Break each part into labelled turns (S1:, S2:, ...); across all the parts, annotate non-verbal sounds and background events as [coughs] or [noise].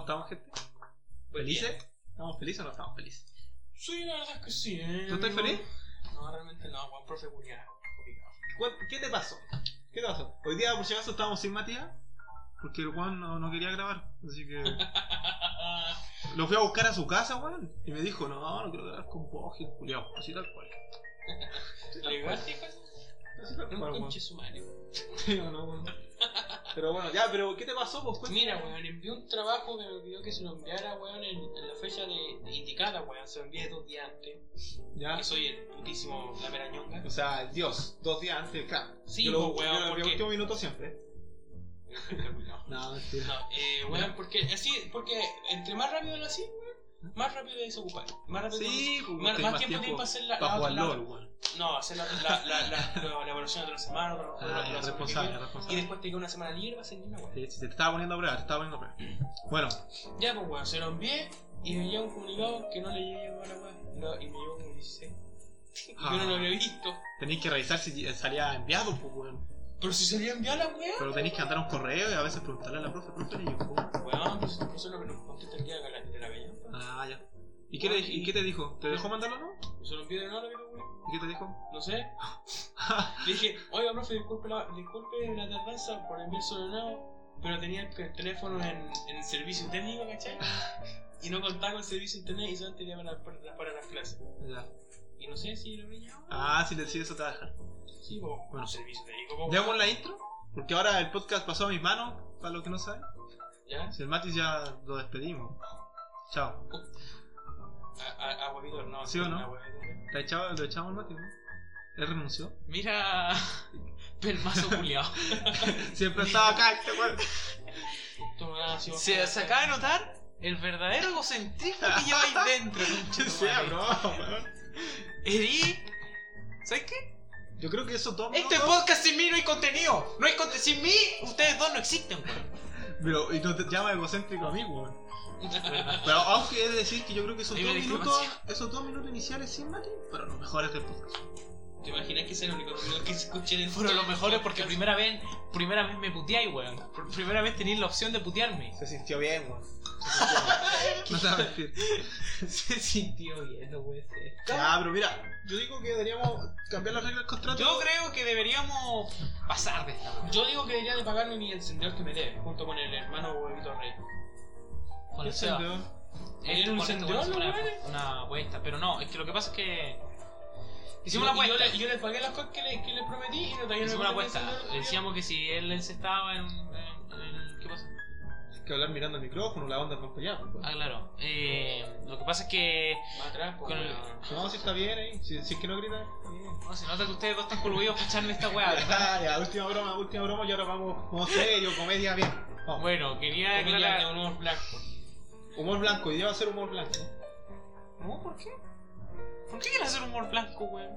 S1: estamos, gente?
S2: Pues
S1: ¿Felices? ¿Estamos felices o no estamos felices?
S2: Sí, la verdad es que sí, eh.
S1: ¿Tú estás
S2: amigo.
S1: feliz?
S2: No, realmente no, Juan profe culiado.
S1: [laughs]
S2: complicado.
S1: ¿Cuál- ¿Qué te pasó? ¿Qué te pasó? Hoy día, por si acaso, estábamos sin Matías. Porque el Juan no, no quería grabar. Así
S2: [laughs]
S1: que. Lo fui a buscar a su casa, weón. Y me dijo, no, no quiero grabar con vos, Gil culiao. Así tal cual.
S2: ¿Legal, dijo eso?
S1: Así tal
S2: Un
S1: cual, weón.
S2: conche su madre.
S1: Sí, o no, weón. [laughs] Pero bueno, ya, pero ¿qué te pasó, pues? Cuéntame.
S2: Mira, weón, envió un trabajo que me olvidó que se lo enviara, weón, en, en la fecha de, de indicada, weón. Se lo envié dos días antes. Ah,
S1: Ya.
S2: Que soy el putísimo
S1: [laughs]
S2: la perañonga.
S1: O sea, el Dios, dos días antes, claro.
S2: Sí,
S1: yo lo,
S2: pues, weón,
S1: yo lo-
S2: ¿por
S1: yo
S2: qué?
S1: último minuto siempre.
S2: Espectacular.
S1: No, mentira.
S2: No, eh, weón, porque así, porque entre más rápido lo hacís, weón, más rápido te desocupar. Más rápido
S1: Sí, pues,
S2: más,
S1: tenés
S2: más
S1: más
S2: tiempo tenés
S1: tiempo
S2: para hacer la,
S1: Para
S2: la, otra-
S1: jugar
S2: la-
S1: LOL, weón.
S2: No, hacer la, la, la, la, la- la evaluación de la semana, otra- otra-
S1: Ah,
S2: otra
S1: ya,
S2: semana que
S1: responsable,
S2: viene, Y
S1: responsable.
S2: después te queda una semana libre para hacer ni una weón.
S1: Sí, sí, te estaba poniendo a prueba, te estaba poniendo a prueba. Bueno,
S2: Ya, pues weón, se lo envié y me llegó un comunicado que no le llegó a la weón. No, y me llegó como 16.
S1: Ah.
S2: Yo no lo había visto.
S1: tenéis que revisar si salía enviado, pues, weón.
S2: Pero si se había enviado la weón.
S1: Pero tenéis que mandar un correo y a veces preguntarle a la profe, profe, le llegó.
S2: Weón, pues eso es lo que nos contesta el día de la, de la bellanza.
S1: Ah, ya. ¿Y qué, le, y qué te dijo? ¿Te dejó mandarlo o no?
S2: Se lo envié de nuevo, weón.
S1: ¿Y qué te dijo? [laughs]
S2: No sé. Le dije, oiga, profe, disculpe la, disculpe la tardanza por enviar solo nuevo, pero tenía el el teléfono en, en el servicio técnico,
S1: [laughs]
S2: ¿cachai? Y no contaba con el servicio internet y solo tenía para, para, para las clases.
S1: Ya.
S2: Y no sé si lo veía.
S1: Ah, si le si eso te va a dejar.
S2: Sí, po,
S1: Bueno.
S2: bueno, servicio técnico, po.
S1: ¿Demos la intro? Porque ahora el podcast pasó a mis manos, para los que no saben.
S2: ¿Ya?
S1: Si el Matis ya lo despedimos. Chao.
S2: A, a, a huevito, no.
S1: ¿Sí o no?
S2: a huevito, no.
S1: ¿Te echaba- ¿Lo echamos el Matis, no? Él renunció.
S2: Mira, pelmazo
S3: [laughs]
S2: culiao.
S1: Siempre estaba acá, este weón.
S3: Se, se acaba de notar el verdadero egocentrismo que lleváis dentro. [laughs]
S1: Que sea, bro, weón.
S3: Eri, ¿sabes qué?
S1: Yo creo que esos dos
S3: Este
S1: minutos-
S3: podcast sin mí no hay contenido. No hay contenido. Sin mí, ustedes dos no existen, weón.
S1: Pero, y no te llama egocéntrico a mí, weón. Pero aunque he de decir que yo creo que esos
S3: Hay
S1: dos
S3: una
S1: minutos,
S3: discrepancia.
S1: esos dos minutos iniciales sin Mati, pero los mejores del podcast.
S2: ¿Te imaginas que ese es el único ruido que se escuche en el
S3: Fueron los mejores porque
S2: primero
S3: primera vez, primera vez me puteáis, weón. Por primera vez tenéis la opción de putearme.
S1: Se sintió bien, weón. Se sintió bien. [laughs] No te vas a mentir.
S3: [laughs] Se sintió bien, no puede ser.
S1: Ya, pero mira, yo digo que deberíamos cambiar las reglas del contrato.
S3: Yo creo que deberíamos pasar de esta weón.
S2: Yo digo que debería de pagarme mi encendedor que me debe, junto con el hermano huevito rey.
S3: Con
S1: ¿Qué
S3: el Seba.
S1: sentido?
S2: ¿Era un
S3: Con este weón
S2: encendedor,
S3: se
S2: no,
S3: pone
S2: weón?
S3: Una apuesta, pero no, es que lo que pasa es que. Hicimos
S2: Y-
S3: una
S2: y
S3: apuesta.
S2: Yo le, yo le pagué las cosas que le, que le prometí y no todavía no
S3: Hicimos
S2: me
S3: una
S2: pone el
S3: apuesta.
S2: encendedor,
S3: Decíamos que si él encestaba en, en- en- ¿Qué pasa?
S1: Hay que hablar mirando el micrófono, la onda va para allá. pues,
S3: Ah,
S1: weón.
S3: claro. Eh, lo que pasa es que.
S2: weón. Más atrás, pues,
S3: Con el-
S2: weón.
S1: No, si está bien ahí. Si, si es que no grita, está bien.
S3: No, se nota que ustedes dos están coloridos para echarme esta weá,
S2: [laughs]
S3: ¿verdad?
S1: Ah, [laughs] ya, última broma, última broma y ahora vamos, vamos serio, comedia bien. Vamos.
S3: Bueno, quería
S2: Comedia de
S3: declarar.
S2: honor blanco.
S1: Humor blanco, hoy día va a ser humor blanco.
S3: No, ¿por qué? ¿Por qué quieren hacer humor blanco, weón?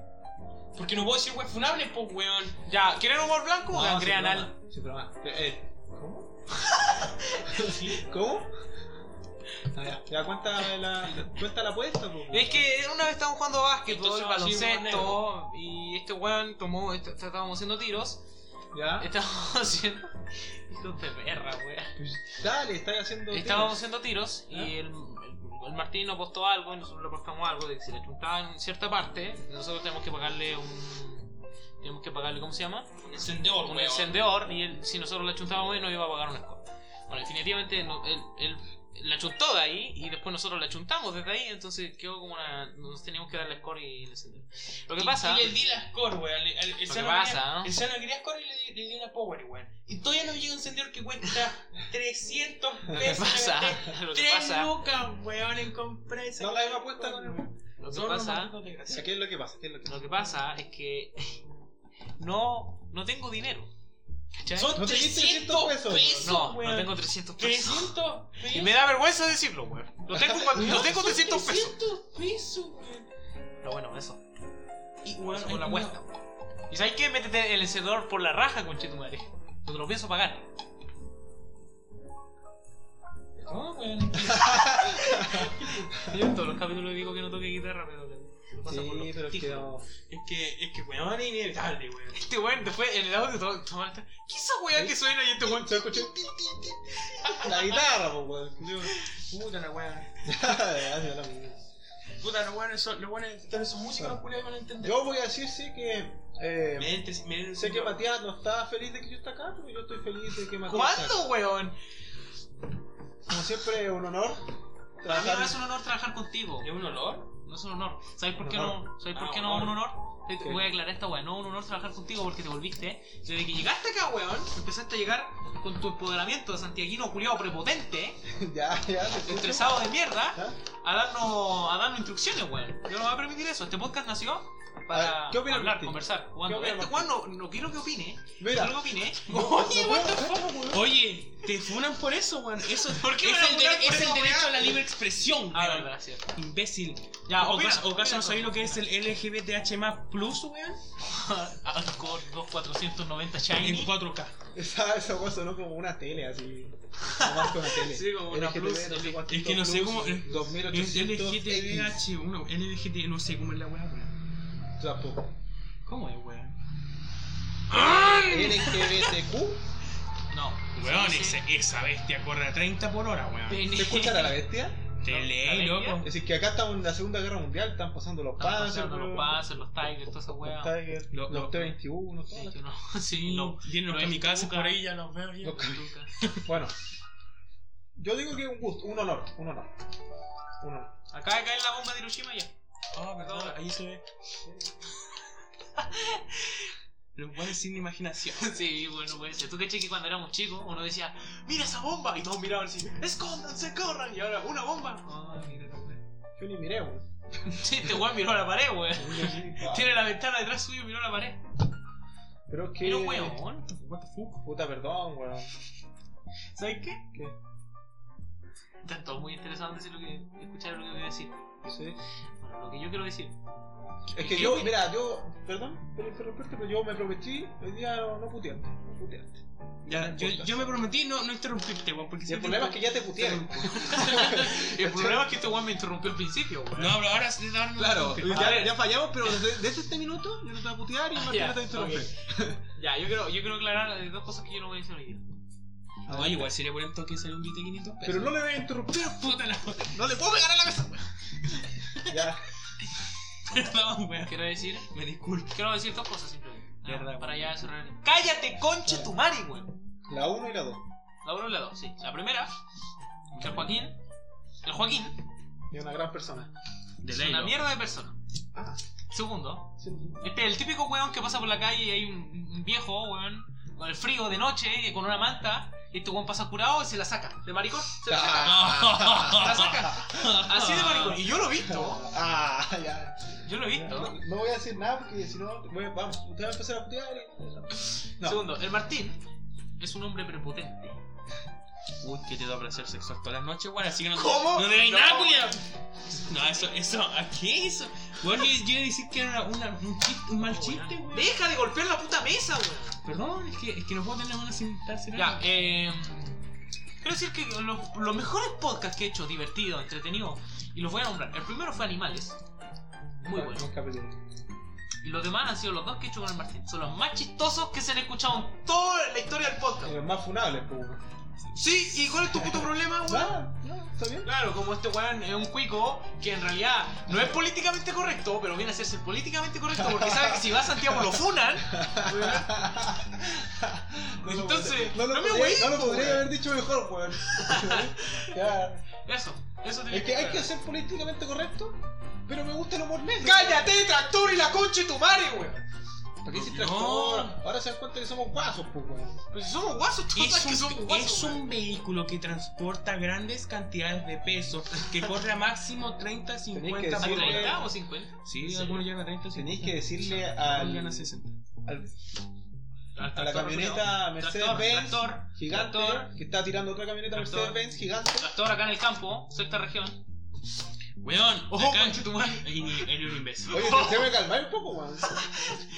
S2: Porque no puedo decir weón funable, pues weón.
S3: Ya, Ah, ¿quieren humor blanco Ah, o gangrena anal?
S1: Sí, broma. Eh, eh, ¿Cómo? ¿Cómo? Ah, ya, ya cuenta la, cuenta la apuesta. po, po.
S3: Es que una vez estábamos jugando básquetbol,
S2: Entonces, así,
S3: baloncesto, y este weón tomó, est- estábamos haciendo tiros,
S1: ¿Ya?
S3: estábamos haciendo... Hijos de perra, weón.
S1: Dale, estáis haciendo. tiros.
S3: Estábamos haciendo tiros y
S1: ¿Ah?
S3: el, el, el Martín nos apostó algo y nosotros le apostamos algo de que si le chuntaban en cierta parte, nosotros tenemos que pagarle un. Tenemos que pagarle, ¿cómo se llama?
S2: Un encendedor,
S3: Un
S2: weón.
S3: encendedor y él, si nosotros le chuntábamos él nos iba a pagar una escoba. Bueno, definitivamente no- él, él la chuntó de ahí y después nosotros la chuntamos desde ahí, entonces quedó como una. Nos teníamos que dar la score y el encendedor. [laughs] Lo que
S2: Y-
S3: pasa.
S2: Y le di la score, weón. Le- al- El Sano
S3: Lo que pasa,
S2: quería-
S3: ¿no?
S2: El Sano quería score y le di, le di una power, weón. Y todavía no llega un encendedor que
S3: [laughs]
S2: cuesta 300
S3: Lo que
S2: pesos.
S3: pasa.
S2: weón.
S3: Lo que
S2: Tres
S3: pasa.
S2: lucas, weón, en compresa.
S1: No la misma apuesta con el.
S3: Lo que
S2: Son unos
S3: pasa.
S2: malditos
S1: O sea,
S2: desgraciados.
S1: ¿Qué es lo que pasa? ¿Qué es lo que
S3: Lo que pasa es que [laughs] no, no tengo dinero. ¿Cachai?
S2: Son
S1: ¿No te diste 300
S2: 300
S1: pesos?
S2: pesos.
S3: no,
S2: weón.
S3: no tengo 300 pesos.
S2: 300 pesos.
S3: Y me da vergüenza decirlo, weón. No tengo, cua- no tengo 300 pesos.
S2: 300 pesos, weón.
S3: Pero bueno, eso.
S2: Y
S3: Eso
S2: weón,
S3: por la
S2: no.
S3: apuesta. ¿Y sabes qué? Métete el encendedor por la raja, conchetumare. No te lo pienso pagar.
S2: No, weón.
S3: Yo en todos los capítulos digo que no toque guitarra, pero le- se lo pasa por los
S1: Sí, pero es que
S3: pijos.
S1: no.
S2: Es que, es que, weón, inevitable, weón.
S3: Este weón después en el audio to- tomar esta. ¿Qué es esa weá que suena? Y este weón
S1: Se escuchó tin, tin, tin, tin. la guitarra, pues, weón. [laughs]
S2: Puta la weón.
S1: Hace lo mismo.
S2: Puta, los weones son, los weones son esos músicos,
S1: Ah.
S2: culiados, van a entender.
S1: Yo voy a decir, sí, que. eh,
S2: Miren, miren,
S1: sé que Matías no está feliz de que yo esté acá, pero yo estoy feliz de que Matías. esté acá.
S3: ¿Cuándo, weón?
S1: Como siempre, un honor.
S3: A mí
S1: Trabajar.
S3: Ah, es un honor trabajar contigo.
S2: ¿Es un olor?
S3: No es un honor. ¿Sabes por qué
S1: Honor.
S3: no? ¿Sabes por
S2: Ah,
S3: qué no es un
S2: honor.
S3: honor? Te- te
S1: ¿Qué?
S3: Voy a aclarar esta weá. No es un honor trabajar contigo porque te volviste. Desde que llegaste acá, weón, empezaste a llegar con tu empoderamiento de santiaguino culiado prepotente,
S1: [laughs] ya, ya, te escucho.
S3: estresado de mierda,
S1: ¿Ah?
S3: a darnos, a darnos instrucciones, weón. Yo no voy a permitir eso. Este podcast nació para
S1: Ah, ¿qué opina
S3: hablar,
S1: Martín?
S3: conversar. jugando.
S1: ¿Qué opina
S3: este weón
S1: Martín?
S3: no, no quiero que opine.
S1: Mira.
S3: No quiero
S1: [laughs]
S3: que opine.
S1: No, no
S3: Oye,
S1: puedo
S3: what the
S1: hacerlo,
S3: fuck?
S1: weón.
S2: Oye, te funan [laughs] por eso, weón. Eso
S3: ¿Por qué me van a
S2: es el, de-
S3: funar por
S2: es el
S3: esa
S2: derecho
S3: weá?
S2: a la libre expresión,
S3: Ah,
S2: weón.
S3: verdad, cierto.
S2: Imbécil.
S3: Ya,
S2: ¿O
S3: opina,
S2: acaso- ¿O acaso
S3: opina,
S2: no sabéis lo que es el LGBTH plus, weón?
S3: Alcor 2490
S2: En
S3: Shiny.
S2: 4K.
S1: Esa, esa cosa sonó como una tele, así. Como más que una tele.
S3: [laughs] Sí, como una
S1: LGTB,
S3: plus,
S1: no sé
S3: L-
S1: cuánto,
S2: es que no sé
S1: plus,
S2: cómo-
S1: 2800 X.
S2: LGTBH1, LGT, no sé cómo es la weá, weón.
S1: Tampoco.
S2: ¿Cómo es, weón?
S1: LGBTQ.
S3: No.
S2: ¡Ah! Weón,
S3: Sí, sí.
S2: esa, esa bestia corre a 30 por hora, weón.
S3: Pene.
S1: ¿Se escuchan a la bestia?
S2: Te
S3: ¿La
S2: leí,
S3: bestia?
S2: loco.
S1: Es decir, que acá estamos en la Segunda Guerra Mundial, están pasando los
S3: Están
S1: pases.
S3: paseando los pases, los tigers, todas esas
S1: Los
S3: weas.
S1: Tiger,
S2: Lo- lo-
S1: los T21, todas las-
S3: Sí, no, [laughs] sí.
S2: No, vienen
S3: Lo
S2: los
S3: es
S2: kamikazes
S3: Tuca.
S2: por ahí, ya los veo. ya.
S1: Los
S3: Nunca.
S1: Bueno, yo digo que es un gusto, un honor, un honor. Un honor.
S3: Acaba de caer la bomba de Hiroshima ya. [laughs]
S2: Ah, verdad, ahí se ve. Los buenos sin imaginación.
S3: Sí, bueno, puede ser. Tú caché que cuando éramos chicos uno decía, [laughs] mira esa bomba. Y todos miraban así, escóndanse, corran. Y ahora, una bomba.
S2: Ah, mira la wea.
S1: Yo ni miré,
S3: [laughs]
S1: weón.
S3: Sí, este weón miró la pared, weón. [laughs] Tiene la ventana detrás suyo y miró la pared.
S1: Pero es que.
S2: Eh.
S3: Era un weón.
S2: What the fuck?
S1: Puta, perdón, weón.
S2: ¿Sabes qué?
S1: ¿Qué?
S3: Está todo muy interesante decir lo que, escuchar lo que voy a decir.
S1: Sí.
S3: Bueno, lo que yo quiero decir.
S1: Es que yo, mira, yo, perdón por interrumpirte, pero yo me prometí hoy día no, no putearte. No putearte.
S2: Ya, yo, yo me prometí no, no interrumpirte, weón, porque
S1: Y
S2: si
S1: el
S2: te
S1: problema es que ya te putearon. [laughs]
S2: interrumpo-
S3: El problema es que este weón me interrumpió al principio, weón.
S2: No, pero ahora sí te van a
S1: Claro,
S2: interrumpir.
S3: A ver.
S1: ya, ya fallamos, pero desde, desde este minuto yo no te voy a putear y Martín
S3: Ya,
S1: no te va a interrumpir.
S3: Ya, yo quiero, yo quiero aclarar eh, dos cosas que yo no voy a decir hoy día.
S2: No, igual sería por el toque sale un billete de 500 pesos.
S1: Pero no le voy a interrumpir.
S2: Pero puta la wea.
S1: No le puedo pegar a la mesa, weón. [laughs] Ya.
S2: Perdón, weón.
S3: Quiero decir,
S2: Me disculpo.
S3: quiero decir dos cosas simplemente. Ah,
S2: De verdad,
S3: para
S2: weón.
S3: ya cerrar. el- ¡Cállate, concha tu madre, weón!
S1: La 1 y la 2.
S3: La uno y la dos, sí. La primera, que el Joaquín, el Joaquín
S1: Y una gran persona.
S2: De
S3: es una mierda de persona.
S1: Ah,
S3: Segundo,
S1: sí.
S3: este es el típico weón que pasa por la calle y hay un, un viejo, weón, con el frío de noche, eh, con una manta, y este weón pasa curado y se la saca. De maricón, se la saca.
S1: Ah. [laughs]
S3: La saca. Así de maricón. Y yo lo he visto.
S1: Ah, ya.
S3: Yo lo he
S1: No,
S3: visto.
S1: no voy a decir nada porque si no, voy- vamos, usted va a empezar a putear y. No.
S3: Segundo, el Martín es un hombre prepotente.
S2: Uy, que te da placer sexual todas las noches, weón. Así que no te-
S1: ¿Cómo?
S2: No te doy
S3: No.
S2: nada, weón. No, eso, eso, ¿a qué eso? Bueno, yo, yo iba a decir que era una, un, chiste, un mal chiste, weón.
S3: Deja de golpear la puta mesa, weón.
S2: Perdón, es que, es que no puedo tener una sin estar
S3: Ya,
S2: cenando.
S3: eh. Quiero decir que los, los mejores podcasts que he hecho, divertidos, entretenidos, y los voy a nombrar. El primero fue Animales. Muy
S1: Ah,
S3: bueno.
S1: nunca peleé.
S3: Y los demás han sido los dos que he hecho con el Martín. Son los más chistosos que se han escuchado en toda la historia del podcast.
S1: Y los más funables, pues.
S3: Sí, ¿y cuál es tu puto problema, weón?
S1: Ah, [laughs] no, está bien.
S3: Claro, como este weón es un cuico que en realidad no es políticamente correcto, pero viene a hacerse el políticamente correcto porque sabe que si va a Santiago lo funan.
S1: lo
S3: Entonces,
S1: podré- no lo,
S3: no me
S1: podría-
S3: güey,
S1: no lo
S3: pues,
S1: podría
S3: güey.
S1: haber dicho mejor, weón.
S3: [laughs]
S1: Ya.
S3: Eso, eso tenía
S1: Es que hay que
S3: aclarar.
S1: ser políticamente correcto, pero me gusta el humor negro.
S3: ¡Cállate, tractor y la concha de tu madre, weón!
S1: ¿Para qué hiciste
S2: No.
S1: tractor? Ahora se dan cuenta que somos guasos, pues, weón.
S3: Pero si somos guasos, todos
S2: Es
S3: saben que
S2: un,
S3: somos guasos.
S2: es un vehículo que transporta grandes cantidades de peso que corre a máximo 30,
S1: que
S2: 50
S3: ¿A
S1: decirle-
S2: por hora.
S3: 30 o 50?
S2: Sí,
S3: Sí.
S2: algunos llegan a 30, 50.
S1: Tenéis que decirle
S2: Algunos
S1: al,
S2: llegan a 60.
S1: al- a
S3: Tractor,
S1: la camioneta
S3: culiao. Tractor,
S1: Mercedes-Benz
S3: Tractor,
S1: gigante
S3: tractor.
S1: que está tirando otra camioneta
S3: Tractor.
S1: Mercedes-Benz gigante.
S3: tractor acá en el campo, sexta región.
S2: Weón,
S3: Ojo,
S2: acá-
S3: concha tu madre.
S2: Y y era un imbécil.
S1: Oye, ¿se- se me calmar un poco, weón.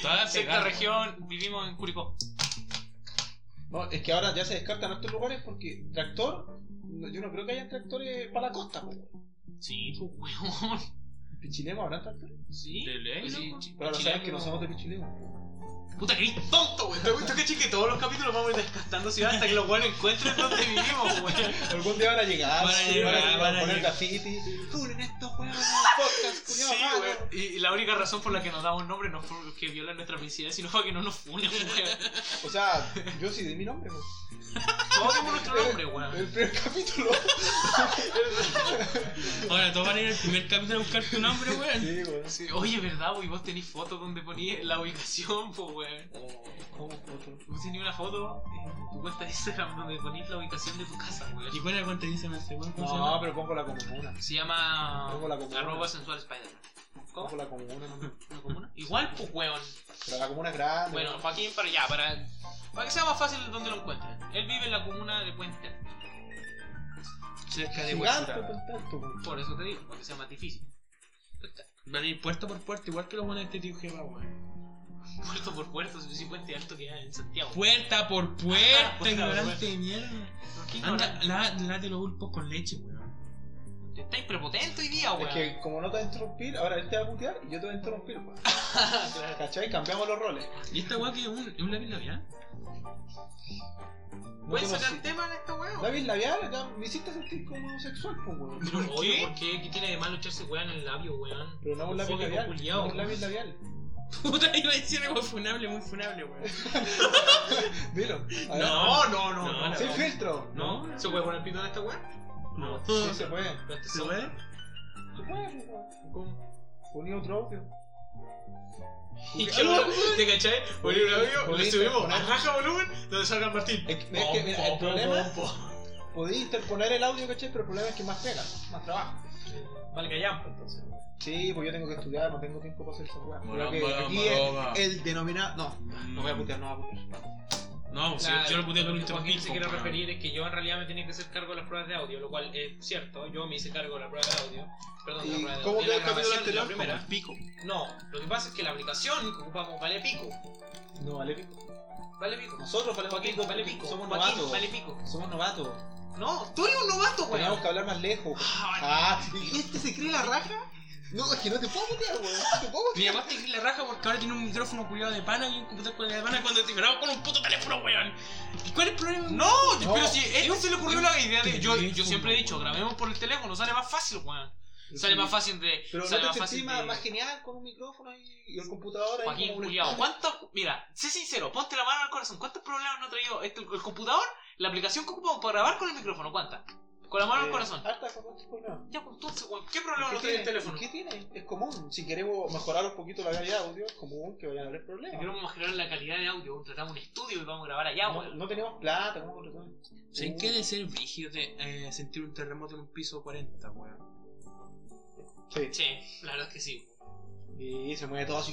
S2: Toda
S3: Sexta
S2: pegada.
S3: región, vivimos en Curicó.
S1: No, es que ahora ya se descartan estos lugares porque tractor, no, yo no creo que haya tractores para la costa, po.
S3: Sí, pues weón.
S1: ¿Pichilemo habrá tractores?
S3: Sí.
S2: De ley,
S3: pues sí,
S2: loco.
S3: chi-
S1: Pero ahora sabes que no
S3: chileno.
S1: somos de Pichilemo.
S3: Puta que eres tonto, weón.
S1: ¿Te has visto que chique todos los capítulos vamos a ir descartando ciudad hasta que los buenos encuentren donde vivimos,
S3: [laughs]
S1: weón? Algún día van a llegar,
S2: Van a
S1: sí,
S2: llegar,
S1: van a,
S2: van a
S1: poner
S2: llegar.
S1: graffiti. Cubren estos huevos podcast,
S3: Sí, weón. Y, y la única razón por la que nos damos nombre no es porque violan nuestra privacidad, sino para que no nos funen, [laughs] weón.
S1: O sea, yo sí di mi nombre, weón.
S3: Todos tenemos nuestro nombre, weón.
S1: El primer [laughs] capítulo.
S2: Ahora todos van a ir al primer capítulo a buscar tu nombre, weón.
S1: Sí, weón.
S3: Sí, Oye, ¿verdad, wey? Vos tenés fotos donde ponís la ubicación, pues, weón.
S1: Oh, ¿Cómo foto?
S3: Vos tenés una foto en tu cuenta de Instagram donde ponís la ubicación de tu casa,
S2: ¿Y
S3: weón.
S2: cuál es la cuenta de Instagram? ¿Cómo se
S1: No,
S2: llama?
S1: pero pongo la comuna.
S3: Se llama
S1: Pongo la comuna.
S3: arroba sensual Spider-Man.
S1: Pongo la comuna, no.
S3: ¿Una comuna? Igual, pues, weón.
S1: Pero la comuna es grande.
S3: Bueno, para aquí para allá, para, para que sea más fácil donde lo encuentren. Él vive en la comuna de Puente Alto.
S2: cerca de
S1: gigante
S3: pues.
S2: Huesura.
S1: contacto, weón.
S3: Por eso te digo, para que sea más difícil. [laughs]
S2: Van a ir puerta por puerta, igual que los buenos de este tío Jeva, weón.
S3: Puerto por puerto, si Puente Alto queda en Santiago.
S2: Puerta por
S3: Puerta
S2: puerta,
S3: por
S2: ignorante
S3: puerta.
S2: de mierda.
S3: ¿Por qué
S2: Ah, Anda,
S3: ignorar?
S2: la, la de los ulpos con leche, weón.
S3: Te estáis prepotente hoy día,
S1: Es
S3: weón.
S1: que como no te va a interrumpir, ahora él te va a putear y yo te voy a interrumpir,
S2: [laughs]
S1: weón. ¿Cachai? Cambiamos los roles.
S2: ¿Y esta weá que es un, es un lápiz labial?
S1: No
S3: ¿Pueden
S1: conocí-
S3: sacar tema en esta weón?
S1: David Labial, ya me hiciste sentir como homosexual, pues, weón.
S3: Pero,
S2: ¿Por
S3: oye,
S2: qué?
S3: ¿por qué? ¿Qué tiene de malo echarse weón en el labio, weón?
S1: Pero no un lápiz
S3: Fóbico
S1: labial.
S3: culiao.
S1: No un lápiz labial.
S2: Puta, iba a decir algo funable, muy funable, weón.
S1: Dilo. A ver.
S3: No, no, no,
S2: No,
S3: no.
S2: la
S1: Sin
S2: no.
S1: filtro.
S2: ¿No?
S3: ¿Se puede poner pito en esta weón?
S2: No.
S1: Sí, se puede.
S3: Pero este
S2: ¿Se
S3: son-
S2: puede?
S1: Se puede, pues, weón. Unido propio.
S3: ¿Y qué bueno? ¿Te cachai? Oye, un audio, le
S1: Bonito,
S3: subimos
S1: bonito.
S3: a baja volumen donde salga el Martín.
S1: Es que, es que, mira, el problema, podéis interponer el audio, ¿cachai? Pero el problema es que más pega, más trabajo.
S3: eh, Valga llampa, entonces.
S1: Sí, pues yo tengo que estudiar, no tengo tiempo para hacer esa weá. Creo
S2: Morón,
S1: que
S2: morón,
S1: aquí el-
S2: morón.
S1: el denominado. No, no voy a putear, no voy a putear.
S2: No, si
S3: La-
S2: Pues yo lo puteo con un pues,
S3: lo que Joaquín
S2: chapatín.
S3: se quiere referir es que yo en realidad me tenía que hacer cargo de las pruebas de audio, lo cual es cierto, yo me hice cargo de la prueba de audio. Perdón, de la
S1: ¿Y
S3: prueba de
S1: cómo quedó
S3: audio. de
S1: el capítulo
S3: la grabación de la
S1: anterior? Como el
S3: primera.
S1: pico.
S3: No, lo que pasa es que la aplicación que ocupamos vale pico.
S1: No, vale pico.
S3: Vale pico.
S1: Nosotros valemos
S3: Joaquín,
S1: pico,
S3: vale
S1: porque
S3: pico.
S1: somos
S3: Joaquín,
S1: novatos.
S3: vale pico.
S1: Somos novatos.
S3: No, tú eres un novato, güey.
S1: Teníamos que hablar más lejos. Ah, ¿y este se cree la raja? No, es que no te puedo putear, weón. No te puedo
S2: Mi mamá te la raja porque ahora tiene un micrófono culiado de pana y un computador culiado de pana cuando te grabo con un puto teléfono, weón. ¿Y cuál es el problema?
S3: No,
S1: No.
S3: pero si a
S2: este
S3: él se le ocurrió la idea de. Yo, yo
S2: teléfono.
S3: siempre he dicho, grabemos por el teléfono, sale más fácil, weón. Sale más fácil de.
S1: Pero
S3: sale
S1: no
S3: más
S1: te sentís
S3: fácil
S1: más,
S3: de-
S1: más genial con un micrófono y, y el computador ahí
S3: Joaquín
S1: como un
S3: culiao,
S1: espejo?
S3: ¿cuántos, mira, sé sincero, ponte la mano al corazón, ¿cuántos problemas no ha traído este- el computador, la aplicación que ocupamos para grabar con el micrófono, cuántas? Con la mano al
S1: Eh,
S3: corazón.
S1: harta con estos problemas.
S3: Ya, pues entonces, weón, ¿qué problema
S1: ¿Qué
S3: no tiene el teléfono?
S1: ¿Qué tiene? Es común. Si queremos mejorar un poquito la calidad de audio, es común que vayan a haber
S3: Si
S1: problemas.
S3: queremos mejorar la calidad de audio, weón, tratamos un estudio y vamos a grabar allá,
S1: no,
S3: weón.
S1: no tenemos plata, ¿cómo contratar?
S2: ¿Saben qué de ser brígido de eh, sentir un terremoto en un piso 40, weón?
S1: Sí.
S3: Sí, la verdad es que sí.
S1: Y se mueve todo así.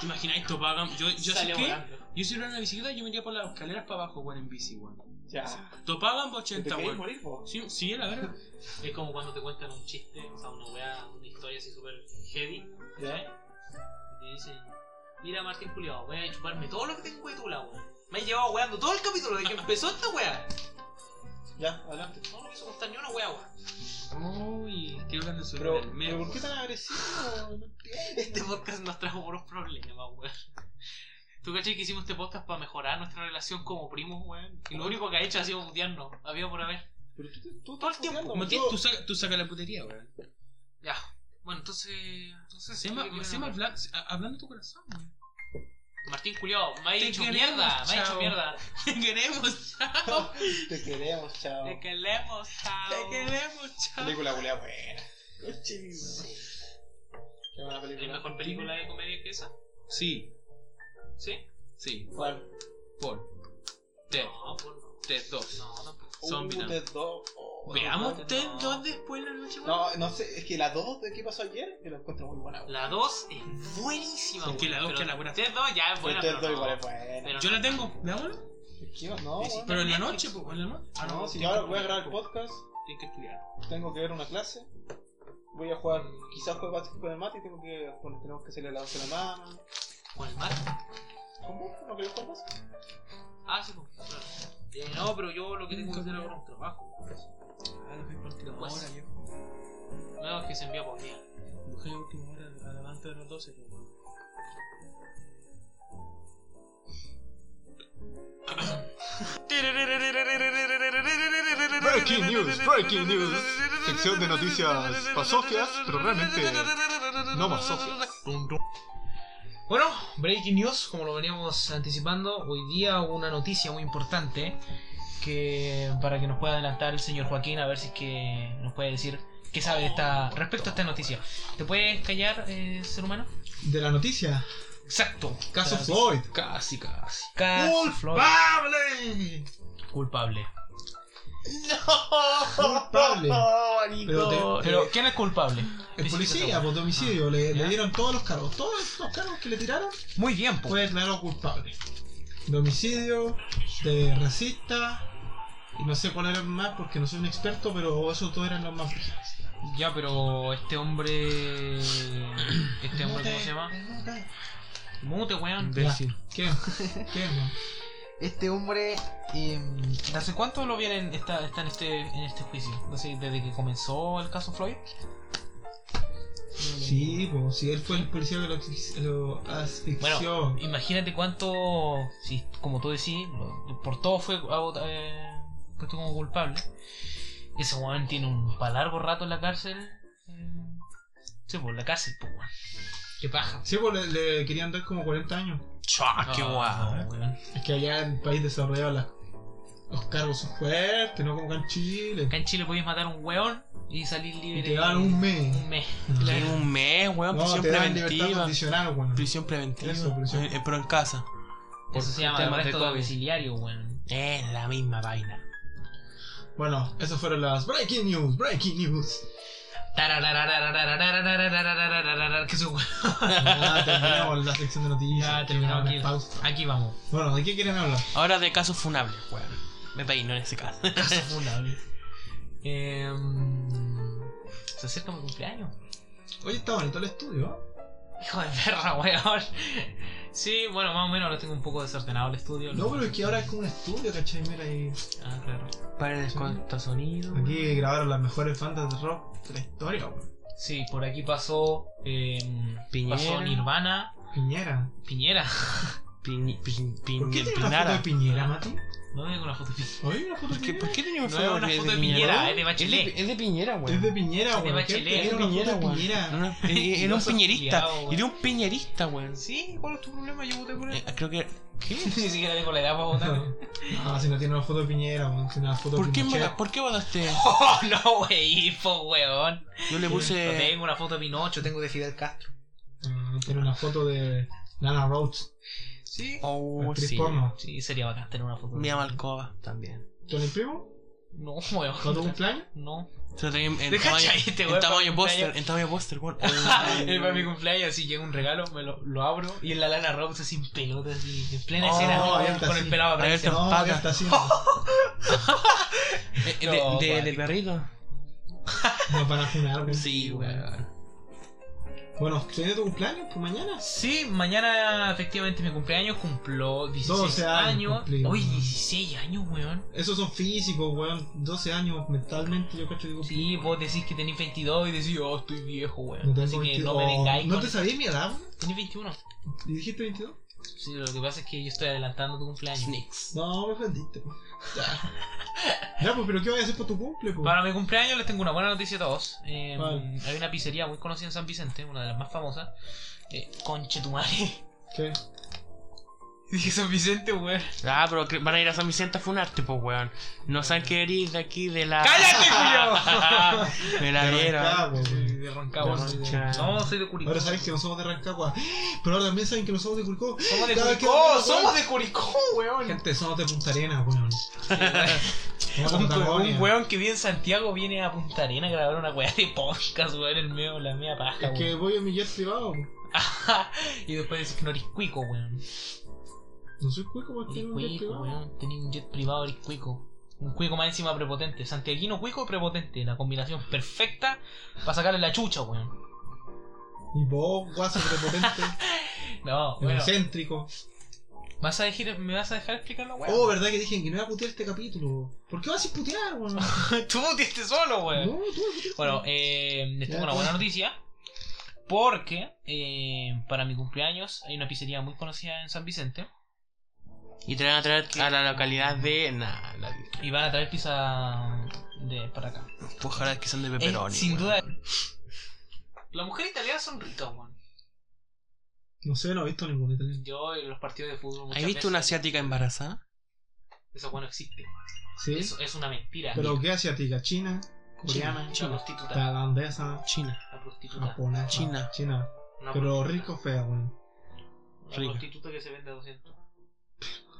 S2: ¿Te imaginas esto? Pagan? Yo, yo sé
S3: Sale
S2: que.
S3: volando.
S2: Yo si hubiera una bicicleta, yo me iría por las escaleras para abajo, weón, en bici, weón.
S1: Ya.
S2: Topaban por
S1: ¿Te
S2: 80,
S1: querés
S2: weón.
S1: morir, vos?
S2: Sí, sí, la verdad.
S3: Es como cuando te cuentan un chiste, o sea, una weá, una historia así súper heavy. ¿cachai?
S1: Ya.
S3: Y te dicen, mira Martín Juliado, voy a chuparme todo lo que tengo de tu lado, weón. Me he llevado weando todo el capítulo de que empezó esta weá.
S1: Ya, adelante.
S3: No, no quiso contar ni una weá, weón.
S2: Uy, quiero hablar de su
S1: Pero,
S2: me-
S1: pero ¿por qué tan agresivo? No
S3: Este
S1: entiendo.
S3: podcast nos trajo puros problemas, weón. ¿Tú cachai que hicimos este podcast para mejorar nuestra relación como primos, weón? Y lo único que ha hecho ha sido putearnos, había por haber.
S1: Pero tú, te- tú
S3: Todo el
S1: estás
S3: tiempo,
S1: puteando,
S2: Matías,
S1: yo-
S2: tú saca, tú saca la putería, weón.
S3: Ya. Bueno, entonces. No
S2: Se
S3: sé si
S2: llama,
S3: quiero-
S2: se llama habla- a- hablando tu corazón, weón.
S3: Martín Culiao, me ha
S2: Te
S3: hecho
S2: queremos,
S3: mierda, me ha hecho
S2: chao.
S3: mierda.
S2: [laughs] Te queremos, chao.
S1: [laughs] Te queremos, chao.
S3: Te queremos, chao.
S2: Te queremos, chao.
S1: Película culea buena. Qué buena
S3: ¿Hay
S1: película.
S3: mejor película de comedia que esa?
S2: Sí,
S3: ¿Sí?
S2: sí.
S1: ¿Cuál?
S2: Por. Ted,
S3: No, pues no.
S2: Ted 2.
S3: No, tampoco.
S2: Zombie
S1: Uh,
S2: Land.
S1: Ted dos. Oh,
S2: Veamos
S3: no,
S2: Ted
S3: no.
S2: 2 después de la noche, weón.
S1: No, no sé, es que la 2 de qué pasó ayer, yo la encuentro muy buena.
S3: La 2 es buenísima,
S2: Porque la
S3: weón,
S2: dos
S3: pero
S2: que la buena.
S3: Ted 2 ya es buena,
S1: Ted
S3: pero
S1: dos
S3: no.
S1: igual es buena.
S3: Pero-
S2: Yo la tengo, veámosla.
S1: Esquiva, no,
S2: Sí,
S1: bueno.
S2: Pero en la noche, pues, en la noche.
S1: Ah, no, si yo
S2: tienes
S1: ahora
S2: que
S1: voy a grabar
S2: estudiar,
S1: el podcast,
S2: pues. Tienes que estudiar.
S1: tengo que ver una clase, voy a jugar, quizás juegue básquet con el mate y tengo que, bueno, tenemos que hacerle la once a la mano.
S3: Con el mar.
S1: ¿Con vos? ¿No querés jugar básquet?
S3: Ah, sí, pues, claro. Eh, no, pero yo lo que tengo que hacer ahora es un trabajo.
S2: Ah, los he partido
S3: Pues.
S2: ahora, viejo.
S3: que se envió por día.
S4: Busqué la última hora a la antes de las 12. pues, weón.
S3: Breaking
S1: news, breaking news. Sección de noticias pasofias, pero realmente no pasofias.
S3: Bueno, breaking news, como lo veníamos anticipando, hoy día hubo una noticia muy importante que para que nos pueda adelantar el señor Joaquín a ver si es que nos puede decir qué sabe de esta respecto a esta noticia. ¿Te puedes callar, eh, ser humano?
S1: De la noticia.
S3: Exacto.
S1: Caso
S3: Casi.
S1: Floyd.
S4: Casi, casi.
S3: Casi Floyd.
S1: ¡Culpable!
S2: [laughs]
S3: Culpable.
S1: [laughs] Culpable. Pero, te-
S3: Pero ¿quién es culpable?
S1: el policía, por homicidio, le, le dieron todos los cargos. Todos los cargos que le tiraron
S3: Muy bien, pues.
S1: fue declarado culpable. De homicidio, de racista, y no sé cuál era el más porque no soy un experto, pero esos dos eran los más frígidos.
S3: Ya, pero este [coughs] hombre. Este hombre, ¿cómo se llama? Mute, weón.
S1: Imbécil. ¿Quién? ¿Quién? man?
S3: Este hombre. eh, ¿de ¿Hace cuánto lo vienen? Está, está en, este, en este juicio. Así, ¿Desde que comenzó el caso Floyd?
S1: Sí, pues si él fue el policía que lo, asfix- lo asfixió.
S3: Bueno, imagínate cuánto. Si, como tú decís, lo- por todo fue ah, eh, puesto como culpable. Ese weón tiene un para largo rato en la cárcel. eh, Sí, por la cárcel, pues, weón. Qué paja.
S1: Sí, pues le, le querían dar como 40 años.
S3: Chua,
S4: qué
S1: guau.
S3: weón.
S1: Es que allá en el país desarrollado las- los cargos son fuertes, no como acá en Chile.
S3: Acá en Chile podías matar a un weón y salir libre.
S1: Y te dan un mes.
S3: un mes.
S4: En un mes, weón.
S1: No,
S4: Prisión
S1: te dan libertad
S4: preventiva.
S1: condicional, weón.
S4: Prisión preventiva.
S1: Eso, prisión.
S4: Eh, pero en casa. Por
S3: Eso se llama
S4: temas de
S3: arresto
S4: COVID.
S3: domiciliario, weón.
S4: Es la misma vaina.
S1: Bueno, esas fueron las breaking news, breaking news.
S3: Tararararararararararararararararararararararararararararararararararararararararararararararararararararararararararararara, que su-
S1: Ah, terminamos la sección de noticias.
S3: Ya terminamos aquí.
S1: Pausa.
S3: Aquí vamos.
S1: Bueno, ¿de qué quieren hablar?
S4: Ahora de casos funables, weón. Me peino en ese caso. [laughs]
S3: Caso funable. Em, Se acerca mi cumpleaños.
S1: Oye, está bonito el estudio. ¿eh?
S3: Hijo de perra, weón. Sí, bueno, más o menos ahora tengo un poco desordenado el estudio.
S1: No, pero es que ahora es como un estudio, ¿cachai? Mira, y
S3: Ah, claro.
S4: Paredes con estos sonidos.
S1: aquí grabaron las mejores bandas de rock de la historia, weón.
S3: Sí, por aquí pasó. em,
S4: Piñera.
S3: Pasó Nirvana.
S1: Piñera.
S3: Piñera.
S4: Piñ, piñ, piñ,
S1: ¿Por qué tiene una foto
S4: pinara.
S1: de Piñera, Mati?
S3: No me con la foto de Piñera.
S1: ¿Oye, una foto de
S4: ¿Por qué,
S1: Piñera?
S4: ¿Por qué tenía una
S3: No
S4: foto,
S3: es una foto de Piñera, es de Bachelet.
S4: Es de, es de Piñera, weón.
S1: Es de Piñera,
S3: Es de
S1: weón. ¿Qué
S3: Bachelet,
S1: tiene
S3: es de
S1: una foto de
S4: weón. No,
S1: Piñera.
S4: [laughs] no, eh, Era un
S3: Dios
S4: piñerista.
S3: asociado, weón.
S4: Era un piñerista, weón.
S3: Sí, ¿cuál es tu problema? Yo voté por
S4: Eh, Creo que. ¿Qué?
S3: [laughs] Ni siquiera tengo la edad para votar.
S1: [laughs] No, Ah, si no tiene una foto de Piñera, weón. Tiene una foto de
S4: ¿Por qué,
S1: Pinochet.
S4: vota- ¿Por qué votaste?
S3: [laughs] Oh, no, wey, po, weón.
S4: Yo le
S1: Eh.
S3: No
S4: puse.
S3: tengo una foto de Pinocho, tengo de Fidel Castro.
S1: Ah, tiene una foto de Lana Rhodes.
S3: Sí.
S2: Uh,
S4: Oh,
S1: actriz
S4: sí.
S1: porno.
S3: Sí, sería bacán tener una foto. de-
S4: Mía Malcova también.
S1: ¿Tú le imprimo?
S3: No,
S1: ¿Con tu
S3: weón.
S1: cumpleaños?
S3: No.
S4: Se lo tenía en, en
S3: Deja
S4: tamaño.
S3: ahí este weón
S4: en
S3: para mi
S4: tamaño póster.
S3: cumpleaños.
S4: En tamaño póster,
S3: [laughs]
S4: Eh, weón.
S3: Es para mi cumpleaños, así llega un regalo, me lo, lo abro y en la lana Rhodes así en pelotas, así en plena
S1: Oh,
S3: escena, weón,
S1: abierta
S3: con
S1: así.
S3: el pelado
S4: Abierta.
S3: apareciendo.
S1: No,
S4: Pata.
S1: ya está así.
S3: [laughs]
S4: Eh, eh,
S3: No,
S4: de- de-
S3: weón.
S4: ¿Del perrito?
S1: No van a funar, weón.
S4: weón.
S1: Bueno, ¿tiene tu cumpleaños? ¿Por mañana?
S3: Sí, mañana efectivamente mi cumpleaños cumplió 16
S1: 12 años
S3: años.
S1: cumplido.
S3: Hoy 16 años, weón.
S1: Esos son físicos, weón. 12 años mentalmente, yo cacho que cumplí.
S3: Sí, vos decís que tenés 22 y decís, oh, estoy viejo,
S1: No
S3: weón.
S1: tengo
S3: Así que
S1: 22.
S3: no me vengáis.
S1: ¿No
S3: con-
S1: te sabías mi edad, weón?
S3: Tenés 21.
S1: ¿Y dijiste 22?
S3: Sí, lo que pasa es que yo estoy adelantando tu cumpleaños.
S1: No, me ofendiste, weón. Ya. ya, pues, pero ¿qué voy a hacer por tu cumple, pues?
S3: Para mi cumpleaños les tengo una buena noticia a todos. Eh,
S1: ¿Cuál?
S3: hay una pizzería muy conocida en San Vicente, una de las más famosas. Eh, Conchetumare.
S1: ¿Qué?
S3: Dije San Vicente, weón.
S4: Ah, pero que- van a ir a San Vicente a funarte, pues, weón. No saben que eres de aquí, de la. [laughs]
S3: ¡Cállate,
S4: de la
S1: Rancagua,
S4: era.
S3: Julio!
S1: weón.
S3: de Rancagua.
S1: No,
S3: soy de-
S4: cha-
S3: No, soy de Curicó.
S1: Ahora saben que no somos de Rancagua. Pero ahora también saben que no somos de Curicó.
S3: Somos de
S1: Cada vez que
S3: Curicó,
S1: hablamos,
S3: somos
S1: weón.
S3: de Curicó, weón.
S1: Gente, somos de Punta Arenas, weón.
S3: [laughs]
S1: Somos de
S3: Un,
S1: Patagonia.
S3: un weón que vive en Santiago viene a Punta Arena a grabar una weá de podcast, weón, el medio, la media paja,
S1: Es
S3: weón.
S1: que voy a mi jet privado, weón.
S3: [laughs] y después decís que no eres cuico, weón.
S1: Pues No soy cuico, weón.
S3: Eres
S1: Tengo un jet
S3: cuico,
S1: privado.
S3: weón. Tenía un jet privado, eres cuico. Un cuico más encima prepotente. Santiaguino cuico y prepotente. La combinación perfecta para sacarle la chucha, weón.
S1: Y vos, guaso prepotente,
S3: No, bueno.
S1: egocéntrico.
S3: ¿Vas a dejar, ¿Me vas a dejar explicar la weá? [laughs]
S1: Oh, verdad que dije que no iba a putear este capítulo. ¿Por qué vas a putear, weón?
S3: Tú muteaste solo, weón.
S1: No, tú puteaste.
S3: Bueno, eh, les tengo
S1: Ya,
S3: una
S1: pues.
S3: buena noticia. Porque eh, para mi cumpleaños hay una pizzería muy conocida en San Vicente.
S2: Y te van a traer a la localidad de. Nah, la...
S3: Y van a traer pizza de para acá.
S4: Pues,
S2: Ojalá que sean de
S3: Es,
S2: pepperoni.
S3: Eh, sin
S2: weón.
S3: duda. Las mujeres italianas son ricas, weón.
S1: No sé, no he visto ningún italiano.
S3: Yo en los partidos de fútbol. muchas
S2: ¿Has visto
S3: veces-
S2: una asiática embarazada?
S3: Eso, bueno, existe.
S1: ¿Sí?
S3: Eso es una mentira.
S1: ¿Pero qué asiática? ¿China? ¿Coreana?
S3: La
S1: Ah,
S3: prostituta.
S1: ¿Tailandesa?
S2: China.
S4: [laughs]
S3: La prostituta.
S1: ¿Japonesa?
S2: China.
S1: China.
S3: Una
S1: ah, pues, Pero
S3: prostituta.
S1: rico o fea, weón.
S3: Una
S2: rica.
S3: prostituta que se vende a [laughs] 200.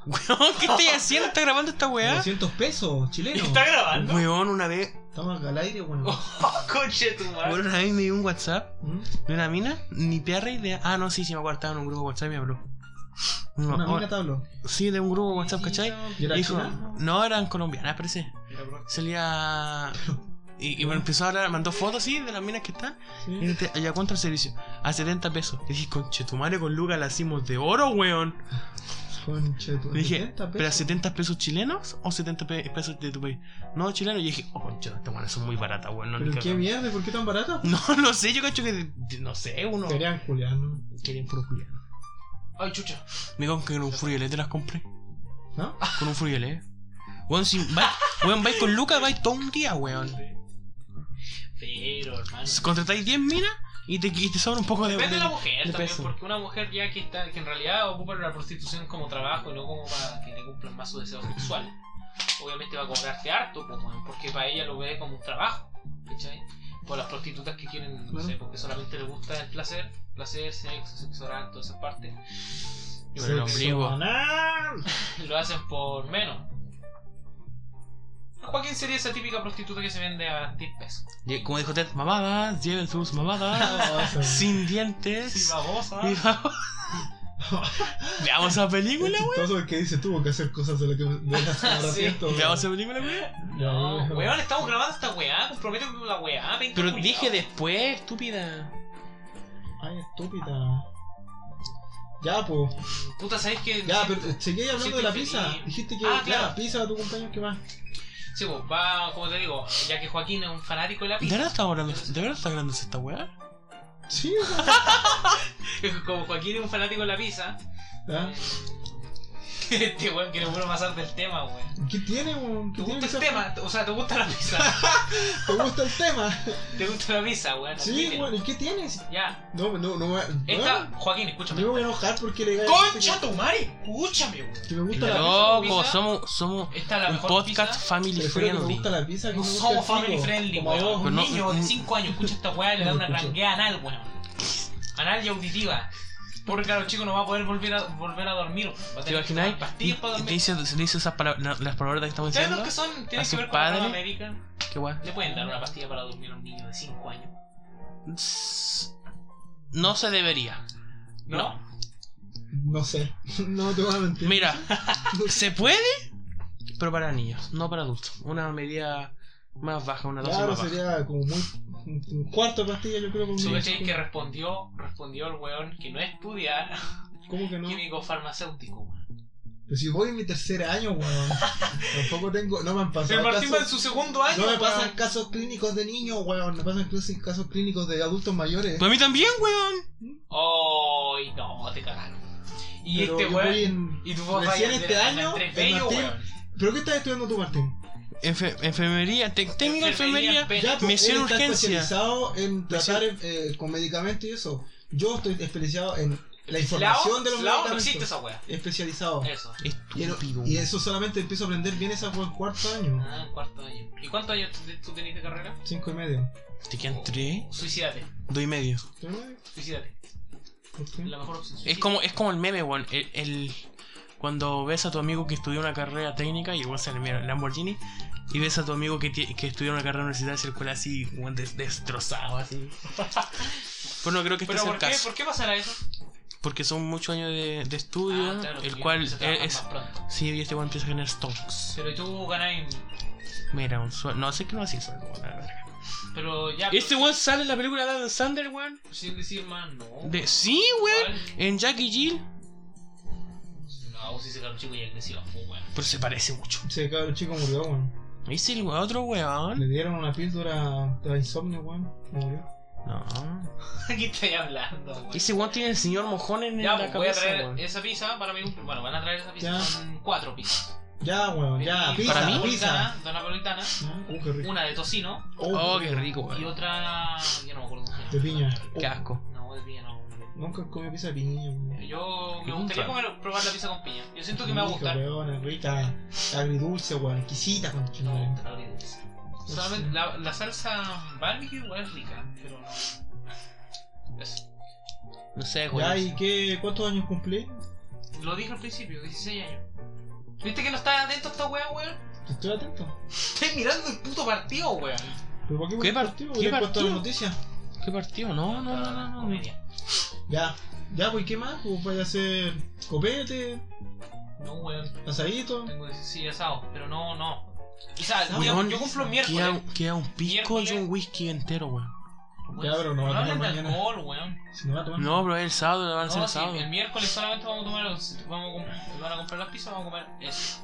S2: Weón, ¿qué estoy haciendo? ¿Estás grabando esta weá?
S1: 200 pesos, chileno.
S3: grabando?
S2: Weón, una vez.
S1: Estamos al aire, weón.
S3: Coche tu madre.
S2: Weón, una vez me dio un WhatsApp
S1: ¿Mm?
S2: de una mina. Ni perra idea. Ah, no, sí, sí me acuerdo. Estaba en un grupo de WhatsApp y me habló. No,
S1: Una mina
S2: ahora-
S1: te habló.
S2: sí, de un grupo de WhatsApp, ¿cachai?
S1: ¿Y era
S2: Dijo,
S1: china?
S2: no, eran colombianas, parece.
S1: Era bro.
S2: Salía. Y, y me empezó a hablar, mandó fotos, sí, de las minas que están.
S1: Sí.
S2: Y dice, ¿y a cuánto el servicio? A 70 pesos. Y dije, conche, tu madre con Lucas la hacemos de oro, weón.
S1: Conche, tu-
S2: Le dije,
S1: 70
S2: ¿pero a
S1: pesos.
S2: 70 pesos chilenos o 70 pe- pesos de tu país? No, chileno. Y dije, oh, conche, estas manos son muy baratas, weón. No,
S1: ¿Pero
S2: ni
S1: qué
S2: cagando".
S1: mierda? ¿Y ¿Por qué tan barata?
S2: [laughs] no, no sé, yo cacho que. de- de- no sé, uno.
S1: Querían culiar, ¿no?
S2: Querían puro juliano.
S3: Ay, chucha.
S2: Me dijo que con un furiolet te las compré. [laughs]
S1: ¿No?
S2: Con un furiolet. Weón, si vais weón, vais con Lucas, vais todo un día, weón.
S3: Pero, hermano.
S2: Contratáis 10 minas y te, y te sobra un poco de.
S3: Depende de la
S2: de-
S3: mujer también,
S2: peso.
S3: porque una mujer ya que está, que en realidad ocupa la prostitución como trabajo y no como para que le cumplan más sus deseos sexuales. Obviamente va a cobrarte harto, pues, weón, porque para ella lo ve como un trabajo, ¿cachai? Por las prostitutas que quieren, no
S1: Claro.
S3: sé, porque solamente les gusta el placer, placer, sexo, sexo oral, todas esas partes.
S2: Y por el ombligo.
S1: ¡Anal!
S3: Lo hacen por menos. Joaquín sería esa típica prostituta que se vende a 10 pesos.
S2: Y Como dijo Ted, mamadas, lleven sus mamadas. [laughs] sin dientes. [laughs]
S3: babosa.
S2: Y vamos- Veamos esa película, weón.
S1: Todo el que dice tuvo que hacer cosas de lo que de las que ahora
S3: [laughs] Sí.
S1: siento, weón.
S2: Veamos esa película, weón.
S3: No, weón, estamos grabando esta weá, comprometo con la weá, venga.
S2: Pero
S3: culiao.
S2: dije después, estúpida.
S1: Ay, estúpida. Ya, pues.
S3: Puta, ¿sabes qué?
S1: Ya, pero eh, seguí hablando
S3: Siento
S1: de la
S3: feliz.
S1: pizza. Dijiste que
S3: Ah,
S1: la
S3: claro.
S1: pizza a tu compañero que más.
S3: Sí, pues, va, como te digo, ya que Joaquín es un fanático de la
S2: ¿De
S3: pizza.
S2: verdad estamos hablando? ¿De verdad está grabando esta weá?
S1: Sí, [laughs]
S3: [laughs] Como Joaquín es un fanático de la pizza.
S1: ¿Ah?
S3: [laughs] Este weón quiere puro pasar del tema, weón.
S1: ¿Qué tiene, weón? ¿Qué
S3: ¿Te
S1: tiene
S3: gusta
S1: que
S3: el
S1: ser-
S3: tema? O sea, ¿te gusta la pizza?
S1: [laughs] ¿Te gusta el
S3: [laughs]
S1: tema?
S3: ¿Te gusta la pizza, weón?
S1: Sí,
S3: Admítelo.
S1: weón. ¿Y qué tienes?
S3: Ya.
S1: No, no, no. weón.
S3: Esta, Joaquín,
S1: Yo
S3: escúchame.
S1: me voy a enojar porque le diga-
S3: ¡Concha tu madre! Escúchame, weón.
S1: Que me gusta la pizza.
S2: Loco,
S3: pizza?
S2: somos, somos
S3: Esta es la
S2: un
S3: mejor
S2: podcast
S3: pizza.
S2: family
S1: Prefiero que me
S2: friendly.
S1: gusta la pizza que
S3: No
S1: me gusta
S3: somos
S1: el pico.
S3: family friendly,
S1: Como a
S3: weón.
S1: vos.
S2: Pero
S3: Un
S2: no-
S3: niño de 5 años escucha esta weá y le da
S1: No
S3: una
S1: escucho.
S3: ranguea anal, weón. Anal y auditiva. Porque claro, chico no va a poder volver a, volver a dormir. Va a
S2: ¿Te
S3: tener que tomar
S2: imagináis? Y,
S3: pastillas para
S2: y te
S3: dormir.
S2: dice, se le dice esas palabras, la- las palabras que estamos
S3: ¿Sabes
S2: diciendo.
S3: los que son?
S2: a
S3: Tienen que
S2: sus
S3: ver con la
S2: padres.
S3: América.
S2: Qué weá.
S3: Le pueden dar una pastilla para dormir a un niño de 5 años.
S2: Tss, No se debería.
S3: ¿No?
S1: No sé. [laughs] No te voy a mentir.
S3: [laughs]
S2: Mira, se puede, pero para niños, no para adultos. Una medida más baja, una dosis
S1: Claro,
S2: más baja.
S1: sería como muy. un- Un cuarto de pastilla, yo creo. Como
S3: ¿Tú cachai que respondió, respondió el weón que no estudia
S1: ¿Cómo que no?
S3: químico farmacéutico, weón?
S1: Pero si voy en mi tercer año, weón. Tampoco tengo. No me han pasado.
S3: El Martín va en
S1: casos,
S3: su segundo año,
S1: no me
S3: weón.
S1: pasan casos clínicos de niños, weón. Me pasan casi- casos clínicos de adultos mayores.
S2: Para mí también, weón.
S3: Ay, no, te cagaron. Y
S1: Pero
S3: este
S1: yo
S3: weón.
S1: voy en-
S3: Y tu papá
S1: Recién
S3: ya
S1: este
S3: te-
S1: año,
S3: Andrés
S1: el
S3: Bello,
S1: Martín-
S3: weón.
S1: ¿Pero qué estás estudiando tú, Martín?
S2: Enfe- enfermería, tec- técnico de enfermería.
S3: pena.
S1: Ya, pues,
S2: Misión
S1: él está
S2: urgencia.
S1: especializado en tratar
S2: Misión-
S1: eh, con medicamentos y eso. Yo estoy especializado en la
S3: Lao,
S1: información de los
S3: Lao no
S1: medicamentos.
S3: existe esa weá. Eh,
S1: Especializado.
S3: Eso.
S1: Y, en-
S2: Estúpido.
S1: y eso solamente empiezo a aprender bien esa por el cuarto año.
S3: Ah, cuarto año. ¿Y cuántos años tú- tú tenés de carrera? Oh,
S1: Cinco y medio.
S2: Te quedan tres,
S3: Suicídate,
S2: dos y medio.
S1: ¿Cinco y medio?
S3: suicídate.
S1: ¿Por qué?
S3: La mejor opción.
S2: Es
S3: suicida.
S2: como, es como el meme, weón. El, el- cuando ves a tu amigo que estudió una carrera técnica y igual sale mira, Lamborghini. Y ves a tu amigo que, tie- que estudió una carrera universitaria y el cual así, weón, des- destrozado,
S3: [laughs]
S2: así. Pues no creo que este
S3: ¿Pero
S2: sea
S3: por
S2: el
S3: qué?
S2: caso.
S3: ¿Por qué pasará eso?
S2: Porque son muchos años de, de estudio,
S3: Ah, claro,
S2: el
S3: porque
S2: cual
S3: empieza a trabajar
S2: es.
S3: más pronto.
S2: Sí, y este weón empieza a generar stonks.
S3: Pero tú ganás.
S2: Mira, un sueldo. No sé qué no así sueldo, weón, la verga.
S3: Pero ya.
S2: Este
S3: pero-
S2: weón sale en la película de Adam Sandler, weón.
S3: Sin decir más, no.
S2: De... Sí, weón.
S3: ¿Cuál?
S2: En Jack y Jill.
S3: No, Oh, si ese cabrón chico ya creció, pues, weón. [laughs]
S2: Pero se parece mucho.
S1: Ese cabrón chico murió, weón.
S2: ¿Viste el otro weón?
S1: Le dieron una píldora de insomnio, weón. Murió.
S2: No.
S3: Aquí estoy hablando, weón.
S2: Ese weón tiene el señor mojón en
S3: Ya,
S2: la
S3: pues, voy a
S2: cabeza,
S3: traer
S2: weón.
S3: esa pizza para mi cumple. Bueno, van a traer esa pizza.
S1: Ya.
S3: Son cuatro pizzas.
S1: Ya, weón, ya.
S3: Y
S1: Pizza,
S2: para mí,
S1: pizza.
S3: napolitana, Dos napolitanas.
S1: Uh, qué rico. Uh,
S3: Una de tocino
S2: Oh, qué rico,
S3: y
S2: weón.
S3: otra. Yo no me acuerdo.
S1: De piña. Uh,
S2: Qué asco.
S3: No, de piña no.
S1: Nunca he comido pizza de piña, weón.
S3: Yo me
S2: Nunca.
S3: gustaría comer, probar la pizza con piña. Yo siento que me va a
S1: Rica,
S3: gustar.
S1: Weón, rica, agridulce, weón, exquisita, con
S3: No, está agridulce. Solamente la, la salsa barbecue igual es rica, pero no. Eso.
S2: No sé,
S1: Ya,
S2: weón.
S1: ¿y qué? ¿Cuántos años cumplí?
S3: Lo dije al principio, 16 años. ¿Viste que no estás atento a esta wea, weón?
S1: Estoy atento.
S3: Estoy mirando el puto partido, weón.
S1: ¿Pero por qué,
S2: ¿Qué
S1: pones
S2: par-
S1: partido?
S2: qué
S1: ¿Hubieras puesto
S2: partido?
S1: la noticia?
S2: ¿Qué partido? No, no, no,
S3: Ah,
S2: no. no.
S3: comedia.
S1: Ya. Ya, pues, ¿qué más? Pues vaya a hacer copete,
S3: No, weón.
S1: asadito.
S3: Tengo que decir, sí, asado, pero no, no. Quizás, voy a-
S2: Weón,
S3: yo cumplo
S2: Queda,
S3: miércoles.
S2: queda un pisco
S3: Miércoles.
S2: y un whisky entero, weón.
S1: Ya, pero no va a tomar
S3: no hablen de
S1: mañana.
S3: alcohol, weón.
S1: Si no va a tomar.
S2: No, pero es el sábado, lo van a hacer
S3: No,
S2: el
S3: sí,
S2: sábado.
S3: el miércoles solamente vamos a tomar, los- vamos a, com- van a comprar las pizzas, vamos a comer eso.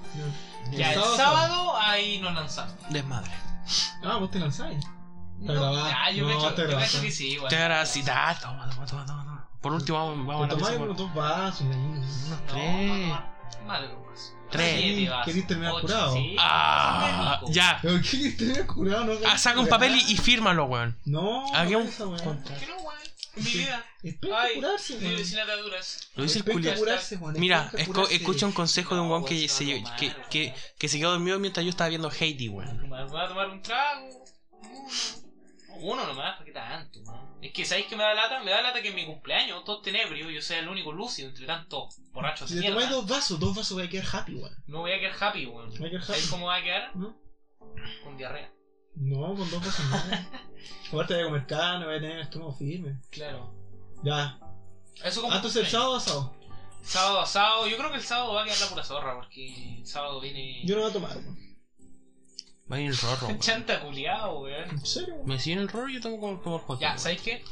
S1: Ya.
S3: Ya, el
S1: sábado,
S3: sábado, ahí nos lanzamos.
S2: Desmadre.
S1: Ah, vos te lanzáis. Te
S3: No,
S1: grabás.
S3: ya,
S1: No,
S3: yo me cacho-
S1: te
S3: yo
S1: grabás.
S3: cacho que sí, weón.
S2: Te agarras y ah, toma, toma, toma, toma, toma. Por último, vamos, vamos a
S1: Te
S2: la
S1: tomáis
S2: mesa.
S1: unos dos
S2: weón.
S1: vasos. ahí.
S2: Unos
S3: No, pues,
S2: tres.
S3: vamos a tomar más de dos vasos.
S2: Tres.
S3: Siete vasos.
S1: ¿Querís terminar
S3: Ocho,
S1: curado?
S3: sí,
S2: Ah,
S3: eso es rico.
S2: ya.
S1: ¿Pero qué que te había curado? No,
S2: Ah, saca un papel y, y fírmalo, weón.
S1: No,
S2: Haga
S1: no
S2: un
S1: esa, weón.
S3: ¿Qué
S2: contrato.
S3: no, weón? En mi
S1: Sí.
S3: vida.
S1: Espera
S3: Ay,
S1: curarse, weón.
S3: Libre sin ataduras.
S2: Lo dice el
S1: Espera
S2: culiao.
S1: curarse, weón.
S2: Mira,
S1: Espera
S2: esco-
S1: curarse.
S2: escucha un consejo de un weón
S3: No,
S2: que
S3: weón,
S2: se,
S3: se va a
S2: lle- que,
S3: tomar.
S2: que, que se quedó dormido mientras yo estaba viendo Heidi, weón.
S3: Me voy a tomar un trago. Uno nomás, ¿para qué tanto? man? Es que, ¿sabéis que me da lata? Me da lata que en mi cumpleaños todos estén ebrios, yo sea el único lúcido entre tantos borrachos
S1: Si
S3: de
S1: te tomáis
S3: mierda.
S1: dos vasos, dos vasos voy a quedar happy, weón.
S3: No voy a quedar happy, weón.
S1: Voy a quedar happy.
S3: ¿Sabéis cómo va a quedar?
S1: ¿No?
S3: Con diarrea.
S1: No, con dos vasos no. Aparte voy a comer carne, voy a tener el estómago firme.
S3: Claro.
S1: Ya.
S3: Eso como
S1: Ah, entonces el
S3: cumpleaños.
S1: sábado asado.
S3: Sábado asado. Yo creo que el sábado va a quedar la pura zorra, porque el sábado viene...
S1: Yo no voy a tomar, weón.
S2: Va a ir el rorro, weón.
S3: Chanta culiado, weón.
S1: ¿En serio, weón?
S2: Me siguen el rorro y yo tomo como, como el Joaquín,
S3: Ya,
S2: weón.
S3: ¿sabéis qué?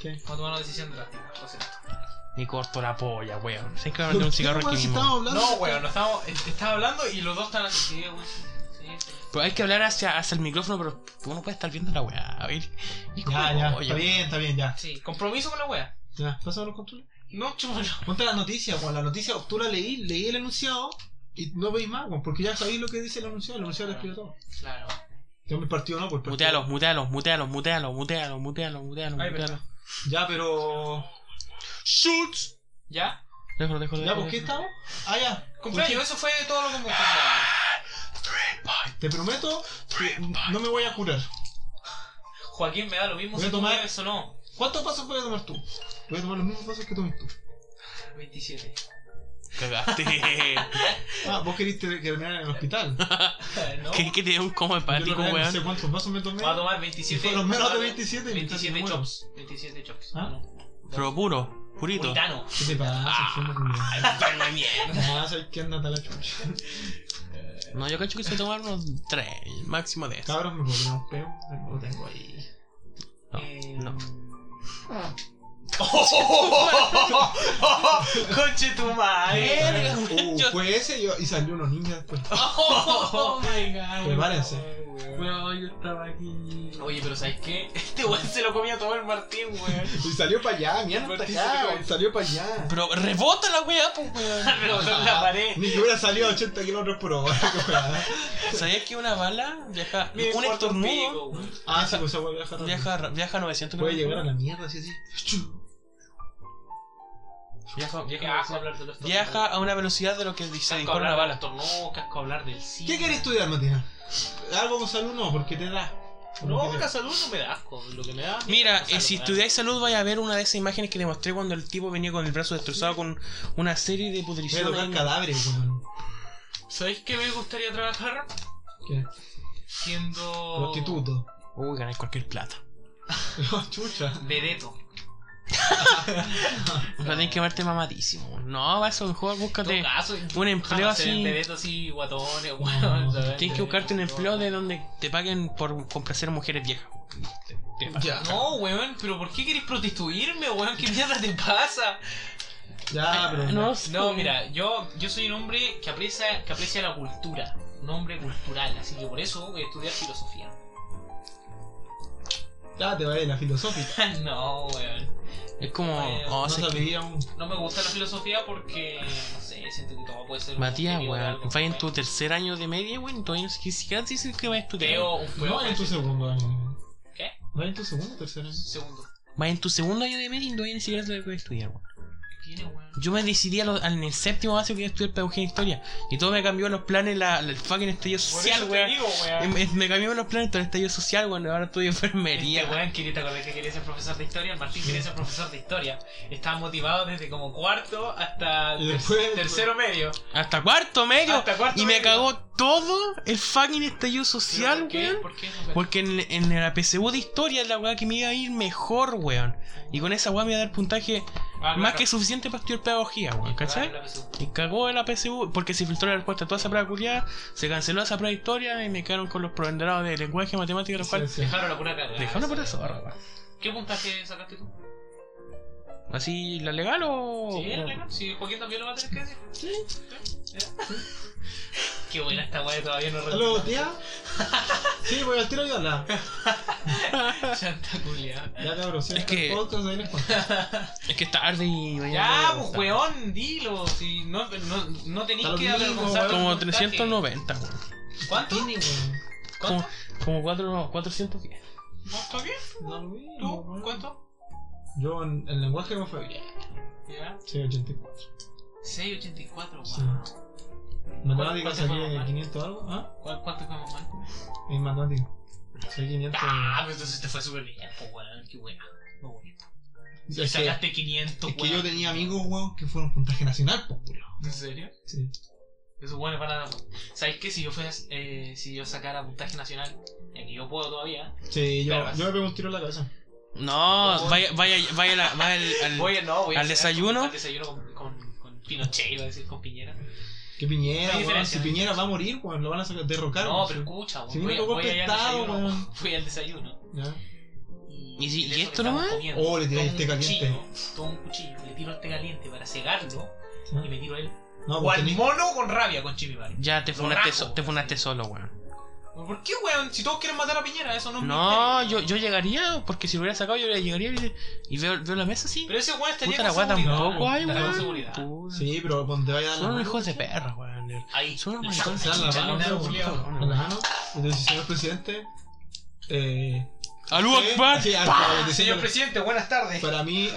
S1: ¿Qué?
S3: Vamos a tomar una decisión drástica, lo siento.
S2: Me corto la polla, weón. Sé que me voy a meter Ah, un cigarro
S1: ¿Por qué,
S2: aquí
S1: weón, si
S2: mismo.
S1: estamos hablando?
S3: No, weón, no estamos... eh, Estaba hablando y los dos están así, sí, weón. Sí, sí.
S2: Pero hay que hablar hacia, hacia el micrófono, pero uno puede estar viendo la weá. A ver. Y como,
S1: Ya, ya.
S2: oye,
S1: Está bien, está bien, ya.
S3: Sí, compromiso con la wea.
S1: Ya, pásame los controles.
S3: No, chulo.
S1: Ponte las noticias, weón. Las noticias, tú las leí, leí el enunciado y no veis más, weón. Porque ya sabéis lo que dice el enunciado, el enunciado lo explica todo.
S3: Claro.
S1: Yo me partido no, pues. partido-
S2: Mutealos, mutealos, mutealos, mutealos, mutealos, mutealos, mutealos,
S3: Ay,
S2: mutealos.
S1: Ya, pero.
S2: ¡Shoots!
S3: ¿Ya?
S2: Déjalo, déjalo.
S1: Ya,
S2: déjalo,
S1: ¿por qué
S2: déjalo.
S1: estamos? Ah, ya.
S3: Cumpleaños, eso fue todo lo que me gustó.
S1: Te prometo que no me voy a curar.
S3: Joaquín me da lo mismo
S1: Voy a
S3: si tú
S1: tomar-
S3: bebes o no.
S1: ¿Cuántos pasos voy a tomar tú? Voy a tomar los mismos pasos que tomes tú.
S3: 27.
S1: [laughs]
S2: Cagaste.
S1: Ah, vos querés te- que terminara en el hospital.
S3: [laughs] no.
S2: ¿Qué que te dio un coma
S1: Yo
S2: hepático,
S1: la verdad no
S2: weón?
S1: sé cuántos vasos me tomé.
S3: Va a tomar
S1: Si
S3: 27.
S1: fueron menos de 27,
S3: 27
S1: me muero.
S3: chops. 27 chops.
S1: ¿Ah?
S3: No.
S2: Pero puro, purito.
S3: Puritano.
S1: ¿Qué te pasa? enfermo culiao?
S2: Enfermo de mierda.
S1: [laughs] Ah, ¿sabes qué anda la chucha?
S2: No, yo cacho que se tomar unos tres, máximo de eso.
S1: Cabros, me volví un peo. Lo tengo ahí.
S2: No,
S3: Eh, [laughs]
S2: no.
S3: Coche tu madre.
S1: Uh, fue ese y, y salió unos niños después.
S3: Oh my god.
S1: Prepárense.
S3: Weón, yo estaba aquí. Oye, pero ¿sabes qué? Este weón se lo comía todo el Martín, weón.
S2: [laughs]
S1: Y salió para allá, mierda, hasta acá, weón, salió para allá. Ah,
S2: Pero rebota la weá, pues, weón.
S3: Rebotó en la pared.
S1: Ni que hubiera salido a 80 kilómetros por hora. qué ¿eh? weá.
S2: ¿Sabías que una bala viaja.
S3: Me
S2: Un
S3: importa
S2: estornudo
S3: pico, weón.
S1: Ah, sí, pues esa weá viaja rápido.
S2: viaja, viaja a 900
S1: Puede
S2: kilómetros
S1: llegar a la mierda, sí, sí.
S2: Viaja,
S3: Qué
S2: viaja,
S3: asco hablar de los estornudos.
S2: viaja a una velocidad de lo que se
S3: Casco
S2: dispara
S3: hablar
S2: una bala.
S3: de los estornudos, casco hablar del cine.
S1: ¿Qué querés estudiar, Matías? Algo con salud no, porque te da.
S3: No,
S1: Porque
S3: la
S1: te-
S3: salud no me da asco. Lo que me da.
S2: Mira,
S3: o sea,
S2: eh,
S3: lo
S2: si
S3: que me da-
S2: estudiáis salud, vais a ver una de esas imágenes que te mostré cuando el tipo venía con el brazo destrozado con una serie de
S1: Voy a
S2: pudrición.
S1: tocar
S2: ahí.
S1: cadáveres, weón.
S3: ¿Sabéis qué me gustaría trabajar?
S1: ¿Qué?
S3: Siendo.
S1: Prostituto. [laughs] Oh,
S2: Uy, ganáis cualquier plata.
S1: Chucha.
S3: Vedeto.
S2: O sea, tenés que verte mamadísimo. weón. No, vas a mejor
S3: En todo
S2: búscate
S3: caso, [laughs]
S2: un empleo
S3: jamás se ven
S2: así.
S3: Vedeto así, guatones,
S1: No,
S3: weón. ¿sabes?
S2: Tienes que buscarte un empleo de donde te paguen por complacer mujeres viejas. Te- te pagan.
S1: Ya.
S3: No, weón, pero ¿por qué querés prostituirme, weón? ¿Qué mierda te pasa?
S1: Ya, Ah, pero.
S2: No,
S3: No, mira, yo, yo soy un hombre que aprecia, que aprecia la cultura, un hombre cultural, así que por eso voy a estudiar filosofía. [laughs]
S1: Ya te va a ir la filosófica.
S3: no, weón.
S2: Es como.
S3: Eh,
S2: oh,
S1: No
S2: sé que-
S1: sabía un.
S3: No me gusta la filosofía porque, no sé, siento que todo puede ser... un
S2: Matías,
S3: contenido de
S2: weón.
S3: algo,
S2: Vas en
S3: weón.
S2: tu tercer año de media, weón. Todavía no sé qué siquiera dices que vas a estudiar.
S3: Veo un juego.
S1: No, en tu segundo año.
S3: ¿Qué?
S1: No, en tu segundo o tercer año.
S3: Segundo.
S2: Vas en tu segundo año de media y todavía ni siquiera sabes que vas a estudiar, weón.
S3: ¿Quién es, weón?
S2: Yo me decidí a los- en el séptimo básico que iba a estudiar pedagogía e historia. Y todo me cambió los planes, la, la- el fucking estallido
S3: Por
S2: social,
S3: eso te
S2: weón.
S3: digo, weón.
S2: Em- em- Me cambió los planes todo el estallido social, weón. Ahora estudio [laughs] enfermería,
S3: Este
S2: weón.
S3: weón quería, ¿te acordás que quería ser profesor de historia? El Martín quería ser profesor de historia. Estaba motivado desde como cuarto hasta
S1: Y después-
S3: tercero medio.
S2: Hasta cuarto medio.
S3: Hasta cuarto
S2: y me
S3: medio.
S2: cagó todo el fucking estallido
S3: ¿Pero
S2: social,
S3: ¿Por qué?
S2: weón.
S3: ¿Por qué? no, weón?
S2: Porque en, en la PSU de historia es la weá que me iba a ir mejor, weón. Y con esa weá me iba a dar puntaje
S3: Ah,
S2: más
S3: claro.
S2: que suficiente para estudiar pedagogía, weón, ¿cachai?
S3: Ah, la PSU.
S2: Y cagó en la PSU porque se filtró la respuesta a toda esa prueba culiada, se canceló esa prueba de historia y me quedaron con los provenderados de lenguaje, matemática, los cuales.
S1: Ciencia.
S3: Dejaron la pura cagada.
S2: Dejaron por eso, zorra, weón.
S3: ¿Qué puntaje sacaste tú?
S2: ¿Así la legal o.?
S3: Sí, era legal. Sí, Joaquín también lo va a tener que decir. Sí. Era. [laughs] Qué buena esta weá todavía no
S1: ¿Aló, tía? [laughs] Sí, voy al tiro y habla.
S3: Chanta culiada.
S1: Ya cabrón, si este
S2: Es que-
S1: podcast ahí les cuento.
S2: Es que es tarde y mañana.
S3: Ya, pues weón, dilo. Si no, no, no tenéis
S1: Está lo
S3: que
S1: mismo,
S3: avergonzar.
S1: weón.
S2: Como
S3: del puntaje.
S2: 390, weón.
S3: ¿Cuánto?
S1: Tiene, weón.
S2: Como,
S3: ¿Cuánto?
S2: como cuatro- 410.
S3: ¿Cuánto bien?
S1: No lo vi.
S3: ¿Tú? ¿Cuánto?
S1: Yo en el lenguaje me fue bien.
S3: Ya.
S1: Sí, 84.
S3: 684,
S1: Sí.
S3: weón.
S1: Matemáticas
S3: ¿Cuánto fue
S1: saqué
S3: normal?
S1: 500 algo. ¿Ah?
S3: ¿Cuál- ¿Cuánto fue más mal?
S1: En matemáticas. Saqué 500.
S3: Ah, pero entonces te fue súper bien, pues weón, qué buena. No, weón.
S1: Es
S3: Y
S1: que-
S3: sacaste 500,
S1: Es
S3: weón.
S1: que yo tenía amigos, weón, que fueron puntaje nacional, pues, culo.
S3: ¿En serio?
S1: Sí.
S3: Eso bueno para nada. ¿Sabéis qué? Si yo fuera, eh, si yo sacara puntaje nacional, ya que yo puedo todavía,
S1: Sí, yo,
S3: Claro.
S1: yo me pego un tiro en la cabeza.
S2: No,
S3: Ojo.
S2: vaya, vaya, vaya, la- vaya al- al-
S3: voy a, no, voy a
S2: ¿Al
S3: sacar-
S2: desayuno?
S3: Al desayuno con, con, con Pinochet, iba a decir, con Piñera.
S1: Que Piñera,
S3: Hay
S1: weón. Si
S3: diferencia, ¿no?
S1: Piñera va a morir, weón, lo van a sacar derrocar.
S3: no,
S1: weón.
S3: pero escucha, weón,
S1: Si
S3: voy,
S1: me
S3: a-
S1: tocó
S3: voy allá al
S1: prestado,
S3: desayuno.
S1: weón.
S3: Fui al desayuno.
S1: Ya.
S3: ¿Y,
S2: si-
S3: de
S2: y
S3: eso que
S2: esto nomás?
S3: estamos comiendo,
S1: Oh, le tiré
S3: tomo
S1: este
S3: un
S1: caliente.
S3: cuchillo, Tomo un cuchillo, le tiro este caliente para cegarlo
S1: ¿Ya?
S3: y me tiro él.
S1: No,
S3: O
S1: pues,
S3: al
S1: tenés-
S3: mono con rabia con Chimimari.
S2: Ya te
S3: Lo
S2: funaste,
S3: rajo.
S2: so- te funaste solo, weón.
S3: ¿Por qué, weón? Si todos quieren matar a Piñera, eso no es
S2: No,
S3: misterio.
S2: yo, yo llegaría, porque si lo hubiera sacado, yo llegaría y, y veo, veo la mesa así.
S3: Pero ese weón estaría
S2: Puta la
S3: con
S2: weá
S3: seguridad.
S2: tampoco hay,
S3: Estaría con
S2: weón.
S3: seguridad.
S2: Puta.
S1: Sí, pero cuando te vaya a dar
S2: Son
S1: la
S2: unos
S1: mano,
S2: hijos de perra, weón.
S3: Ahí.
S2: Son unos
S3: Le sacan
S2: maricones.
S1: se dan la
S3: chicha,
S1: mano,
S3: weón,
S1: weón.
S3: culiao.
S1: en la mano. Entonces, señor presidente, eh. ah,
S2: ¡Alú
S1: sí,
S2: Akbar!
S1: sí, al-
S2: ¡Pah!
S1: al-
S3: Ah, Señor presidente, buenas tardes.
S1: Para
S2: [laughs]
S1: mí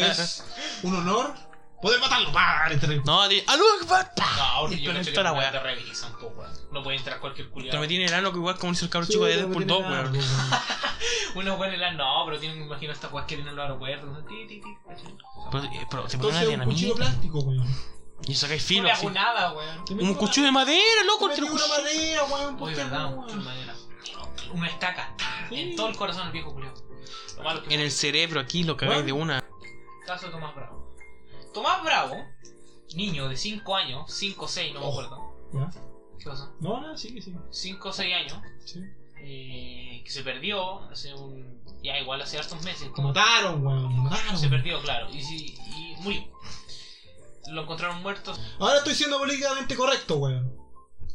S1: es un honor poder matarlo. ¡Pah! Entre-
S2: No, di- ¡Alú Akbar! ¡Pah!
S3: No, porque
S2: Y
S3: yo
S2: esto
S3: no
S2: no
S3: sé
S2: está
S3: que
S2: la
S3: la
S2: weá.
S3: te revisan, po, weón. No puede entrar cualquier
S2: Te
S3: culiado.
S2: metí en el ano, que igual como hizo el cabrón
S1: Sí,
S2: chico
S1: no
S2: de Deadpool
S1: tiene
S2: 2,
S1: nada,
S2: weón.
S3: Una weá en el ano, no, pero tienen, me imagino estas weas que tienen en los aeropuertos. ¿no? Ti, ti, ti, ¿cachai?
S2: Pero, eh, pero te ponen una
S1: Entonces, un cuchillo
S2: dinamita.
S1: plástico, weón.
S2: Y sacáis
S3: No
S2: filo
S3: le
S2: así.
S3: hago nada, weón.
S1: Te metí
S2: Un
S1: una-
S2: cuchillo de madera, loco.
S1: te
S2: te
S1: metí
S2: lo
S1: una
S2: cuchillo.
S1: madera, weón. ¿por
S3: Uy,
S1: qué
S3: verdad,
S1: no,
S3: mucho
S1: weón?
S3: madera. Una estaca. En todo el corazón el viejo culiado. Lo malo es que
S2: En el cerebro aquí lo cagáis de una.
S3: caso de Tomás Bravo. Tomás Bravo, niño de 5 años, 5 o 6, no me
S1: Oh.
S3: acuerdo.
S1: Ya.
S3: ¿Qué pasó?
S1: No, no, sí, sí.
S3: 5 o 6 años,
S1: sí.
S3: eh, que se perdió hace un. Ya, igual hace hartos meses.
S1: Lo mataron, weón. Lo mataron.
S3: Se perdió, claro. Y, si- y murió. Lo encontraron muerto.
S1: Ahora estoy siendo políticamente correcto, weón.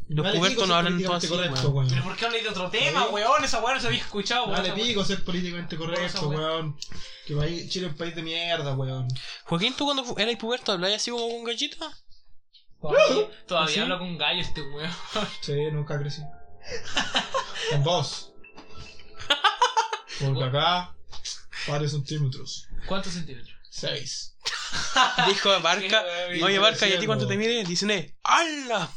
S2: Los
S1: Vale
S2: cubiertos
S1: pico
S2: no
S1: ser
S2: hablan todo así,
S1: políticamente correcto,
S2: weón.
S3: Pero
S1: weón.
S3: ¿por qué habláis de otro tema,
S1: Sí.
S3: weón? Esa weón no se había escuchado, weón.
S1: Vale
S3: Esa weón-
S1: pico ser políticamente
S3: Esa
S1: correcto,
S3: weón.
S1: weón. Que país- Chile es un país de mierda, weón.
S2: Joaquín, tú cuando fu- eras puberto hablabas así como con gallito.
S3: Todavía, [laughs] todavía
S1: ¿Sí?
S3: habla con gallo este weón.
S1: Sí, nunca
S2: [laughs]
S1: crecí. En voz. Porque acá, varios centímetros.
S3: ¿Cuántos centímetros?
S1: Seis.
S2: [laughs] Dijo Barca.
S3: Sí,
S2: Oye, Barca, ¿y a ti
S1: cielo.
S2: cuánto te mide? 19. ¡Hala!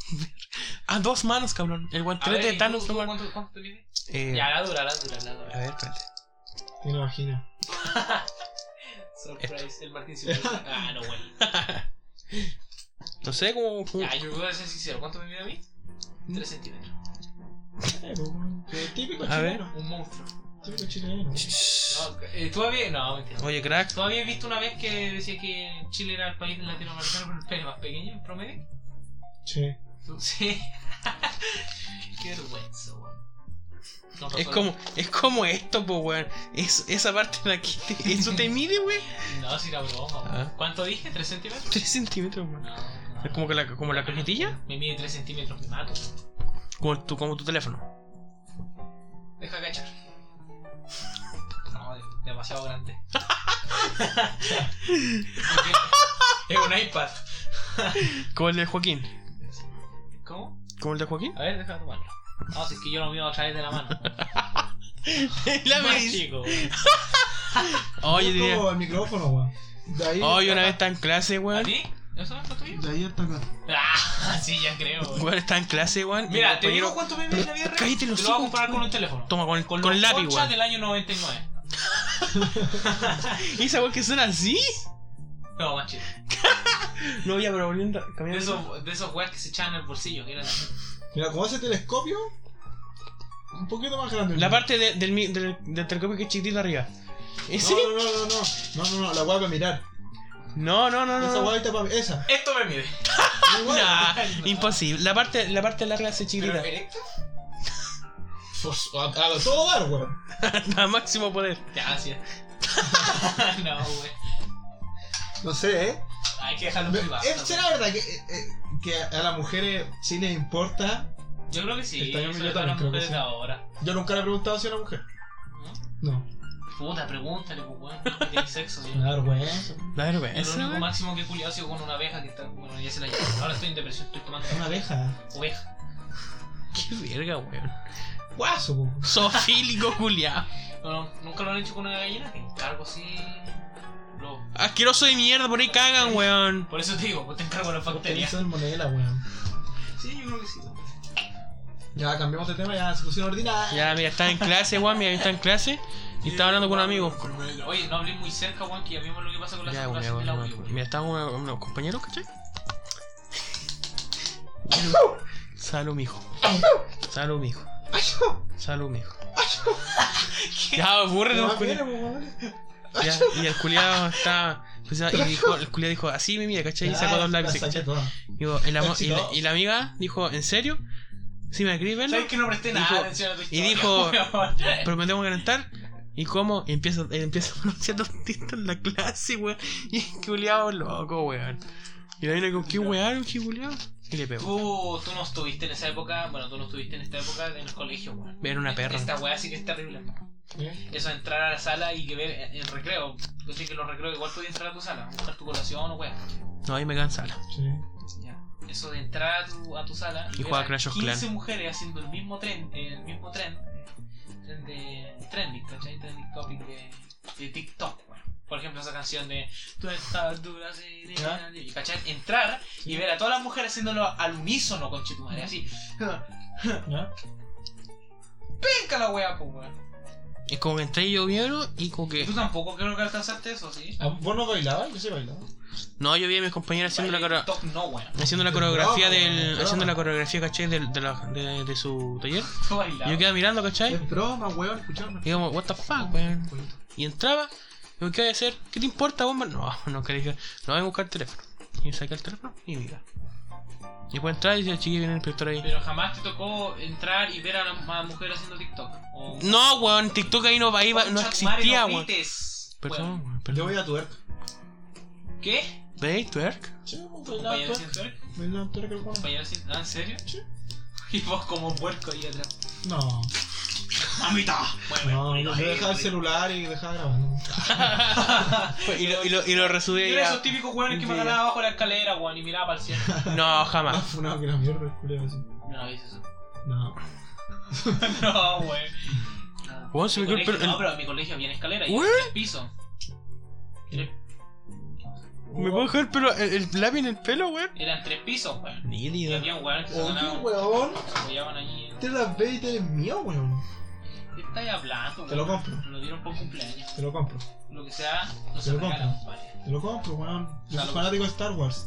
S2: A dos manos, cabrón. El
S3: A ver,
S2: guantelete de
S3: ¿y
S2: Thanos,
S3: tú- tú
S2: hermano.
S3: ¿Cuánto, cuánto te mide?
S2: Eh,
S3: Ya, la dura, la dura, la
S2: a
S3: dura.
S2: ver, espérate.
S1: Tiene vagina.
S3: Surprise, el Martín se Ah, no, bueno.
S2: No sé cómo. cómo-
S3: Ya, yo voy a ser sincero. ¿Cuánto me mide a mí?
S2: Mm.
S3: 3 centímetros.
S1: Eh, weón. Eh, Típico
S2: pues, A ver.
S1: chileno.
S3: Un monstruo.
S1: Típico chileno.
S3: No, eh, tú habías. No, mentira.
S2: Oye, crack.
S3: ¿Tú habías visto una vez que decía que Chile era el país latinoamericano con el pene más pequeño en promedio?
S1: Sí.
S3: [laughs] Sí. Qué vergüenza, weón. No,
S2: Es
S3: profesor.
S2: como, es como esto, pues, weón. Es, esa parte de aquí, te- eso te mide, weón. [laughs]
S3: No, si era broma. weón.
S2: Ah.
S3: ¿Cuánto dije? ¿3 centímetros?
S2: 3 centímetros, weón.
S3: No, no.
S2: Es como, que la, como la cajetilla,
S3: Me mide 3 centímetros, me mato.
S2: como tu, como tu teléfono.
S3: Deja cachar. No, de- demasiado grande. [laughs] es un iPad.
S2: Como el de Joaquín.
S3: ¿Cómo?
S2: Como el de
S3: [laughs]
S2: Joaquín.
S3: A ver, deja tomarlo. No, si es que yo lo mido a través de la [laughs] mano.
S2: la
S3: Más
S2: medí.
S3: chico, weón.
S2: Oye,
S1: Es
S2: diría-
S1: como el micrófono, weón. De ahí.
S2: Oye, una vez está en clase,
S3: ¿A
S2: weón.
S3: ti? ¿Eso no es lo tuyo?
S1: De ahí hasta acá.
S3: Ah, sí, ya creo. weón.
S2: Weón está en clase, weón. y mi
S3: Mira, te
S2: compañero-
S3: digo cuánto me mide en la vida real.
S2: Cállate
S3: Te
S2: los
S3: lo voy a
S2: hijos,
S3: comparar con
S2: weón.
S3: un teléfono.
S2: Toma, con el, con el
S3: los
S2: lápiz,
S3: conchas
S2: weón.
S3: del año 99.
S2: ¿Y esa weón que suena así?
S3: No, más chico.
S2: No, ya, pero volviendo.
S3: De
S2: cambiando de tema.
S3: esos, de esos weas que se echaban en el bolsillo, que eran así.
S1: Mira, como ese telescopio, un poquito más grande.
S2: La parte de- del, mi- del, del telescopio que es chiquitito arriba. ¿Ese?
S1: No, no, no, no, no. No, no, no, la weá para mirar.
S2: No, no, no, no.
S1: Esa
S2: no.
S1: weá está para. Esa.
S3: Esto me mide.
S1: Igual.
S2: [laughs] Nah,
S3: [laughs]
S2: imposible. La parte, la parte larga se
S3: ¿Pero
S2: chiquitita.
S1: [laughs]
S3: erecto?
S1: Por- Pues, A, a todo dar, weón.
S2: [laughs] A máximo poder.
S3: Ya, sí. [laughs] no, güey.
S1: No sé, eh.
S3: Hay que dejarlo
S1: Me-
S3: privado.
S1: eh, ¿Será verdad que, eh, eh, que a las mujeres sí les importa?
S3: Yo creo que sí.
S1: Está bien,
S3: sobre
S1: yo
S3: todo
S1: también creo
S3: las
S1: que
S3: mujeres
S1: sí.
S3: de ahora.
S1: Yo nunca le he preguntado si a una mujer.
S2: ¿Mm?
S3: ¿no?
S1: No.
S3: Puta, pregúntale, pues,
S2: [laughs]
S3: weón. Tiene sexo, sí.
S1: Me da vergüenza.
S2: La
S3: Yo lo
S2: vergüenza.
S3: único
S2: weón.
S3: máximo que he culiado ha sido con una abeja que está. Bueno, ya se la llevo. Ahora estoy en depresión, estoy tomando
S1: Una abeja.
S3: oveja.
S2: Qué verga, weón.
S1: Guaso, po.
S2: Sofílico culiao.
S3: Bueno, nunca lo han hecho con una gallina, te encargo así. Lo...
S2: Asqueroso de mierda, por ahí cagan, weón.
S3: Por eso te digo, pues te encargo las
S1: Tenía
S3: bacterias.
S1: salmonela, weón.
S3: Sí, yo creo que sí.
S1: Ya cambiamos de tema, ya se pusieron ordinaria.
S2: Ya, mira, está en clase, weón. Mira, está en clase. Y estaba hablando con un amigo.
S3: Oye, no hablé muy cerca, weón, que ya vimos lo que pasa con la
S2: Ya, weón,
S3: saturación
S2: weón,
S3: del
S2: weón.
S3: audio, weón.
S2: Mira, estaban unos, unos compañeros, ¿cachai? Salud, mijo. Salud, mijo. Salud, mijo. Ya, aburre,
S1: Ya,
S2: no,
S1: viene,
S2: culiao.
S1: po, weón.
S2: Ya, y el culiado estaba. pues, y dijo, el culiado dijo, así me mira, ¿cachai? Y sacó
S1: Ya,
S2: dos
S1: la
S2: lápices,
S1: saqué
S2: ¿cachai?
S1: toda.
S2: Digo, el amo- y, la,
S1: Exitoso.
S2: y la amiga dijo, ¿en serio? Sí, me escribí verlo.
S3: ¿Sabes que no presté nada
S2: Dijo-
S3: atención a tu
S2: y
S3: historia,
S2: dijo-
S3: [laughs] weón?
S2: Pero me tengo que calentar. ¿Y cómo? Y empieza, él empieza [laughs] a pronunciar los tintos en la clase, weón. Y es que culiao loco, weón. Y la viene con qué weón, qué culiao. Y le pegó.
S3: Tú, tú no estuviste en esa época, bueno, tú no estuviste en esta época en el colegio, weón.
S2: Era una perra.
S3: Esta weá sí que es terrible, hermano. Eso de entrar a la sala y que ver en recreo. Yo sé que los recreos igual podías entrar a tu sala, buscar tu colación o weá.
S2: No, ahí me cansala.
S1: Sí.
S3: Ya. Eso de entrar a tu, a tu sala
S2: Y
S3: ver
S2: jugar
S3: a
S2: Clash of
S3: 15
S2: Clans.
S3: mujeres haciendo el mismo tren, eh, el mismo tren, tren de trending, ¿cachai? Trending topic de, de TikTok, weón. Por ejemplo, esa canción de Tú estás dura, sí, sí,
S1: Ya.
S3: sí", y ¿cachai? Entrar y ver a todas las mujeres haciéndolo al unísono, conchetumare, así.
S1: ¿Ya?
S3: Venga la wea, pues, weón.
S2: Es como que entré yo vieron y como que.
S3: Tú tampoco creo que alcanzaste eso, ¿sí?
S1: Ah, ¿Vos no bailabas? Yo sí bailaba.
S2: No, yo vi a mis compañeros haciendo la cara.
S3: TikTok no, weón. [laughs]
S2: Haciendo la
S1: Qué broma,
S2: coreografía
S1: weón, qué
S2: del.
S1: broma.
S2: Haciendo la coreografía, ¿cachai? del- De, la- de- de su taller.
S3: Tú
S2: Y yo
S3: bailabas.
S2: quedaba mirando, ¿cachai?
S1: Es broma, weón, escucharme.
S2: Y como, what the fuck, weón. Y entraba, digo, ¿qué voy a hacer? ¿Qué te importa, bomba? No, [laughs] no que le dije, no, voy a buscar el teléfono. Y saqué el teléfono y mira. Y después entrar y dice, chiqui, viene el inspector ahí.
S3: Pero jamás te tocó entrar y ver a la a la mujer haciendo TikTok. O...
S2: No, weón, TikTok ahí no, va- ahí va- no existía, weón. Perdón,
S3: Perdón.
S2: weón,
S1: Yo voy
S2: perdón.
S1: a tuerca.
S3: ¿Qué?
S2: ¿Veis, twerk?
S1: Sí, vos bailaba
S3: ¿Compañero sin
S1: tuerca.
S3: tuerca?
S1: Bailaba tuerca, weón.
S3: ¿Compañero sin ah, ¿En serio?
S1: Sí.
S3: [laughs] Y vos como puerco ahí atrás.
S1: No.
S3: ¡Mamita!
S1: No, yo dejaba el celular y dejaba grabando. [laughs]
S2: Y lo, y lo, y lo resubí
S3: Yo
S2: ahí.
S3: era
S2: a-
S3: esos típicos weones que me
S2: Sí.
S3: agarraba abajo la escalera, weón, y miraba para
S1: [laughs]
S3: el cielo.
S2: No,
S1: Más
S2: jamás.
S1: funado que la mierda, el culiao, así.
S3: No, no hice eso. [laughs]
S1: No.
S3: No, weón. No.
S2: Weón, se
S3: Mi
S2: me quedó el
S3: colegio-
S2: pelo-
S3: No, pero en mi colegio había una escalera y
S2: Weón.
S3: en el piso.
S1: Oh,
S2: ¿Me puedo dejar el pelo, el, el lápiz en el pelo, weón?
S3: Eran tres pisos, weón. Y
S2: Nítido.
S3: había un weón que se
S1: Oye,
S3: sonaban,
S1: oh, weón. este
S3: se apoyaban allí.
S1: Te las ve y te eres mío, weón.
S3: ¿Qué estáis hablando,
S1: Te lo
S3: weón?
S1: compro.
S3: Me lo dieron por cumpleaños.
S1: Te lo compro.
S3: Lo que sea, no se
S1: Te lo
S3: regala,
S1: compro.
S3: compadre.
S1: Te lo compro, weón. Yo soy
S3: Salud.
S1: fanático de Star Wars.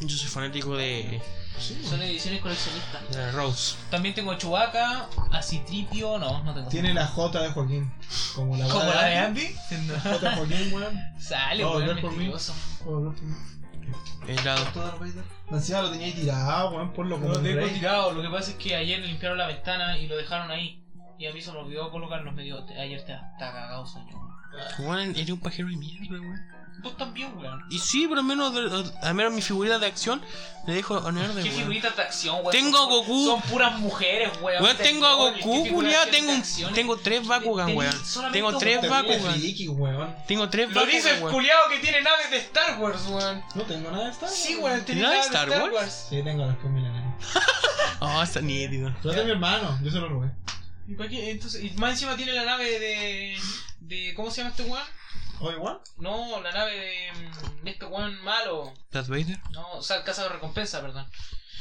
S2: Yo soy fanático de,
S1: Sí,
S3: Son ediciones coleccionistas.
S2: de Rose.
S3: También tengo Chewbacca, Acitripio, no, no tengo.
S1: Tiene la J de Joaquín. Como la
S3: ¿Como
S1: weá
S3: la de Andy?
S1: La J de Joaquín, weón.
S3: [laughs] Sale,
S1: No,
S3: weón,
S1: no es por mí.
S3: mentiroso.
S1: Como el otro.
S2: El lado.
S1: Todo Vader. Encima lo tenía ahí tirado, weón, por lo
S4: Lo
S1: como el
S4: tengo
S1: rey.
S3: Tirado, lo que pasa es que ayer limpiaron la ventana y lo dejaron ahí. Y a mí se me olvidó colocarlos. Me dio, te- ayer te hasta cagado sueño. weón.
S2: Weón, eres un pajero de mierda, weón.
S3: Vos también, weón.
S2: Y sí, pero al menos, al menos mi figurita de acción le dejo honor de
S3: Qué
S2: weón.
S3: figurita de acción, weón.
S2: Tengo a
S3: Son-
S2: Goku.
S3: Son puras mujeres, weón.
S2: Weón, tengo a
S3: Tendones,
S2: Goku,
S3: qué
S2: culiao,
S3: figuración
S2: tengo,
S3: de
S2: un-
S3: acciones.
S2: tengo tres Bakugan,
S3: Tenés
S2: weón.
S3: solamente
S2: Tengo
S3: un
S2: tres
S3: Goku.
S2: Bakugan.
S1: Friki, weón.
S2: Tengo tres
S3: Lo
S2: Bakugan,
S3: dice el
S2: weón.
S3: culiao que tiene naves de Star Wars, weón.
S1: No tengo nada de Star Wars.
S3: Sí, weón, tiene
S2: ¿Nada de
S3: naves de
S2: Star
S3: Star
S2: Wars?
S3: Wars.
S1: Sí, tengo las con milenarios.
S2: Oh, está nítido.
S1: Yo de mi hermano, yo se lo robé.
S3: ¿Y para qué? Entonces, y más encima tiene la nave de. de ¿Cómo se llama este weón?
S1: ¿O igual?
S3: No, la nave de. mm, de este weón malo.
S2: Darth Vader.
S3: No, o sea, el cazador de recompensa, perdón.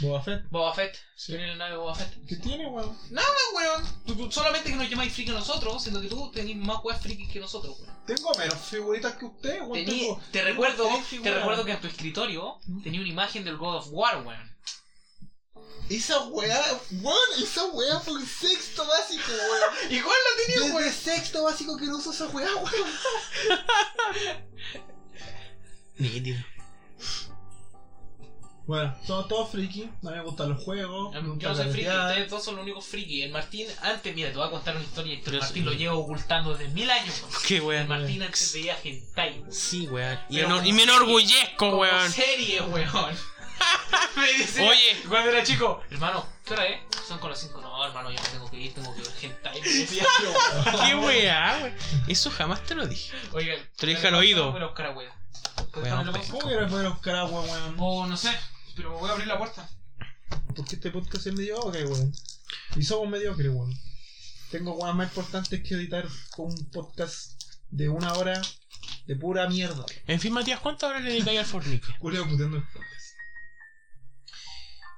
S1: Boba Fett.
S3: Boba Fett.
S1: Sí.
S3: Tiene la nave de Boba Fett.
S1: ¿Qué tiene, weón?
S3: Ah, weón. Tú- tú- solamente que nos llamáis friki a nosotros, siendo que tú tenés más weas frikis que nosotros, weón.
S1: Tengo menos figuritas que usted, weón.
S3: Tení-
S1: Tengo-
S3: te
S1: tengo
S3: recuerdo,
S1: tres
S3: te
S1: figuras.
S3: recuerdo que en tu escritorio tenía una imagen del God of War, weón.
S1: Esa weá, weón, esa weá fue el sexto básico,
S3: [laughs]
S1: weón.
S3: ¿Y cuál la tenía,
S1: Desde sexto básico que no uso esa weá, weón.
S2: Nítido.
S1: Bueno, somos todos friki, no me gustan los juegos.
S3: Yo
S1: nunca
S3: no soy friki,
S1: carretear.
S3: ustedes dos son los únicos friki. El Martín, antes, mira, te voy a contar una historia que el
S2: Yo
S3: Martín
S2: soy-
S3: lo lleva ocultando desde mil años. [laughs] weón.
S2: Qué
S3: El
S2: weón.
S3: Martín antes veía hentai, weón.
S2: Sí, weón. Y, enor-
S3: Pero como
S2: y me
S3: serie,
S2: enorgullezco,
S3: Como
S2: weón.
S3: serie, weón. [laughs] Me dice,
S2: Oye.
S3: cuando era chico, hermano, ¿qué hora es? Son con las 5. No, hermano, yo me tengo que ir, tengo que ver hentai. me [laughs] decía.
S2: Qué weá, weón. Eso jamás te lo dije.
S3: Oigan,
S2: Te lo dije al oído.
S3: Voy a buscar a weón. Pues,
S2: Weón,
S3: ¿dónde lo
S2: pe-
S1: ¿Cómo que era poder buscar agua,
S3: pongo?
S1: weón?
S3: O Oh, no sé, pero voy a abrir la puerta.
S1: ¿Por qué este podcast es mediocre, weón? Y somos mediocres, weón. Tengo weas más importantes que editar con un podcast de una hora de pura mierda.
S2: En fin, Matías, ¿cuántas horas le dedicáis al Fortnite?
S1: Julio puteando el podcast.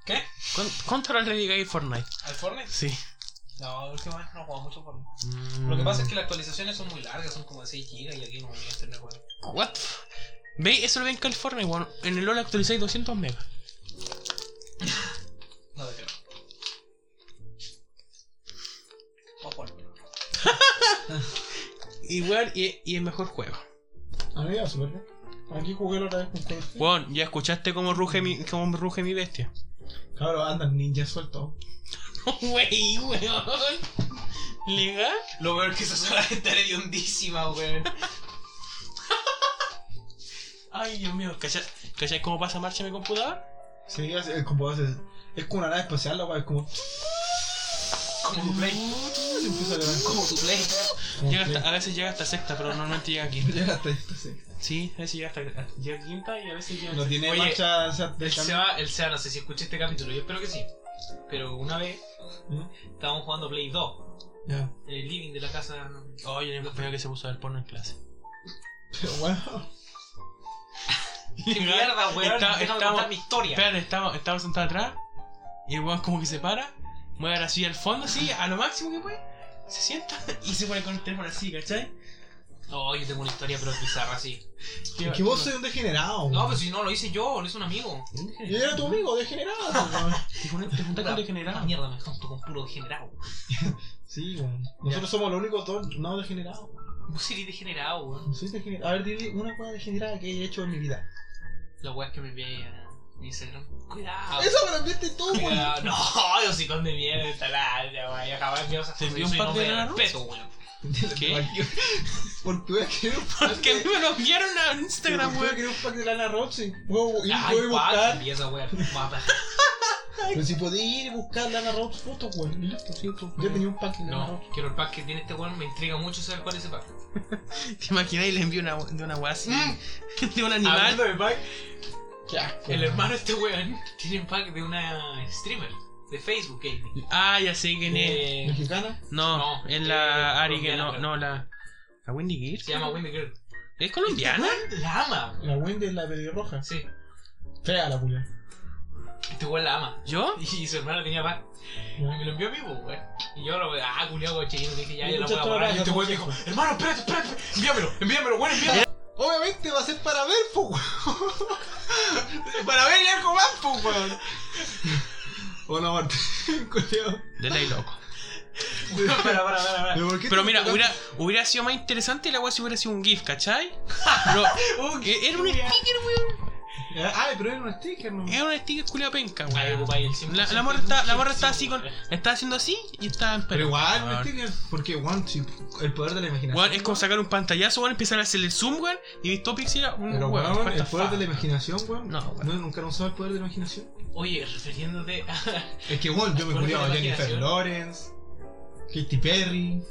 S3: ¿Qué?
S2: ¿Cuán- ¿Cuántas horas le dedicáis al Fortnite?
S3: ¿Al Fortnite?
S2: Sí.
S3: No, últimamente no juego mucho Fortnite.
S2: Mm.
S3: Lo que pasa es que las actualizaciones son muy largas, son como de 6 GB y aquí no voy a tener weón.
S2: Mm, What? ¿Veis? Eso lo ve en California, weón. En el LoL actualizáis 200 megas.
S3: No te creo. Vamos a jugar.
S2: Y weón, y, y el mejor juego.
S1: A mí me iba súper bien. Aquí jugué la otra vez con Call of Duty.
S2: Weón, ¿ya escuchaste cómo ruge mi, cómo ruge mi bestia? [laughs]
S1: Cabrón, andan ninja suelto.
S2: Wey, weón. ¿Legal?
S3: Lo peor que esa zona está hediondísima, weón.
S2: Ay, Dios mío. ¿Cachai, cachai cómo pasa marcha mi computador?
S1: Sí, es, es como hace- Es como una nave espacial, la weá, es como.
S3: Como tu play.
S1: Se empieza a levantar.
S3: Como tu play.
S1: Como
S2: Llega
S1: que-
S2: hasta- a veces llega hasta sexta, pero normalmente llega quinta.
S1: [laughs] Llega hasta esto, sí.
S2: Sí, a veces llega hasta llega quinta y a veces llega.
S1: No tiene
S3: Oye,
S1: marcha. o sea, de
S3: El
S1: cambio.
S3: Seba, el Seba, no sé si escuché este capítulo, yo espero que sí. Pero una vez
S1: ¿Mm?
S3: estábamos jugando Play 2
S1: Ya.
S3: en el living de la casa.
S2: Oye, el compañero que se puso a ver porno
S1: [laughs]
S2: en clase.
S1: Pero
S2: [laughs]
S1: bueno.
S3: ¡Qué mierda, weón!
S2: Está-
S3: Déjame
S2: estamos-
S3: contar mi historia.
S2: Espérate, estaba, estaba sentado atrás y el weón como que se para, mueve la silla al fondo así, a lo máximo que puede, se sienta [laughs] y se pone con el teléfono así, ¿cachai?
S3: Oh, yo tengo una historia, pero bizarra, sí.
S1: Es que vos sois un degenerado.
S3: No,
S1: weón.
S2: pues
S3: pero si no, lo hice yo, lo hizo un amigo.
S1: Yo era tu amigo,
S2: [laughs]
S1: degenerado. weón.
S2: Te jun- te juntaste con
S3: Ah,
S2: degenerado.
S3: mierda, me junto con puro degenerado.
S1: Sí, weón. Nosotros somos los únicos dos no degenerados.
S3: Vos sería degenerado, weón.
S1: No soy degenerado. A ver, dime una cosa degenerada que he hecho en mi vida.
S3: La weá es que me envié a mi Instagram. Cuidado.
S2: Ah.
S1: Eso me lo enviaste tú, weón.
S3: Cuidado. No, yo sí con de mierda esta lata, weón. Yo jamás me vas a
S2: ¿Te envió un pack de bananas?
S3: peso, weón.
S2: [laughs] ¿Qué?
S1: [laughs] Porque voy a querer un pack
S2: Porque a mí
S1: de...
S2: me lo enviaron a Instagram,
S1: Porque voy a
S2: weón. Ah,
S1: querer un pack de lana Roxy. Puedo ir,
S3: Ay,
S1: puedo ir
S3: pack,
S1: buscar.
S3: envié esa weá. guapa.
S1: Pero si podés ir y buscar lana Roxy, fotos, weón. Y listo, sí, tú. Yo tenía un pack de lana
S3: No,
S1: Roxy.
S3: quiero el pack que tiene este weón. Me intriga mucho saber cuál es ese pack.
S2: ¿Te imaginas y le envío una, de una weá así? [laughs] De un animal.
S3: Hablando de pack,
S1: Qué asco.
S3: el hermano de este weón tiene un pack de una streamer de Facebook Gaming.
S2: Ah, ya sé quién es.
S3: Eh,
S1: ¿Mexicana?
S2: No,
S3: No,
S2: es
S3: eh,
S2: la Ari que
S3: colombiana,
S2: no,
S3: pero-
S2: no, la. ¿La Wendy Gears?
S3: se llama Wendy Girl.
S2: ¿Es
S3: [laughs]
S2: colombiana?
S3: La ama.
S1: La Wendy es la pelirroja.
S3: Sí,
S1: Fea la culia.
S3: este weón la ama.
S2: ¿Yo?
S3: Y su hermana tenía pack. Y me lo envió a mí, pues, güey. Y yo lo ah, culiado cochino, dije, ya,
S1: Y
S3: ya lo voy
S1: muchacho
S3: a borrar.
S1: ahora
S3: Y este
S1: ya
S3: güey me
S1: son
S3: dijo, hermano, espérate, espérate, espérate, envíamelo, envíamelo, güey, envíamelo.
S1: Obviamente va a ser para ver, po, weón. [laughs] para ver y algo más, po, weón. Hola, Martín, [laughs] culiao.
S2: De ley loco.
S3: [laughs] Para, para, para, para.
S1: Pero, ¿por qué
S2: Pero
S1: te-
S2: mira,
S1: te-
S2: hubiera, hubiera sido más interesante la weá si hubiera sido un GIF, ¿cachai? Pero,
S3: Un
S2: eh, era un
S3: Julia.
S2: sticker, weón.
S1: Ah, pero era un sticker, ¿no?
S2: Es un sticker culiao penca,
S3: Ahí
S2: weón.
S3: ocupáis el 100%
S2: La, la morra está, la morra está así con.
S3: del
S2: Está haciendo así y está en
S1: Pero
S2: pelota,
S1: igual
S2: weón.
S1: un sticker, porque weón, si- el poder de la imaginación.
S2: Ah. Weón, es como sacar un pantallazo, weón, empezar a hacerle zoom, weón, y mis topics era un
S1: Pero
S2: weón.
S1: weón,
S2: what the
S1: el poder
S2: fuck.
S1: de la imaginación, weón.
S2: No, weón.
S1: No, nunca han usado el poder de la imaginación.
S3: Oye, refiriéndote a. [laughs]
S1: Es que weón, yo me
S3: El poder de
S1: culiaba a
S3: la
S1: Jennifer
S3: imaginación.
S1: Lawrence, Katy Perry,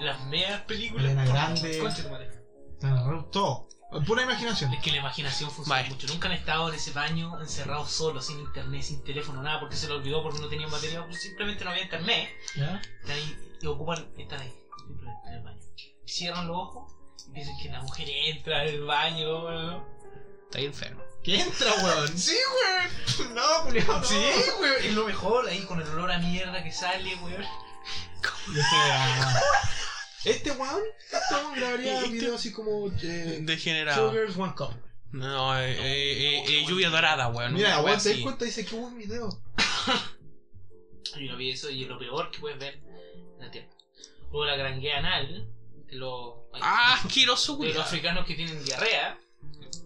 S3: Las medias películas.
S1: Elena Grande.
S3: Concha tu madre.
S1: Dana Ross, todo. Pura imaginación.
S3: Es que la imaginación funciona
S2: Vale.
S3: mucho. Nunca han estado en ese baño encerrados solos, sin internet, sin teléfono, nada, porque se lo olvidó, porque no tenían batería, pues simplemente no había internet.
S1: ¿Ya?
S3: Están ahí, y ocupan, están ahí, simplemente en el baño. Cierran los ojos y piensan que la mujer entra al baño, weón.
S2: Está ahí enfermo.
S1: ¿Qué entra, weón? Sí, weón. [laughs] No, culiado.
S3: Sí, weón, es lo mejor, ahí con el olor a mierda que sale, weón.
S1: ah, Este weón, este weón grabaría
S2: Este-
S1: videos así como. Eh,
S2: Degenerado.
S1: Sugar's One Cup.
S2: No, eh, eh, eh, eh, lluvia dorada, weón.
S1: Mira,
S2: una wea
S1: weón, te das
S2: así.
S1: cuenta, dice que buen video.
S3: Yo no vi eso y es lo peor que puedes ver en la tierra. Luego la gran guía anal, de los,
S2: Ah, asqueroso,
S3: de
S2: weón. [laughs]
S3: los africanos que tienen diarrea.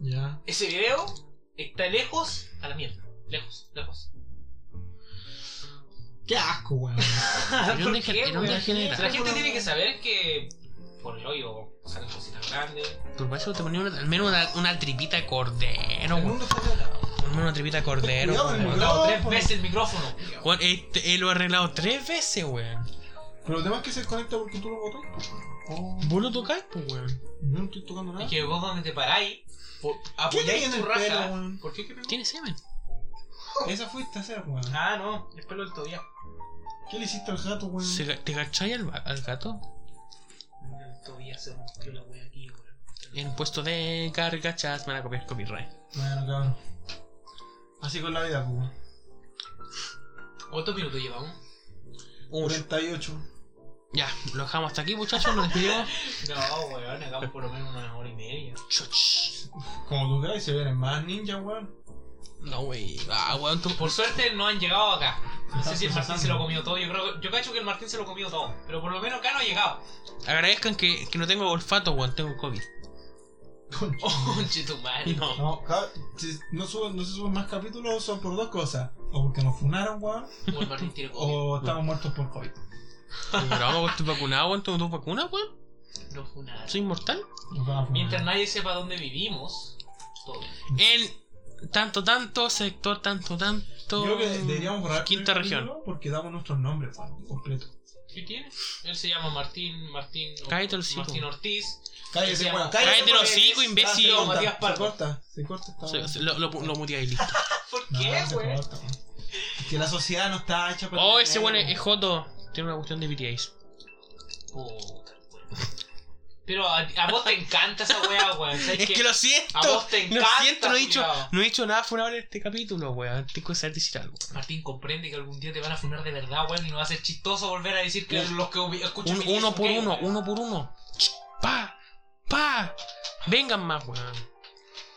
S1: Ya.
S3: Ese video está lejos a la mierda. Lejos, lejos.
S1: Qué asco, weón.
S2: Era un
S3: ¿Por
S2: degen-
S3: qué,
S2: era un
S3: weón?
S2: degenerado.
S3: La gente tiene que saber que por el hoyo salen cositas grandes.
S2: Pero para eso te ponía una- al menos una, una tripita de cordero,
S1: El
S2: weón.
S1: mundo está cagado.
S2: Al menos una tripita de cordero.
S1: Cuidado,
S2: weón.
S1: el
S3: He cortado tres
S1: micrófono.
S3: veces el micrófono.
S2: Weón, este, eh, lo he arreglado tres veces, weón.
S1: Pero el tema es que se desconecta porque tú lo botas. Oh.
S2: Vos lo tocás, pues, weón.
S1: Yo no estoy tocando nada.
S3: Y que ah, pues, vos donde te paráis, po-
S1: tenés
S3: apoyáis
S1: en
S3: tu
S1: el pelo,
S3: raja.
S1: weón?
S3: ¿Por qué? ¿Qué pegó?
S2: Tiene semen.
S1: Esa fuiste a hacer, weón.
S3: Ah, no, es pelo del todavía.
S1: ¿Qué le hiciste al gato, weón?
S2: ¿Se ga- ¿Te cacháis al, va- al gato?
S3: El todavía se rompió la wea aquí, weón.
S2: En puesto de gargachas me van a copiar copyright.
S1: Bueno, cabrón. Así con la vida, pues, weón.
S3: ¿Cuántos minutos llevamos?
S2: Uy,
S1: 48.
S2: ya, lo dejamos hasta aquí, muchachos. Nos
S1: [laughs]
S2: despedimos.
S3: No, weón, acá por lo menos una hora y media.
S2: Chuch.
S1: Como tú crees, se vienen más ninjas, weón. [laughs]
S2: No, wey. Ah, weón, tú.
S3: Por suerte no han llegado acá. No sé si el Martín se lo comió todo. Yo creo yo cacho que el Martín se lo comió todo. Pero por lo menos acá no ha [laughs] llegado.
S2: Agradezcan que, que no tengo olfato, weón. Tengo COVID.
S1: Concha.
S3: Oh, tu madre. No.
S1: No, cab- si no, subo- no se suben más capítulos son por dos cosas. O porque nos funaron, weón.
S3: O el Martín tiene COVID.
S1: O estamos muertos por COVID.
S2: Pero vamos, estoy vacunado, weón. Tengo dos vacunas, weón.
S3: No fue nada.
S2: Soy inmortal.
S1: Nos van a funar.
S3: Mientras nadie sepa dónde vivimos, todo.
S2: En tanto, tanto, sector, tanto,
S1: Yo
S2: tanto.
S1: creo que deberíamos borrar. el
S2: Quinta
S1: primer
S2: región.
S1: capítulo Porque damos nuestros nombres, weón, completo.
S3: ¿Qué tiene? Él se llama Martín, Martín,
S2: Cállate el hocico.
S3: Martín Ortiz.
S1: Cállese,
S3: Se llama-
S1: weón.
S2: Cállate los
S1: weón.
S2: hocico, imbécil.
S1: Se corta,
S3: Matías
S1: Se
S3: Pardo.
S1: corta, se corta. esta
S2: Se-
S1: weón.
S2: se- Lo, lo, lo muteé ahí, listo.
S1: [laughs]
S3: ¿Por
S1: No,
S3: qué,
S1: se
S3: güey?
S1: corta, weón. Que la sociedad no está hecha para.
S2: Oh, ese weón es es Joto. Tiene una cuestión de BTAs.
S3: Puta, güey. Pero a, a vos te encanta esa weá, güey. ¿Sabes
S2: Es
S3: qué?
S2: que lo siento.
S3: a vos te
S2: lo
S3: encanta,
S2: siento, no he dicho,
S3: culiao.
S2: no he dicho nada funable en este capítulo, weón. Tengo que saber decir algo.
S3: Martín comprende que algún día te van a funar de verdad, güey. Y no va a ser chistoso volver a decir que
S2: Un-
S3: los que ubi- escuchan
S2: Un-
S3: BTS
S2: uno
S3: son
S2: por
S3: gay,
S2: uno,
S3: güey.
S2: uno por uno. Ch, Pa, pa. Vengan más, weón.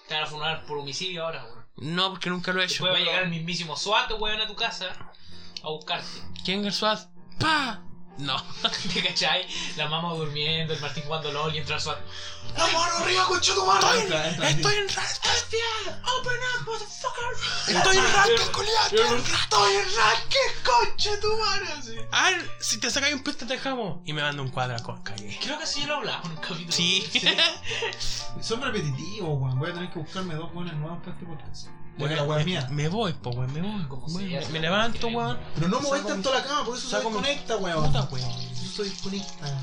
S3: Te van a funar por homicidio ahora, güey.
S2: No, porque nunca lo he hecho.
S3: Después va a llegar el mismísimo SWAT, weón, a tu casa a buscarte. [laughs]
S2: ¿Quién el SWAT? Pa. No.
S3: ¿Te cachai? La mamá durmiendo, el Martín jugando LOL y entra el SWAT.
S1: ¡La mano arriba, concha tu madre! Entra, entra,
S2: Estoy en rasca. Estoy en rasca, culiado.
S1: ¡Estoy en racket, concha tu madre! Así.
S2: Ah, si te sacáis un pez te dejamos. Y me manda un cuadra con calle.
S3: Creo que sí lo hablaba en un capítulo. este.
S2: Sí. [laughs]
S1: Son repetitivos, weón. Voy a tener que buscarme dos buenas nuevas para este podcast. Bueno, la weá es mía.
S2: Me voy, po, weón, me voy.
S3: Como
S2: Weón, me-
S3: sea,
S2: me
S3: saco
S2: levanto,
S3: mi crema.
S2: weón.
S1: Pero no mueves
S2: Saco
S1: tanto
S2: mi-
S1: la cama, por eso se
S2: saco mi-
S1: desconecta, weón.
S2: Puta, weón.
S1: Yo soy desconecta.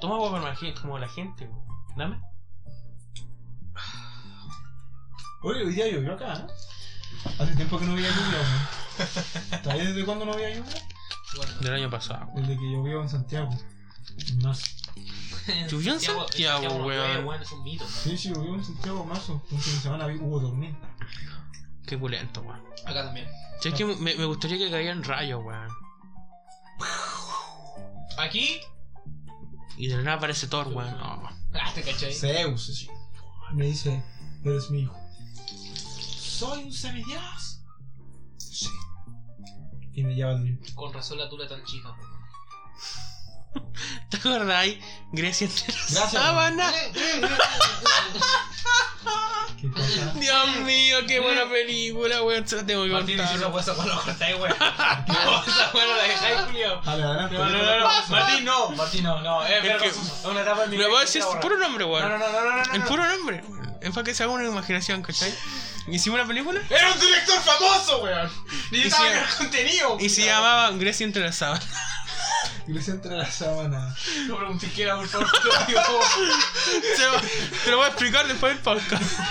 S2: Toma agua como la gente, como la gente, weón. Dame.
S1: Oye, hoy día llovió acá, ¿eh? Hace tiempo que no veía lluvia, weón. ¿Sabes desde cuándo no veía lluvia?
S3: Bueno,
S2: Del año pasado.
S1: Desde que llovió en Santiago. En marzo.
S2: Llovió en Santiago,
S3: no
S2: weón.
S3: puede, Es un mito.
S1: Sí, sí, llovió en Santiago en marzo. Un fin de semana vi- hubo tormenta.
S2: Qué pulento, weón.
S3: Acá también.
S2: Si es que me, me gustaría que caían rayos, weón.
S3: Aquí.
S2: Y de la nada aparece Thor, weón. Oh.
S3: Ah, te cachai.
S1: Zeus, así. Me dice, eres mi hijo. ¿Soy un semidios? Sí. Y me lleva al Olimpo.
S3: Con razón la tula tan chica, weón.
S2: ¿Te acordáis? Grecia entre la
S3: Eh,
S1: Gracias,
S2: sábana.
S1: ¿Qué cosa?
S2: Dios mío. mío, qué buena película, weón. Se la tengo que
S3: Martín dice pues, esa
S2: contar.
S3: weá, esa weá la cortáis, weón. [laughs] No, esa weá no la dejáis, culiao.
S1: Vale, adelante.
S3: No, no, no, no. Martín, no. Martín, no, no. Es
S2: Es
S3: verga,
S2: que-
S3: es una etapa en mi
S2: Le voy a
S3: vida
S2: decir
S3: que
S2: su
S3: la
S2: puro
S3: borra.
S2: nombre,
S3: No, no,
S2: weón.
S3: no, no, no, no.
S2: El
S3: no.
S2: puro nombre. Es para que se haga una imaginación, ¿cachai? Hicimos una película
S3: Era un director famoso, weón. Necesitaba
S2: Y se-
S3: crear contenido.
S2: y se
S3: culiao.
S2: llamaba Grecia entre las sábanas. [laughs]
S1: Iglesia entre la sábana.
S3: No pregunté qué era, por favor. te lo digo.
S2: Se lo- Te lo voy a explicar después del podcast.
S3: [laughs]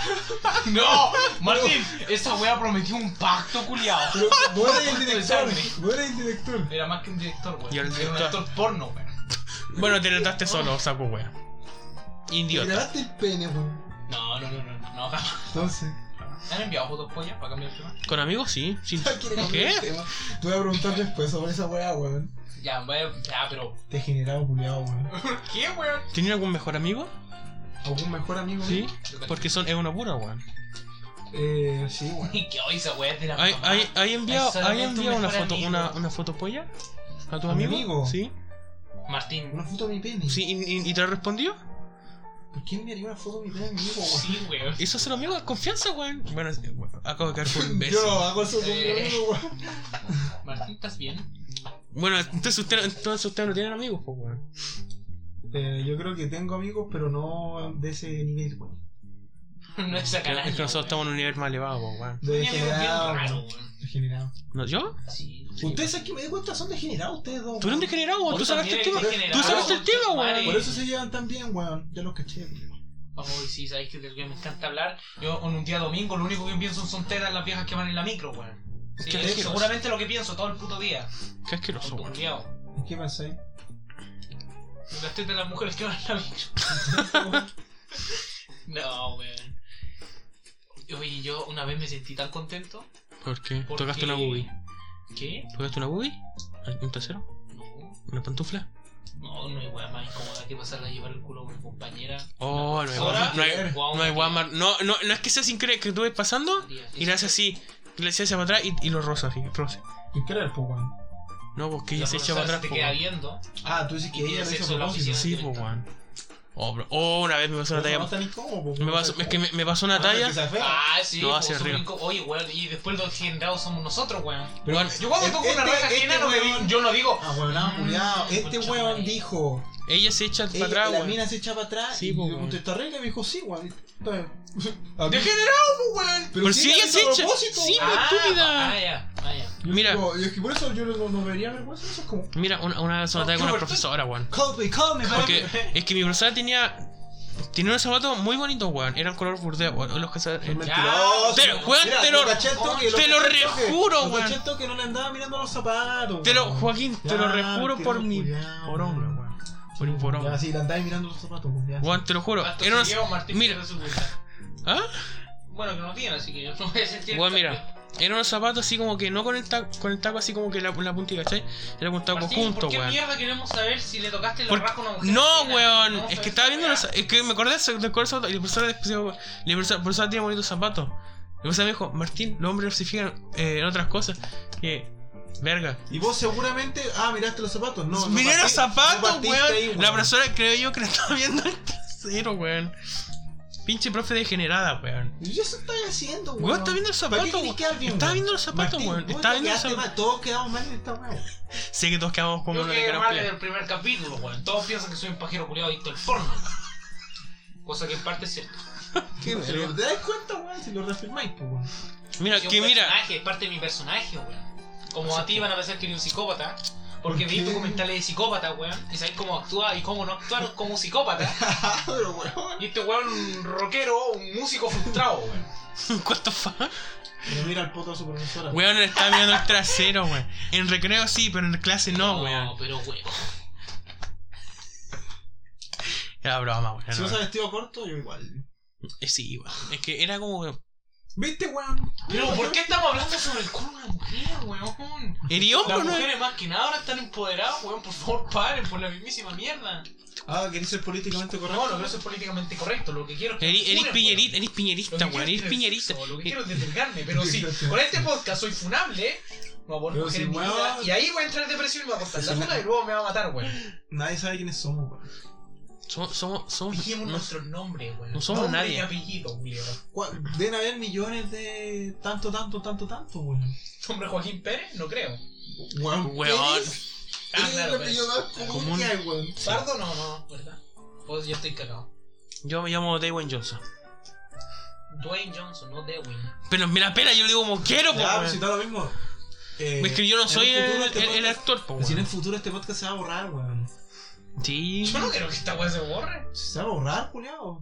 S3: No, Martín, esa wea prometió un pacto, culiao.
S1: Pero vos eres el
S3: Pacto de
S1: director.
S3: sangre.
S1: Vos eres el director.
S3: Era más que un director, weón.
S2: Y el
S3: Era un
S2: director.
S3: actor porno, weón.
S2: Bueno, te trataste solo, saco weón.
S1: Te
S2: Idiota.
S1: grabaste el pene, weón.
S3: No, no, no, no, no, no, jamás.
S1: Entonces.
S3: ¿Te ¿Han enviado fotos pollas para cambiar el tema?
S2: Con amigos sí.
S3: [laughs]
S2: sí.
S1: ¿Quiere cambiar el
S2: ¿Qué?
S1: tema? Te voy a preguntar después sobre esa weá, weón.
S3: Ya, weón, ya, pero.
S1: Degenerado, culiado, weón.
S3: ¿Por qué, weón?
S2: ¿Tenía algún mejor amigo?
S1: ¿Algún mejor amigo?
S2: Sí. Porque son es una pura, weón.
S1: Eh, sí, weón.
S3: Y que hoy esa wea es de la
S2: ¿Hay,
S3: mamá.
S2: hay, hay enviado,
S3: Es solamente
S2: hay enviado
S3: un
S2: una
S3: mejor
S2: foto,
S3: amigo.
S2: una, una foto polla a tus
S1: ¿A mi amigo?
S2: amigos? Sí.
S3: Martín.
S1: Una foto de mi pene.
S2: sí y, y- y te lo respondió?
S1: ¿Por qué enviaría una foto de mi pene a mi amigo, weón?
S3: Sí, weón.
S2: Eso es lo amigo, confianza, weón. Bueno, sí, weón, acabo de caer por
S1: [laughs]
S2: un
S1: Yo
S2: beso.
S1: no hago eso con mi
S3: Eh.
S1: amigo, weón.
S3: Martín, ¿estás bien? [laughs]
S2: Bueno, entonces usted, entonces usted no tiene amigos, pues, weón.
S1: Eh, yo creo que tengo amigos, pero no de ese nivel, weón.
S3: No es
S2: Es
S3: sacanagem.
S2: que nosotros estamos en un nivel más elevado, pues, weón.
S1: De degenerado.
S3: raro,
S1: weón.
S3: weón.
S1: Degenerado.
S2: ¿No, ¿Yo?
S3: Sí.
S2: Sí.
S1: Ustedes aquí me di cuenta son degenerados ustedes dos.
S2: Tú eres
S1: weón.
S2: un degenerado, weón. Tú
S3: Vos
S2: sacaste el
S3: también
S2: tema.
S3: eres
S2: Tú
S3: degenerado,
S2: sacaste el tema,
S3: conchetumare.
S2: weón.
S1: Por eso se llevan tan bien, weón. Ya los caché, weón.
S3: Ay, sí, sabéis que del que me encanta hablar. Yo en un día domingo lo único que pienso son tetas las viejas que van en la micro, weón. Sí,
S2: Qué
S3: es
S2: asqueroso.
S3: seguramente lo que pienso todo el puto día.
S2: Qué asqueroso, weón.
S3: Autoculiao.
S1: ¿Qué pensáis?
S3: Las tetas de las mujeres que van en la micro. [laughs] no, weón. Oye, yo una vez me sentí tan contento.
S2: ¿Por qué?
S3: Porque...
S2: ¿Tocaste una boobie?
S3: ¿Qué?
S2: ¿Tocaste una boobie? ¿Un trasero?
S3: No.
S2: ¿Una pantufla?
S3: No, no hay weá más incómoda que pasarla a llevar el culo a una compañera.
S2: Oh, no hay
S3: Ahora,
S2: weón. No hay,
S3: guau,
S2: No hay Walmart. No, no, no es que sea sin querer que tú ves pasando y le haces así. Le haces hacia para atrás y, y lo rozas así. roce.
S1: ¿Y qué era el po, weón?
S2: No, porque
S3: La
S2: ella se echa para
S3: profesora
S2: atrás.
S3: se te
S2: po,
S3: queda
S2: weón.
S3: viendo.
S1: Ah, tú dices que
S3: Y
S1: ella lo
S3: tiene
S1: hizo
S3: sexo
S1: a
S3: en la
S1: propósito.
S3: oficina.
S2: Sí, po, weón. Oh, bro. oh, una vez me pasó una
S1: Pero No
S2: talla.
S1: tan incómodo, po,
S2: Me pasó,
S1: weón.
S2: es que me, me pasó una
S1: Ah, pero
S2: talla.
S1: que sea fea.
S3: Ah, sí.
S2: No,
S3: po,
S2: hacia
S3: son
S2: arriba.
S3: incó- Oye, weón, y después los generados somos nosotros, weón.
S1: Pero
S2: Weón,
S3: Yo cuando
S1: Este-
S3: toco una
S1: este-
S3: raja ajena
S1: este
S3: no me
S1: weón-
S3: di- yo no digo.
S1: Ah, weón,
S2: Mm.
S1: no, culiao. Este
S3: Concha
S1: weón
S3: madre.
S1: dijo.
S2: Ella se echa para
S1: ella-
S2: atrás,
S1: la
S2: weón.
S1: mina se echa para atrás.
S2: Sí,
S1: y
S2: po,
S1: le
S2: weón.
S1: pregunté, ¿está regla? Y me dijo, sí, weón.
S3: [laughs] ¡Degenerado, po, weón!
S2: Pero si ella se echa. Sí,
S3: Ah,
S2: estúpida.
S3: Ah, ya, ah, ya.
S2: Mira.
S1: Y es que por eso yo no, no vería vergüenza. Eso es como.
S2: Mira, una, una vez una talla con una profesora, weón.
S1: Call me, call me,
S2: Porque es que mi profesora tenía. Tenía unos zapatos muy bonitos, weón. Eran color burdeo, weón. Los que se. eh,
S1: Mentiroso.
S2: Te- weón, te lo- te lo rejuro, weón.
S1: que no le andaba mirando los zapatos.
S2: Te lo,
S1: weón.
S2: Joaquín, te
S1: Ya,
S2: lo rejuro por mi
S1: culiao,
S2: poronga,
S1: weón.
S2: weón. Por mi poronga.
S1: Ya, sí, le andaba mirando los zapatos, weón. ya.
S2: Weón, te lo juro.
S3: Hasta
S2: Era
S3: si
S2: una,
S3: llevo Martín,
S2: mira.
S3: que no se oculta.
S2: ¿Ah?
S3: Bueno, que no tiene, así que yo no voy a sentir.
S2: Weón, mira. Eran unos zapatos así como que no con el taco, con el taco así como que la, la puntita, ¿cachai? Era con un taco
S3: Martín,
S2: junto,
S3: ¿Por qué
S2: weón.
S3: mierda queremos saber si le tocaste la
S2: Por-
S3: raja a una mujer?
S2: No,
S3: ajena? pues, ah,
S2: weón.
S3: Vamos a
S2: Es
S3: ver
S2: que estaba
S3: esa
S2: viendo
S3: weá.
S2: los. Es que me acordé de ese- del color de zapatos. Y la profesora después dijo, La profesora, la profesora tiene bonitos zapatos. La profesora me dijo, Martín, los hombres se fijan eh, en otras cosas. Que. Verga.
S1: Y vos seguramente. Ah, miraste los zapatos. No, no
S2: Miré
S1: partí-
S2: los
S1: no
S2: zapatos,
S1: partiste
S2: weón.
S1: ahí,
S2: La profesora creo yo que le estaba viendo el trasero, weón. Pinche profe degenerada, weón.
S1: ¿Y eso estás haciendo, weón?
S2: Weón, está viendo los
S1: ¿Para qué
S2: zapatos,
S1: querés
S2: weón.
S1: quedar bien,
S2: Estaba
S1: weón?
S2: viendo los zapatos,
S1: Martín,
S2: weón.
S1: vos
S2: Estaba
S1: te
S2: viendo los
S1: quedaste
S2: zapatos.
S1: mal, Todos quedamos mal en esta weón.
S2: Sé que todos quedamos como
S3: Yo
S2: una
S3: quedé
S2: cara
S3: mal en
S2: plena.
S3: el primer capítulo, weón. Todos piensan que soy un pajero culiado adicto al porno. Cosa que en parte es cierto.
S1: Pero te das cuenta, weón, si lo reafirmáis, pues,
S2: [laughs]
S1: weón.
S2: Mira,
S3: Soy
S2: que
S3: un
S2: mira.
S3: personaje, es parte de mi personaje, weón. Como a ti van a pensar que eres un psicópata. Porque
S1: ¿Por
S3: vi
S1: qué?
S3: documentales de psicópata, weón. Y sabes cómo actúa y cómo no actuar como un psicópata.
S2: Ah,
S1: Pero, weón.
S3: Y este weón, un rockero, un músico frustrado, weón.
S2: [laughs] ¿Cuánto fa?
S1: Pero mira el poto a su profesora.
S2: Weón, le estaba mirando el trasero, weón. En recreo sí, pero en clase no,
S3: No,
S2: weón.
S3: pero weón.
S2: Era broma, weón.
S1: Si
S2: era
S1: vas a
S2: broma.
S1: vestido corto, yo igual.
S2: Eh, Sí, weón. Es que era como. que-
S1: ¿Viste, weón?
S3: Pero ¿por qué estamos hablando sobre el culo de una mujer, weón?
S2: ¿Hería hombre
S3: Las
S2: o no?
S3: mujeres más que nada ahora están empoderadas, weón. Por favor, paren por la mismísima mierda.
S1: Ah, querés ser políticamente correcto.
S3: No, no, pero eso es políticamente correcto. Lo que quiero es que
S2: Eri-
S3: me
S2: Eres
S3: funen,
S2: piñerita,
S3: weón.
S2: eres
S3: Lo
S2: piñerista,
S3: que quiero
S2: weón.
S3: es
S2: Eres
S3: tener
S2: piñerita.
S3: sexo, Lo que
S2: Eh,
S3: quiero es desvergarme, pero
S1: [laughs]
S3: si
S1: Gracias.
S3: con este podcast soy funable, me voy a poner
S1: Pero
S3: mujer
S1: si
S3: en mi
S1: weón-
S3: vida, y ahí voy a entrar en depresión y me va a cortar la
S1: Si
S3: cola y luego me va a matar, weón.
S1: Nadie sabe quiénes somos, weón.
S2: Somos, somos, somos-
S5: Dijimos
S2: no-
S5: nuestros nombres, weón.
S2: no somos
S5: Nombre
S2: nadie.
S5: Y apellido, culiao.
S1: ¿Cuál? Deben haber millones de tanto, tanto, tanto, tanto, weón.
S5: ¿Nombre Joaquín Pérez? No creo.
S1: Weón.
S2: Weón.
S5: Ah, claro, pues.
S1: común
S2: Común.
S1: que hay, weón.
S5: Pardo no, no, ¿verdad? Pues yo estoy cagado.
S2: Yo me llamo Dwayne Johnson.
S5: Dwayne Johnson, no Dewey.
S2: Pero me la pela, yo le digo como quiero, po,
S1: Ya,
S2: weón.
S1: pues si da lo mismo. Eh,
S2: Es que yo no
S1: en
S2: soy
S1: un
S2: el,
S1: futuro este
S2: el- el
S1: podcast-
S2: actor, po,
S1: Si en
S2: weón.
S1: el futuro este podcast se va a borrar, weón.
S2: Sí.
S5: Yo no quiero que esta weá se borre.
S1: Se va a borrar, culiao.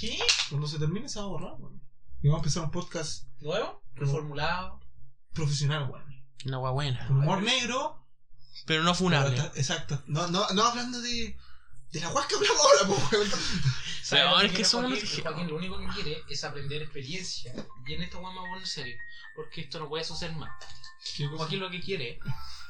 S5: ¿Qué?
S1: Cuando se termine se va a borrar, weón. Y vamos a empezar un podcast
S5: ¿Nuevo? Reformulado.
S1: profesional, weón.
S2: Una guay buena.
S1: Con humor negro.
S2: Pero no
S1: pero
S2: funable.
S1: está- exacto. No, no, no hablando de. De la guas que hablamos ahora, pues, weón.
S5: ¿Sabes
S2: Weón,
S5: lo
S2: es que
S5: quiere
S2: somos
S5: Joaquín?
S2: unos
S5: Joaquín lo único que quiere es aprender experiencia.
S3: Y en esta weá me voy en serio, porque esto no puede suceder más. Joaquín lo que quiere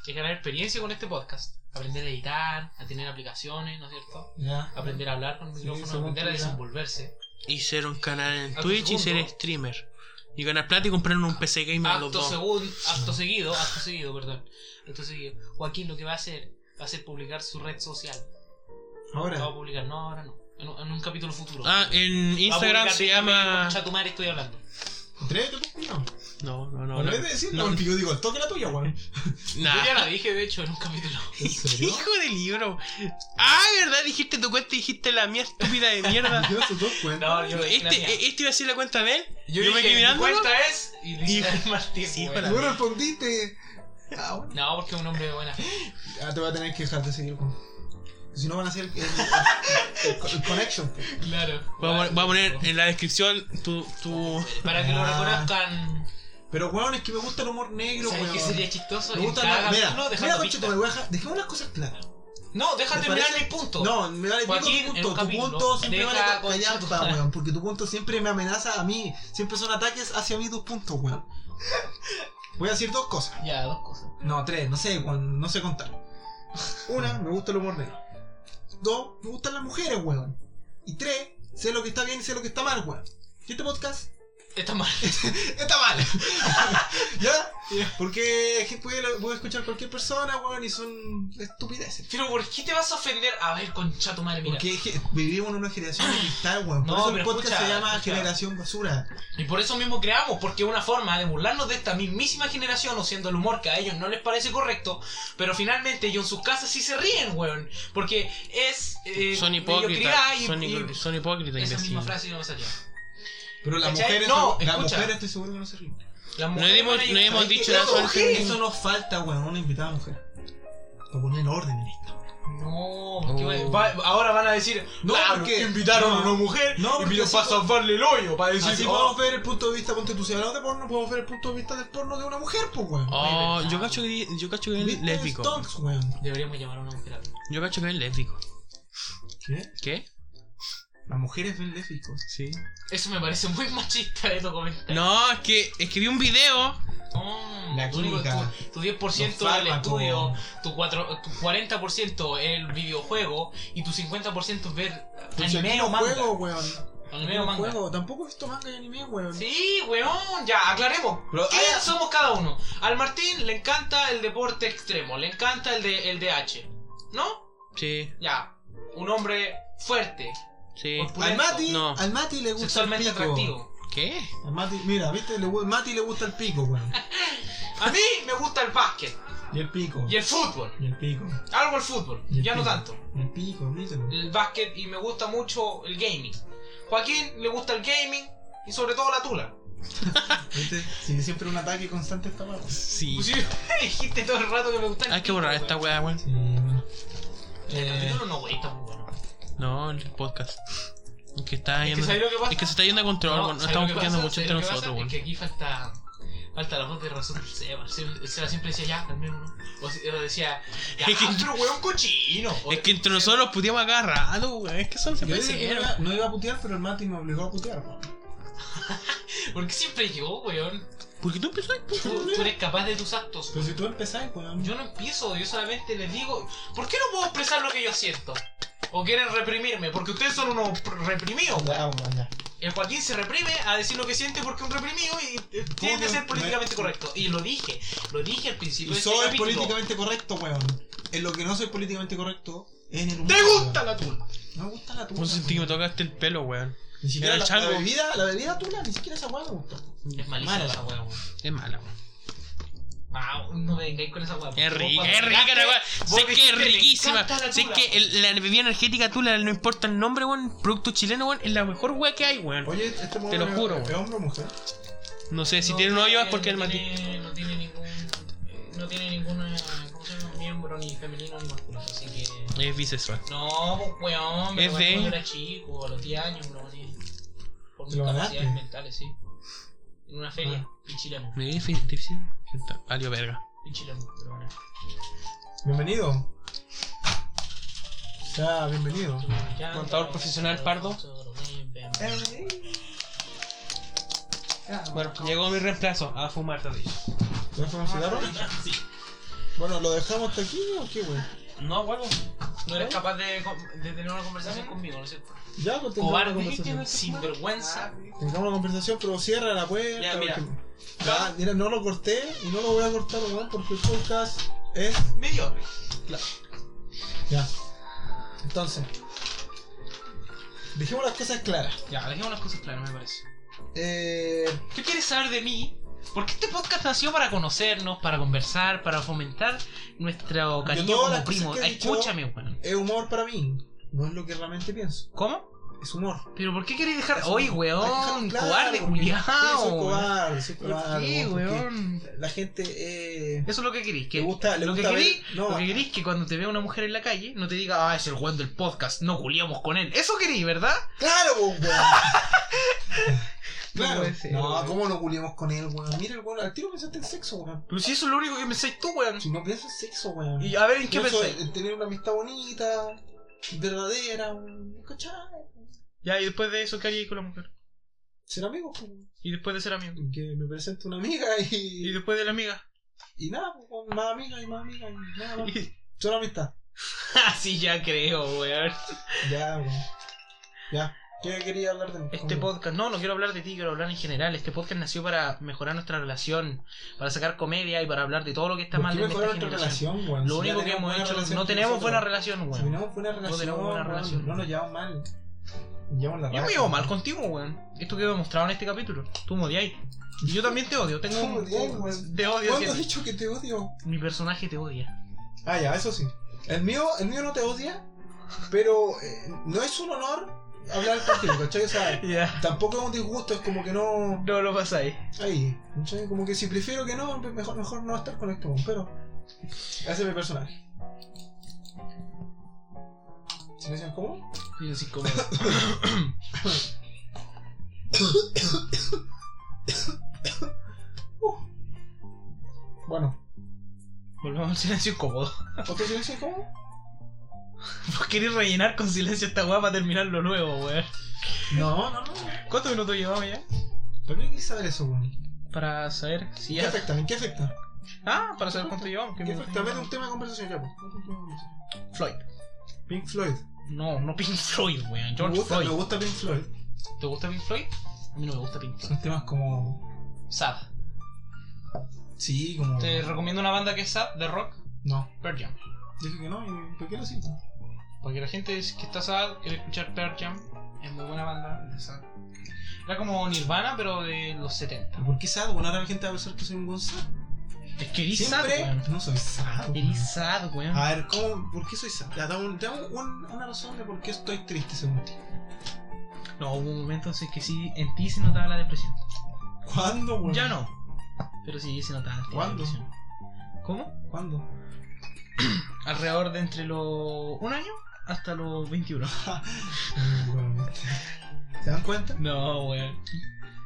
S3: es ganar experiencia con este podcast, aprender a editar, a tener aplicaciones, ¿no es cierto?
S1: Ya.
S3: Aprender a hablar con el
S1: Sí,
S3: micrófono,
S1: según
S3: aprender a
S1: tu idea.
S3: desenvolverse.
S2: Y ser un canal en
S3: Acto
S2: Twitch y ser
S3: segundo.
S2: streamer. Y ganar plata y comprarme un PC gamer a los
S3: Acto,
S2: dos.
S3: segun- acto seguido, acto seguido, perdón. Acto seguido. Joaquín lo que va a hacer va a ser publicar su red social.
S1: Ahora.
S3: Lo va a publicar, no, ahora no. En un, en un capítulo futuro.
S2: Ah, en Instagram se llama.
S3: Chatumar estoy hablando.
S1: Atrévete, pues, culiao.
S2: No, no, no. no.
S1: Atrévete a decirlo,
S2: No.
S1: porque yo digo, el toque la tuya,
S3: [laughs]
S1: weón.
S2: Nah.
S3: Yo ya la dije, de hecho, en un capítulo.
S1: ¿En serio?
S2: [laughs] Hijo de libro. Ah, ¿verdad? Dijiste tu cuenta y dijiste la mía estúpida de mierda.
S1: Yo no dos cuentas.
S3: No, [laughs] yo dije la
S2: este,
S3: mía.
S2: eh, este iba a ser la cuenta de él.
S3: Yo,
S2: yo me
S3: dije,
S2: quedé
S3: mi
S2: mirando,
S3: cuenta es... Y le hice
S2: Hijo-
S3: el Martín,
S2: hijo
S3: güey.
S2: de
S1: No respondiste. Ah, bueno.
S3: No, porque es un hombre de buena fe.
S1: Ah, te voy a tener que dejar de seguir, weón. Si no van a hacer el, el- el- el connection. pues.
S3: Claro.
S2: Voy a, poner- voy a poner en la descripción tu. tu...
S3: Para que lo
S1: Ah.
S3: reconozcan.
S1: Pero, weón, es que me gusta el humor negro,
S3: ¿Sabes
S1: weón.
S3: qué sería chistoso?
S1: Me
S3: En
S1: gusta
S3: cada
S1: la... Mira,
S3: capítulo
S1: mira,
S3: dejando
S1: conchito,
S3: pistas.
S1: me voy a dejar- dejemos las cosas claras.
S3: No, deja
S1: ¿Te
S3: terminar
S1: parece?
S3: mi punto.
S1: No, me vale
S3: Joaquín,
S1: el
S3: en
S1: punto.
S3: un
S1: Tu
S3: capítulo,
S1: punto siempre
S3: deja
S1: vale
S3: con
S1: callado,
S3: Chato.
S1: weón. Porque tu punto siempre me amenaza a mí. Siempre son ataques hacia mí tus puntos, weón. Voy a decir dos cosas.
S3: Ya, dos cosas.
S1: No, tres, no sé, weón, no sé contar. Una, me gusta el humor negro. Dos, me gustan las mujeres, weón. Y tres, sé lo que está bien y sé lo que está mal, weón. Y este podcast [laughs]
S3: Está mal. [laughs]
S1: está mal. [laughs] ¿Ya? Porque es que puede, puede escuchar cualquier persona, weón, y son estupideces.
S3: Pero ¿por qué te vas a ofender? A ver, concha tu madre, mira.
S1: Porque es que vivimos en una generación de cristal, weón. Por
S3: No,
S1: eso el
S3: pero
S1: podcast
S3: escucha,
S1: se llama
S3: escucha.
S1: Generación Basura.
S3: Y por eso mismo creamos, porque es una forma de burlarnos de esta mismísima generación, o siendo el humor que a ellos no les parece correcto, pero finalmente ellos en sus casas sí se ríen, weón. Porque es. eh,
S2: Son
S3: mediocridad
S2: hipócritas.
S3: y-
S2: Son,
S3: y-
S2: hipó- son hipócritas,
S3: Esa
S2: imbécil.
S3: misma frase no me salió.
S1: Pero las
S3: ¿Cachai?
S1: mujeres,
S3: No,
S1: las
S3: escucha.
S1: mujeres estoy seguro que no se ríen.
S3: Las
S2: No
S3: mujeres
S2: hemos-
S3: van a
S2: no
S3: llegar-
S2: hemos
S3: ¿Sabes
S2: dicho
S3: qué?
S2: la
S3: Las
S2: suerte.
S3: mujeres
S1: Eso nos falta, weón, una invitada mujer. Para poner orden en esto.
S3: No,
S2: No.
S3: ¿qué va- va- ahora van a decir,
S1: No,
S3: no,
S1: porque-
S3: porque invitaron
S1: no.
S3: a una mujer
S1: No,
S3: no,
S1: porque
S3: y
S1: así
S3: para
S1: po-
S3: salvarle el hoyo, para decir,
S1: Así
S3: "Oh,
S1: podemos ver el punto de vista, ponte tú, si hablamos de porno, podemos ver el punto de vista del porno de una mujer, pues, weón.
S2: Oh, yo cacho que, yo cacho que es
S1: Viste
S2: lésbico.
S1: Stonks, weón.
S3: deberíamos llamar a una mujer. a mí".
S2: Yo cacho que es lésbico.
S1: ¿Qué?
S2: ¿Qué?
S1: Las mujeres ven lésbicos.
S2: Sí.
S3: Eso me parece muy machista de tu comentario.
S2: No, es que, es que vi un video.
S3: No,
S1: La
S3: tu, único-
S1: química.
S3: tu, tu 10%
S1: Los
S3: del
S1: fármacos.
S3: estudio, tu, cuatro- tu 40% el videojuego y tu 50% ver
S1: Pues si aquí
S3: anime
S1: no
S3: o manga.
S1: juego, weón. Aquí
S3: Anime
S1: no
S3: o manga.
S1: juego. Tampoco he visto manga y anime, weón.
S3: Sí, weón, ya, aclaremos.
S1: Pero-
S3: ¿Qué
S1: ah,
S3: somos cada uno? Al Martín le encanta el deporte extremo, le encanta el de, el de H. ¿No?
S2: Sí,
S3: Ya. Un hombre fuerte,
S2: sí.
S1: Al Mati,
S2: No.
S1: al Mati le gusta el
S3: sexualmente
S1: pico.
S3: atractivo.
S2: ¿Qué?
S1: Al Mati, mira, viste, le, gu- Mati le gusta el pico,
S3: [laughs]
S1: weón.
S3: A mí me gusta el básquet
S1: Y el pico.
S3: y el fútbol.
S1: Y el pico.
S3: Algo el fútbol,
S1: Y el
S3: ya no
S1: pico.
S3: tanto.
S1: Y El pico, míralo.
S3: el básquet y me gusta mucho el gaming. Joaquín le gusta el gaming y sobre todo la tula.
S1: Viste, sí, siempre un ataque constante esta weón.
S2: Sí.
S3: Pues sí, [laughs] dijiste todo el rato que me gusta el
S2: Hay que borrar esta weá, weón.
S1: Sí, weón.
S3: El
S1: Eh,
S3: capítulo no, güey, está muy bueno.
S2: No, el podcast. Es que está
S3: Es que
S2: yendo.
S3: ¿sabes lo que pasa?
S2: Es que se está yendo a control, weón.
S3: ¿sabes
S2: No
S3: lo
S2: estamos
S3: que
S2: peleando
S3: pasa?
S2: mucho
S3: ¿Sabes
S2: entre
S3: lo que
S2: nosotros,
S3: pasa?
S2: weón.
S3: Es que aquí falta, falta la voz de razón del Seba. El Seba- el Seba siempre decía ya, calmemos, ¿no? O, si- o decía, ya,
S2: Es que-
S3: pero weón cochino. O-
S2: Es que entre nosotros puteamos acá rato, weón. Es que son se
S1: yo dije que no
S2: parecieron.
S1: iba- no iba a putear, pero el Mati me obligó a putear. weón.
S3: ¿Por qué siempre yo, weón?
S2: ¿Por qué tú empezaste?
S3: Tú, tú eres capaz de tus actos.
S1: Pero si tú empezás, weón.
S3: Yo no empiezo, yo solamente les digo, ¿por qué no puedo expresar lo que yo siento? ¿O quieren reprimirme? Porque ustedes son unos pr- reprimidos. weón.
S1: Ya, Oh, weón, ya.
S3: El Joaquín se reprime a decir lo que siente porque es un reprimido y eh, tiene que
S1: no?
S3: ser políticamente correcto. Y lo dije, lo dije al principio.
S1: Y
S3: de este
S1: soy
S3: capítulo.
S1: políticamente correcto, weón. En lo que no soy políticamente correcto es en el humor.
S3: ¡Te gusta
S1: weón.
S3: la tula!
S1: No me gusta la tuna.
S2: Un sentí que me tocaste el pelo, weón.
S1: Ni siquiera la,
S2: Era el
S1: la
S2: chango.
S1: bebida, la bebida tuna, ni siquiera esa weá me gusta.
S3: Es malísima
S5: Mala
S3: esa
S5: esa
S3: weá.
S5: weá, weón.
S2: Es mala, weón.
S5: Ah, no me vengáis con esa weá.
S2: Es
S5: Vos
S2: rica,
S5: cuando
S2: es rica la weá.
S5: vos
S2: Sé que es
S5: dijiste, "Me
S2: riquísima.
S5: encanta la
S2: Sé
S5: tula".
S2: que el- la bebida energética tula, no importa el nombre, weón. Producto chileno, weón. Es la mejor weá que hay, weón.
S1: Oye, este
S2: Te lo juro,
S1: ¿Es
S2: weón.
S1: hombre o mujer?
S2: No sé, eh, si
S5: No
S2: tiene un hoyo es
S5: tiene-
S2: porque el
S5: no
S2: Martín.
S5: tiene- No tiene ningún. eh, No tiene ninguna. ¿Cómo se llama? Miembro ni femenino ni masculino, así que.
S2: Es bisexual.
S5: No, pues weón, me
S2: Es
S5: lo
S2: de-
S5: tomé cuando era chico, a los 10 años, lo gané. Por mis
S1: ¿Lo
S5: capacidades
S1: ganaste? Ah.
S5: mentales, sí. En una feria, pichilano,
S2: Me di fin- tip- sí. Está- Valió verga.
S5: pichilano, lo gané.
S1: Bienvenido. Sea bienvenido.
S5: Tú me encanta,
S2: Contador
S5: lo
S2: profesional,
S5: gané,
S2: Pardo.
S5: todo lo gané,
S1: Eh,
S2: Bueno, llegó mi reemplazo a fumar también.
S1: ¿Ya fue un cigarro?
S4: Sí.
S1: Bueno, ¿lo dejamos hasta aquí o qué, weón?
S4: No, bueno.
S5: No eres capaz de, com- de tener una conversación conmigo, ¿no es cierto?
S1: Ya, pues tengamos una
S5: Cobarde,
S1: conversación.
S5: sin vergüenza.
S1: Tengamos una conversación, pero cierra la puerta.
S4: Ya, mira.
S1: porque- Ya, mira, no lo corté y no lo voy a cortar, weón, porque el podcast es.
S4: Medio.
S1: Ya. Entonces. Dejemos las cosas claras.
S3: Ya, dejemos las cosas claras, me parece.
S1: Eh.
S3: ¿Qué quieres saber de mí? Porque este podcast nació para conocernos, para conversar, para fomentar nuestro cariño
S1: todas
S3: como
S1: las cosas
S3: primos.
S1: que he
S3: Ay,
S1: dicho-
S3: Escúchame, weón.
S1: es humor para mí. No es lo que realmente pienso.
S3: ¿Cómo?
S1: Es humor.
S3: ¿Pero por qué queréis dejar?
S1: Eso,
S3: ¡Oye,
S1: hay que
S3: weón!
S1: dejarlo claro,
S3: ¡Cobarde,
S1: porque- Sí, soy
S3: culiao!
S1: cobarde, soy
S3: ¿Por
S1: cobarde.
S3: qué,
S1: weón, porque
S3: weón?
S1: La gente. Eh,
S3: Eso es lo que queréis. Que
S1: le gusta, le
S3: lo, que
S1: gusta ver-
S3: querí,
S1: no,
S3: lo que querí es que cuando te vea una mujer en la calle no te diga, ah, es el weón del podcast, no culiamos con él. Eso querí, ¿verdad?
S1: Claro, po, weón. [laughs]
S3: No
S1: claro.
S3: puede ser,
S1: No,
S3: weón.
S1: ¿cómo no culiamos con él, weón? Mira el weón, al tiro pensaste en sexo, weón.
S3: Pero si eso es lo único que pensáis tú, weón.
S1: Si no piensas en sexo, weón.
S3: Y a ver, ¿en qué
S1: Pienso
S3: pensáis?
S1: en tener una amistad bonita, verdadera, weón. ¿Cachai?
S2: Ya, y después de eso, ¿qué haríais con la mujer?
S1: Ser amigos, weón.
S2: Y después de ser amigo.
S1: Que me presente una amiga
S2: Y
S1: y.
S2: después de la amiga.
S1: Y nada, pues, weón, más amiga y más amiga y nada más. Solo amistad.
S3: [laughs] Así ya creo, weón.
S1: Ya, weón. Ya. ¿Qué quería hablar de
S3: Este podcast, no, no quiero hablar de ti, quiero hablar en general. Este podcast nació para mejorar nuestra relación, para sacar comedia y para hablar de todo lo que está
S1: ¿Por
S3: mal
S1: qué
S3: en esta
S1: mejorar
S3: generación.
S1: nuestra relación, weón?
S3: Lo
S1: Si ya
S3: único que
S1: tenemos
S3: hemos
S1: buena
S3: hecho,
S1: relación
S3: no
S1: con
S3: tenemos
S1: nosotros.
S3: buena relación,
S1: Si
S3: weón.
S1: tenemos buena relación,
S3: tenemos buena
S1: weón,
S3: relación.
S1: No nos llevamos mal. Nos llevamos la
S3: Yo me
S1: raja.
S3: llevo mal contigo, weón. Esto quedó demostrado en este capítulo. Tú me odiáis. Y yo también te odio. Tengo
S1: Tú me odiáis,
S3: un...
S1: weón.
S3: Te odio.
S1: ¿Cuándo has
S3: siempre.
S1: dicho que te odio?
S3: Mi personaje te odia.
S1: Ah, ya, eso sí. El mío, el mío no te odia, pero eh, no es un honor hablar contigo, ¿cachai? O sea,
S3: Ya.
S1: tampoco es un disgusto, es como que no.
S3: No lo pasáis.
S1: Ahí, ¿cachai? Como que si prefiero que no, mejor, mejor no estar con este, weón, pero. Ese es mi personaje. ¿Silencio incómodo?
S3: Y así
S1: [laughs]
S3: como-
S1: Bueno,
S3: Volvamos al silencio incómodo. [laughs]
S1: ¿otro silencio incómodo?
S3: Vos querés rellenar con silencio esta weá para terminarlo luego, weón.
S1: No, no, no.
S3: ¿Cuántos minutos llevamos ya?
S1: ¿Para qué quieres saber eso, weón?
S3: Para saber si
S1: ¿Qué
S3: ya.
S1: afecta? ¿En qué afecta?
S3: Ah, para saber cuánto llevamos. qué
S1: ¿Qué
S3: minutos
S1: afecta? Mete un
S3: llevamos.
S1: tema de conversación ya, pues.
S3: Floyd.
S1: Pink Floyd.
S3: No, no Pink Floyd, weón.
S1: Me
S3: George
S1: gusta, me
S3: Floyd.
S1: gusta Pink Floyd.
S3: ¿Te gusta Pink Floyd? A mí no me gusta Pink Floyd.
S1: Son temas como.
S3: Sad.
S1: Sí, como.
S3: Te recomiendo una banda que es sad, de rock,
S1: No.
S3: Pearl Jam.
S1: Dije que no, ¿y por qué lo siento?
S3: Porque la gente es- que está sad quiere escuchar Pearl Jam. Es muy buena banda de sad. Era como Nirvana, pero de los 70.
S1: ¿Por qué sad? Bueno, ahora la gente va a pensar que soy un buen sad.
S3: Es que eres sad,
S1: Siempre.
S3: weón.
S1: No soy sad. weón.
S3: Eres sad, Ah, weón. Ah.
S1: A ver, ¿cómo? ¿Por qué soy sad? Ya, dame un- dame un- una razón de por qué estoy triste, según ti.
S3: No, hubo un momento en que sí, en ti se notaba la depresión.
S1: ¿Cuándo, weón?
S3: Ya no. Pero sí, se notaba. en ti la
S1: ¿Cuándo?
S3: depresión. ¿Cómo?
S1: ¿Cuándo?
S3: Alrededor de entre los. un año hasta los 21.
S1: Weón, Mm, [laughs] ¿Se dan cuenta?
S3: [laughs] No, weón.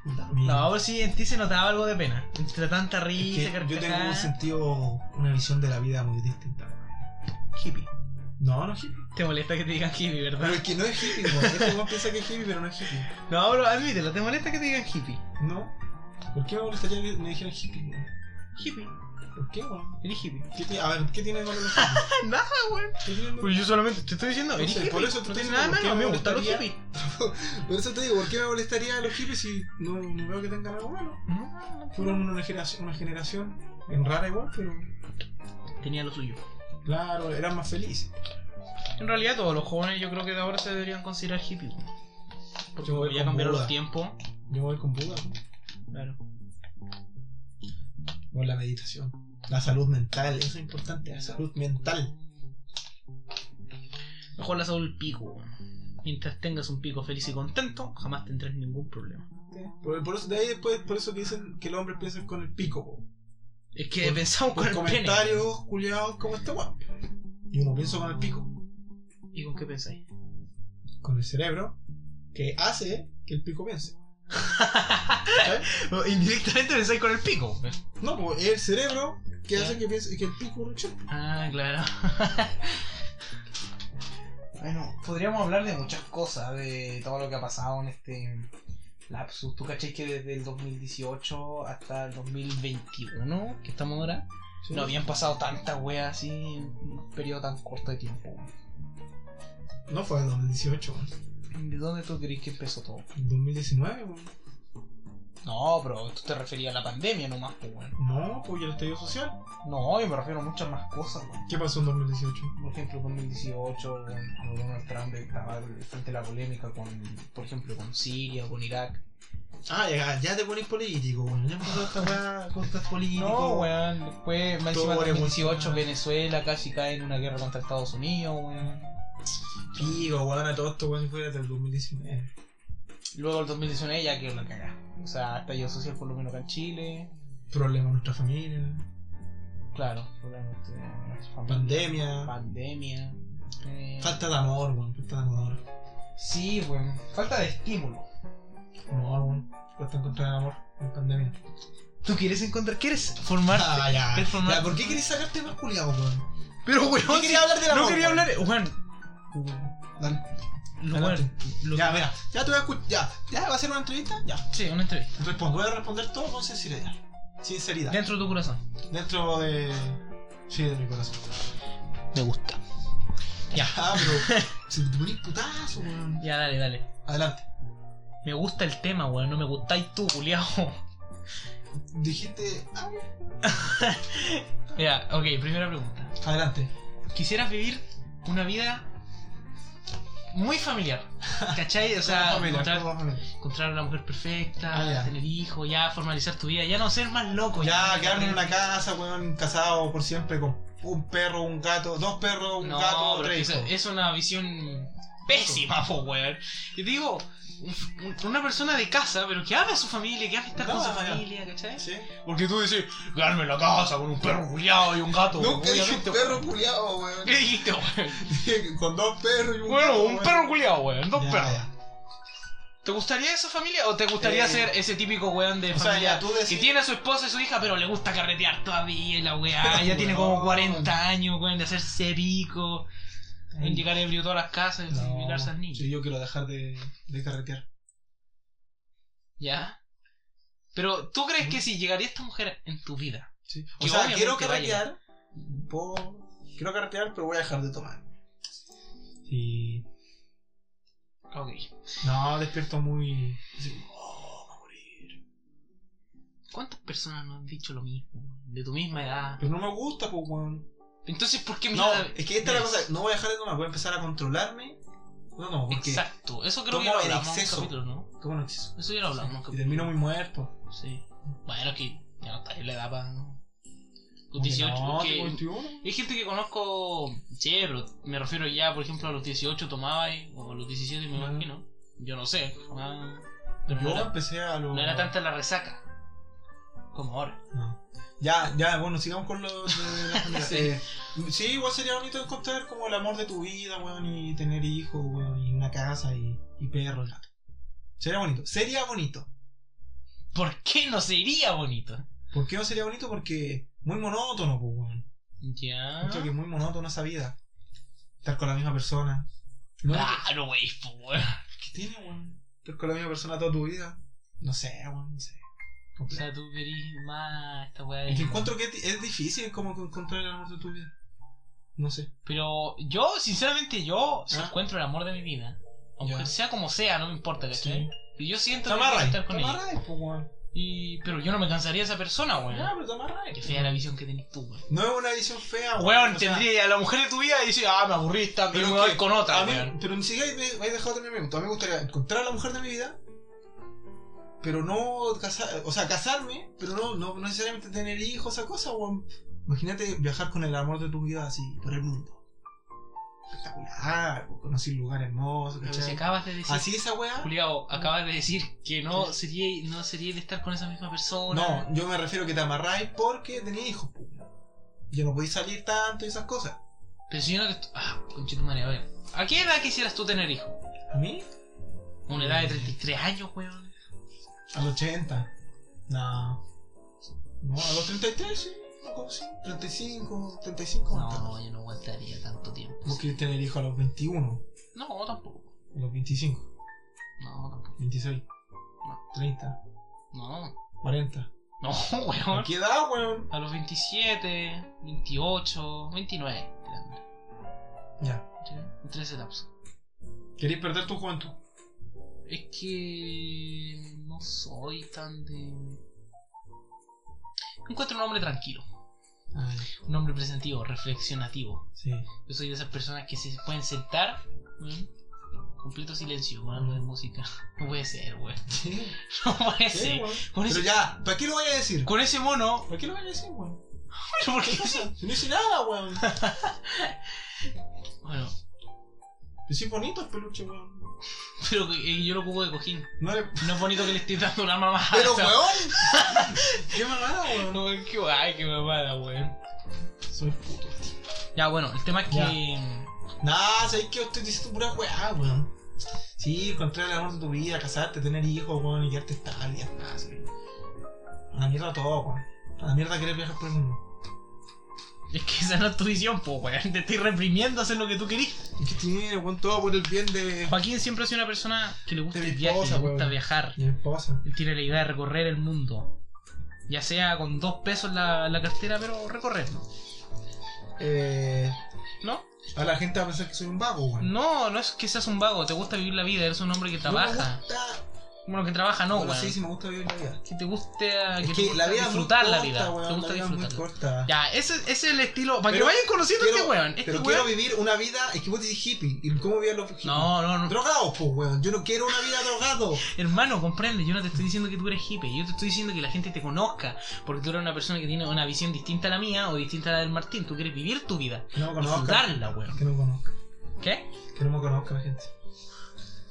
S3: No,
S1: Mira,
S3: ahora sí, en ti se notaba algo de pena. Entre tanta
S1: es que
S3: risa,
S1: yo tengo un
S3: carcajada.
S1: sentido, una visión de la vida muy distinta.
S3: Hippie.
S1: No, no es hippie.
S3: Te molesta que te digan hippie, ¿verdad?
S1: Pero es que no es hippie, weón. Este weón piensa que es hippie, pero no es hippie.
S3: No, bro, admítelo, te molesta que te digan hippie.
S1: No. ¿Por qué me molestaría que me dijeran hippie, weón?
S3: Hippie,
S1: ¿Por qué, weón?
S3: eres hippie.
S1: ¿Qué ti- a ver, ¿qué tiene de malo los hippies?
S3: [laughs] Nada, weón.
S1: ¿Qué tiene de malo?
S3: Pues yo solamente te estoy diciendo,
S1: No
S3: eres
S1: sé,
S3: hippie.
S1: por eso te
S3: no
S1: estoy
S3: tiene
S1: diciendo
S3: nada
S1: por qué
S3: malo, a mí
S1: me
S3: me gustan los
S1: gustaría-
S3: hippies.
S1: Por eso te digo, ¿por qué me molestaría a los hippies si no, no veo que tengan algo malo? Fueron una generación, una generación en rara igual, pero
S3: Tenía lo suyo.
S1: claro, eran más felices.
S3: En realidad todos los jóvenes yo creo que de ahora se deberían considerar hippies. weón. Porque
S1: Yo voy
S3: ya
S1: con
S3: cambiaron
S1: Buda.
S3: los tiempos.
S1: Yo voy con Buda.
S3: Claro.
S1: Con la meditación. La salud mental, eso es importante, la salud mental.
S3: Mejor la salud del pico, weón. Mientras tengas un pico feliz y contento, jamás tendrás ningún problema.
S1: Por, por eso, de ahí después, por eso que dicen que los hombres piensan con el pico, po.
S3: Es que
S1: Por-
S3: pensamos con
S1: Por
S3: el pene.
S1: comentarios culiados como este weón. Y uno piensa con el pico,
S3: ¿Y con qué pensáis?
S1: con el cerebro, que hace que el pico piense.
S3: Indirectamente pensáis con el pico. weón.
S1: No, pues es el cerebro que
S3: Ya.
S1: hace que piense que el pico reaccione.
S3: Ah, [laughs] claro.
S1: Bueno,
S3: Podríamos hablar de muchas cosas, de todo lo que ha pasado en este lapsus. ¿Tú cachés que desde el 2018 hasta el 2021, que estamos ahora,
S1: Sí.
S3: no habían pasado tantas weas así en un periodo tan corto de tiempo?
S1: no fue en 2018, weón.
S3: ¿De dónde tú crees que empezó todo?
S1: En 2019, weón.
S3: No, pero tú te referías a la pandemia nomás, pues bueno.
S1: No, pues y el estallido social.
S3: No, yo me refiero a muchas más cosas, weón.
S1: ¿Qué pasó en 2018?
S3: Por ejemplo, 2018, weón, cuando Donald Trump estaba frente a la polémica con, por ejemplo, con Siria, con Irak.
S1: Ah, ya, ya te pones político, weón. Ya empezó esta [laughs] weá con estas políticos.
S3: No, weón, después, más encima
S1: Todo
S3: 2018,
S1: emocionado.
S3: Venezuela casi cae en una guerra contra Estados Unidos, weón.
S1: Pico, weón, a todo esto, weón, fue desde el 2019.
S3: Luego el 2019 ya quedó la cagada. O sea, estallido social por lo menos acá en Chile.
S1: Problema en nuestra familia,
S3: Claro, problema de nuestra familia.
S1: pandemia,
S3: Pandemia. eh,
S1: falta de amor, weón, falta de amor.
S3: sí, weón. Falta de estímulo.
S1: Amor, weón, cuesta encontrar el amor en pandemia.
S3: ¿Tú quieres encontrar? ¿Quieres formarte?
S1: Ah, ya.
S3: ¿Quieres formarte?
S1: Ya, ¿Por qué querés sacarte más culiados, weón?
S3: Pero, weón,
S1: Yo quería hablar del
S3: no
S1: amor,
S3: quería
S1: weón.
S3: hablar. Weón,
S1: Dale.
S3: lo-
S1: Adelante.
S3: weón, lo-
S1: Ya, mira, ya te voy a escuchar. Ya, ya, va a ser una entrevista, ya.
S3: Sí, una entrevista.
S1: Respondo, voy a responder todo con sinceridad. Sinceridad.
S3: Dentro de tu corazón.
S1: Dentro de. Sí, de mi corazón.
S3: Me gusta.
S1: Ya,
S3: [laughs]
S1: pero. Se te ponís putazo, weón.
S3: Ya, dale, dale.
S1: Adelante.
S3: Me gusta el tema, weón. No me gustáis tú, culiao. [laughs]
S1: Dijiste. ah,
S3: Ya, ok, primera pregunta.
S1: Adelante.
S3: ¿Quisieras vivir una vida muy [laughs] familiar? ¿Cachai? O sea,
S1: Todo familiar,
S3: encontrar,
S1: todo familiar.
S3: encontrar a la mujer perfecta,
S1: Ah, ya.
S3: tener hijos, ya formalizar tu vida, ya no ser más loco.
S1: Ya, quedarme en una casa, weón, casado por siempre con un perro, un gato, dos perros, un
S3: No,
S1: gato,
S3: pero
S1: tres.
S3: es, que
S1: hijos.
S3: esa- es una visión pésima, po, weón. Yo digo, un- un- una persona de casa, pero que ame a su familia, que ame estar
S1: No,
S3: con su
S1: ya.
S3: familia, ¿cachai?
S1: ¿Sí?
S3: Porque tú decís, quedarme en la casa con un perro culiado y un gato.
S1: Nunca dije un
S3: obviamente,
S1: perro culiado, weón.
S3: [laughs] ¿Qué dijiste, weón?
S1: Dije, Con dos perros y un
S3: Bueno,
S1: gato,
S3: un
S1: weón.
S3: perro culiado, weón. Dos
S1: Ya,
S3: perros.
S1: ya.
S3: ¿Te gustaría esa familia o te gustaría
S1: Eh,
S3: ser ese típico weón de
S1: o sea,
S3: familia
S1: ya tú decís-
S3: que tiene a su esposa y su hija, pero le gusta carretear todavía y la weá? Ah, ya tiene
S1: Weón.
S3: como 40 años, weón, de hacerse pico, en llegar ebrio a todas las casas y
S1: No,
S3: violarse al niño.
S1: sí, yo quiero dejar de, de carretear.
S3: ¿Ya? Pero tú
S1: Mm.
S3: crees que si llegaría esta mujer en tu vida,
S1: Sí. O
S3: Que
S1: sea,
S3: obviamente
S1: quiero
S3: vaya.
S1: carretear. puedo- Quiero carretear, pero voy a dejar de tomar. Sí.
S3: ok.
S1: No, despierto muy. así, Oh, me morir.
S3: ¿Cuántas personas no han dicho lo mismo? weón? De tu misma edad.
S1: Pero no me gusta, pues, weón.
S3: Entonces, ¿por qué
S1: No,
S3: mierda-
S1: es que esta es la cosa. No voy a dejar de tomar, voy a empezar a controlarme. No, no, porque.
S3: Exacto, eso creo que
S1: Tomo
S3: lo
S1: en
S3: hablamos en un
S1: exceso.
S3: capítulo, ¿no?
S1: Tomo en exceso.
S3: Eso ya lo hablamos en
S1: [laughs]
S3: un
S1: Y
S3: capítulo.
S1: termino muy muerto.
S3: Sí. Bueno, que ya no está en la edad para. Los
S1: Como que
S3: 18.
S1: No,
S3: que-
S1: tengo 21.
S3: Hay gente que conozco. Sí, pero me refiero ya, por ejemplo, a los 18 tomaba y- o a los 17 me
S1: Ujú.
S3: imagino. Yo no sé. ah, Pero no
S1: Yo
S3: era,
S1: empecé a lo.
S3: no era tanta la resaca. Como ahora.
S1: No. Ya, ya, bueno, sigamos con lo de
S3: [laughs]
S1: la familia.
S3: Sí.
S1: Eh, sí, igual sería bonito encontrar como el amor de tu vida, weón, y tener hijos, weón, y una casa, y, y perros, gato. Sería bonito, sería bonito.
S3: ¿Por qué no sería bonito?
S1: ¿Por qué no sería bonito? Porque muy monótono, pues, weón.
S3: Ya.
S1: Creo que es muy monótono esa vida. Estar con la misma persona. No,
S3: Claro, wey, po, Ah, weón.
S1: ¿Qué tiene, weón? Estar con la misma persona toda tu vida. No sé, weón, no sé.
S3: O sea, tú querís más esta weá de.
S1: Es que encuentro que es di- es difícil como que encontrar el amor de tu vida. No sé.
S3: Pero yo, sinceramente, yo, si
S1: Ah.
S3: encuentro el amor de mi vida, aunque
S1: Ya.
S3: sea como sea, no me importa, ¿cachai?
S1: Sí.
S3: Yo siento
S1: Te
S3: que quiero
S1: amarras,
S3: estar
S1: te
S3: con ella.
S1: amarras, pues, weón.
S3: Y, pero yo no me cansaría de esa persona,
S1: Ah,
S3: weón.
S1: pero está más raro.
S3: Qué fea la visión que tenés tú, weón.
S1: No es una visión fea, weón.
S3: Ah, Weón,
S1: o sea,
S3: tendría a la mujer de tu vida y dices, ah, me aburriste, pero
S1: Pero
S3: me
S1: es
S3: voy
S1: que
S3: con otra,
S1: a mí-
S3: weón.
S1: pero ni siquiera me, me he dejado terminar mi pregunta. A mí me gustaría encontrar a la mujer de mi vida, pero no casar, o sea, casarme, pero no, no, no necesariamente tener hijos, esa cosa, weón. Imagínate viajar con el amor de tu vida así, por el mundo. Espectacular, weón, conocer lugares hermosos,
S3: Pero si
S1: ¿cachai?
S3: acabas de decir,
S1: Así esa weá.
S3: Juliao, acabas de decir que no sería, no sería de estar con esa misma persona.
S1: No, yo me refiero que te amarráis porque tenía hijos, po. Ya no podéis salir tanto y esas cosas.
S3: Pero si yo no te. estu- Ah, conchetumare, a ver. ¿A qué edad quisieras tú tener hijos?
S1: ¿A mí?
S3: Una edad de 33 años, weón.
S1: A los 80. No. No, a los 33, sí. Una cosa así. 35, 35.
S3: No,
S1: ¿no?
S3: yo no aguantaría tanto tiempo.
S1: Vos querés tener hijos a los 21,
S3: No, tampoco.
S1: a los 25,
S3: No, tampoco.
S1: 26,
S3: No.
S1: 30,
S3: No.
S1: 40.
S3: No, [laughs]
S1: ¿A
S3: weón.
S1: qué edad, weón?
S3: A los 27, 28, 29. tirando.
S1: Ya.
S3: ¿Sí? Entre ese lapso.
S1: ¿Querés perder tu juventud?
S3: Es que no soy tan de. Encuentro un hombre tranquilo,
S1: Ay,
S3: un hombre presentivo, reflexionativo.
S1: sí.
S3: Yo soy de esas personas que se pueden sentar, weón, completo silencio, con algo de música. No puede ser, weón. [laughs]
S1: Sí,
S3: No puede
S1: sí,
S3: ser.
S1: weón.
S3: Con
S1: Pero
S3: ese,
S1: ya, ¿para qué lo vaya a decir?
S3: con ese mono.
S1: ¿Para qué lo vaya a decir, weón?
S3: Pero ¿por
S1: ¿Qué
S3: qué?
S1: pasa? Si no hice nada, weón.
S3: [laughs] Bueno,
S1: Yo soy bonito el peluche, weón.
S3: pero eh, yo lo ocupo de cojín.
S1: No le...
S3: No es bonito que le estés dando una mamada.
S2: Ah,
S1: Pero,
S3: o sea,
S1: weón. ¿Qué mamada, weón?
S3: No, es que, ay, qué mamada, weón.
S1: Soy puto.
S3: Ya, bueno, el tema es que. eh,
S1: Nah, sabes que estoy diciendo pura weá, weón. Sí, encontrar el amor de tu vida, casarte, tener hijos, weón, y quedarte estable, ya está, sí. A la mierda todo, weón. A la mierda querer viajar por el mundo.
S3: Es que esa no es tu visión, po, weón. Te estoy reprimiendo a hacer lo que tú querís.
S1: ¿Y qué tiene, weón? Todo por el bien de.
S3: Joaquín siempre ha sido una persona que le gusta
S1: De mi
S3: el viaje,
S1: esposa,
S3: le gusta
S1: weón.
S3: viajar.
S1: Y mi esposa.
S3: Él tiene la idea de recorrer el mundo. Ya sea con dos pesos en la, la cartera, pero recorrerlo.
S1: Eh.
S3: ¿No?
S1: A la gente va a pensar que soy un vago, weón.
S3: No, no es que seas un vago, te gusta vivir la vida, eres un hombre que
S1: No me
S3: trabaja.
S1: gusta.
S3: Bueno, que trabaja no,
S1: Bueno,
S3: weón.
S1: sí, sí, me gusta vivir la vida.
S3: Que te guste,
S1: Es
S3: que
S1: que,
S3: te gusta
S1: la vida es muy
S3: disfrutar la
S1: corta,
S3: vida.
S1: weón,
S3: te gusta
S1: la vida es muy
S3: disfrutarla.
S1: corta.
S3: Ya, ese, ese es el estilo. Para que
S1: Pero
S3: vayan conociendo a
S1: quiero-
S3: este weón. Este
S1: Pero
S3: weón.
S1: quiero vivir una vida. Es que vos decís hippie. ¿Y cómo vivían los hippies?
S3: No, no, no.
S1: Drogados, pues, weón. Yo no quiero una vida drogado.
S3: Hermano, comprende, yo no te estoy diciendo que tú eres hippie, yo te estoy diciendo que la gente te conozca, porque tú eres una persona que tiene una visión distinta a la mía o distinta a la del Martín, tú quieres vivir tu vida,
S1: Que no me conozca.
S3: disfrutarla, weón.
S1: Que no me conozca.
S3: ¿Qué?
S1: Que no me conozca la gente.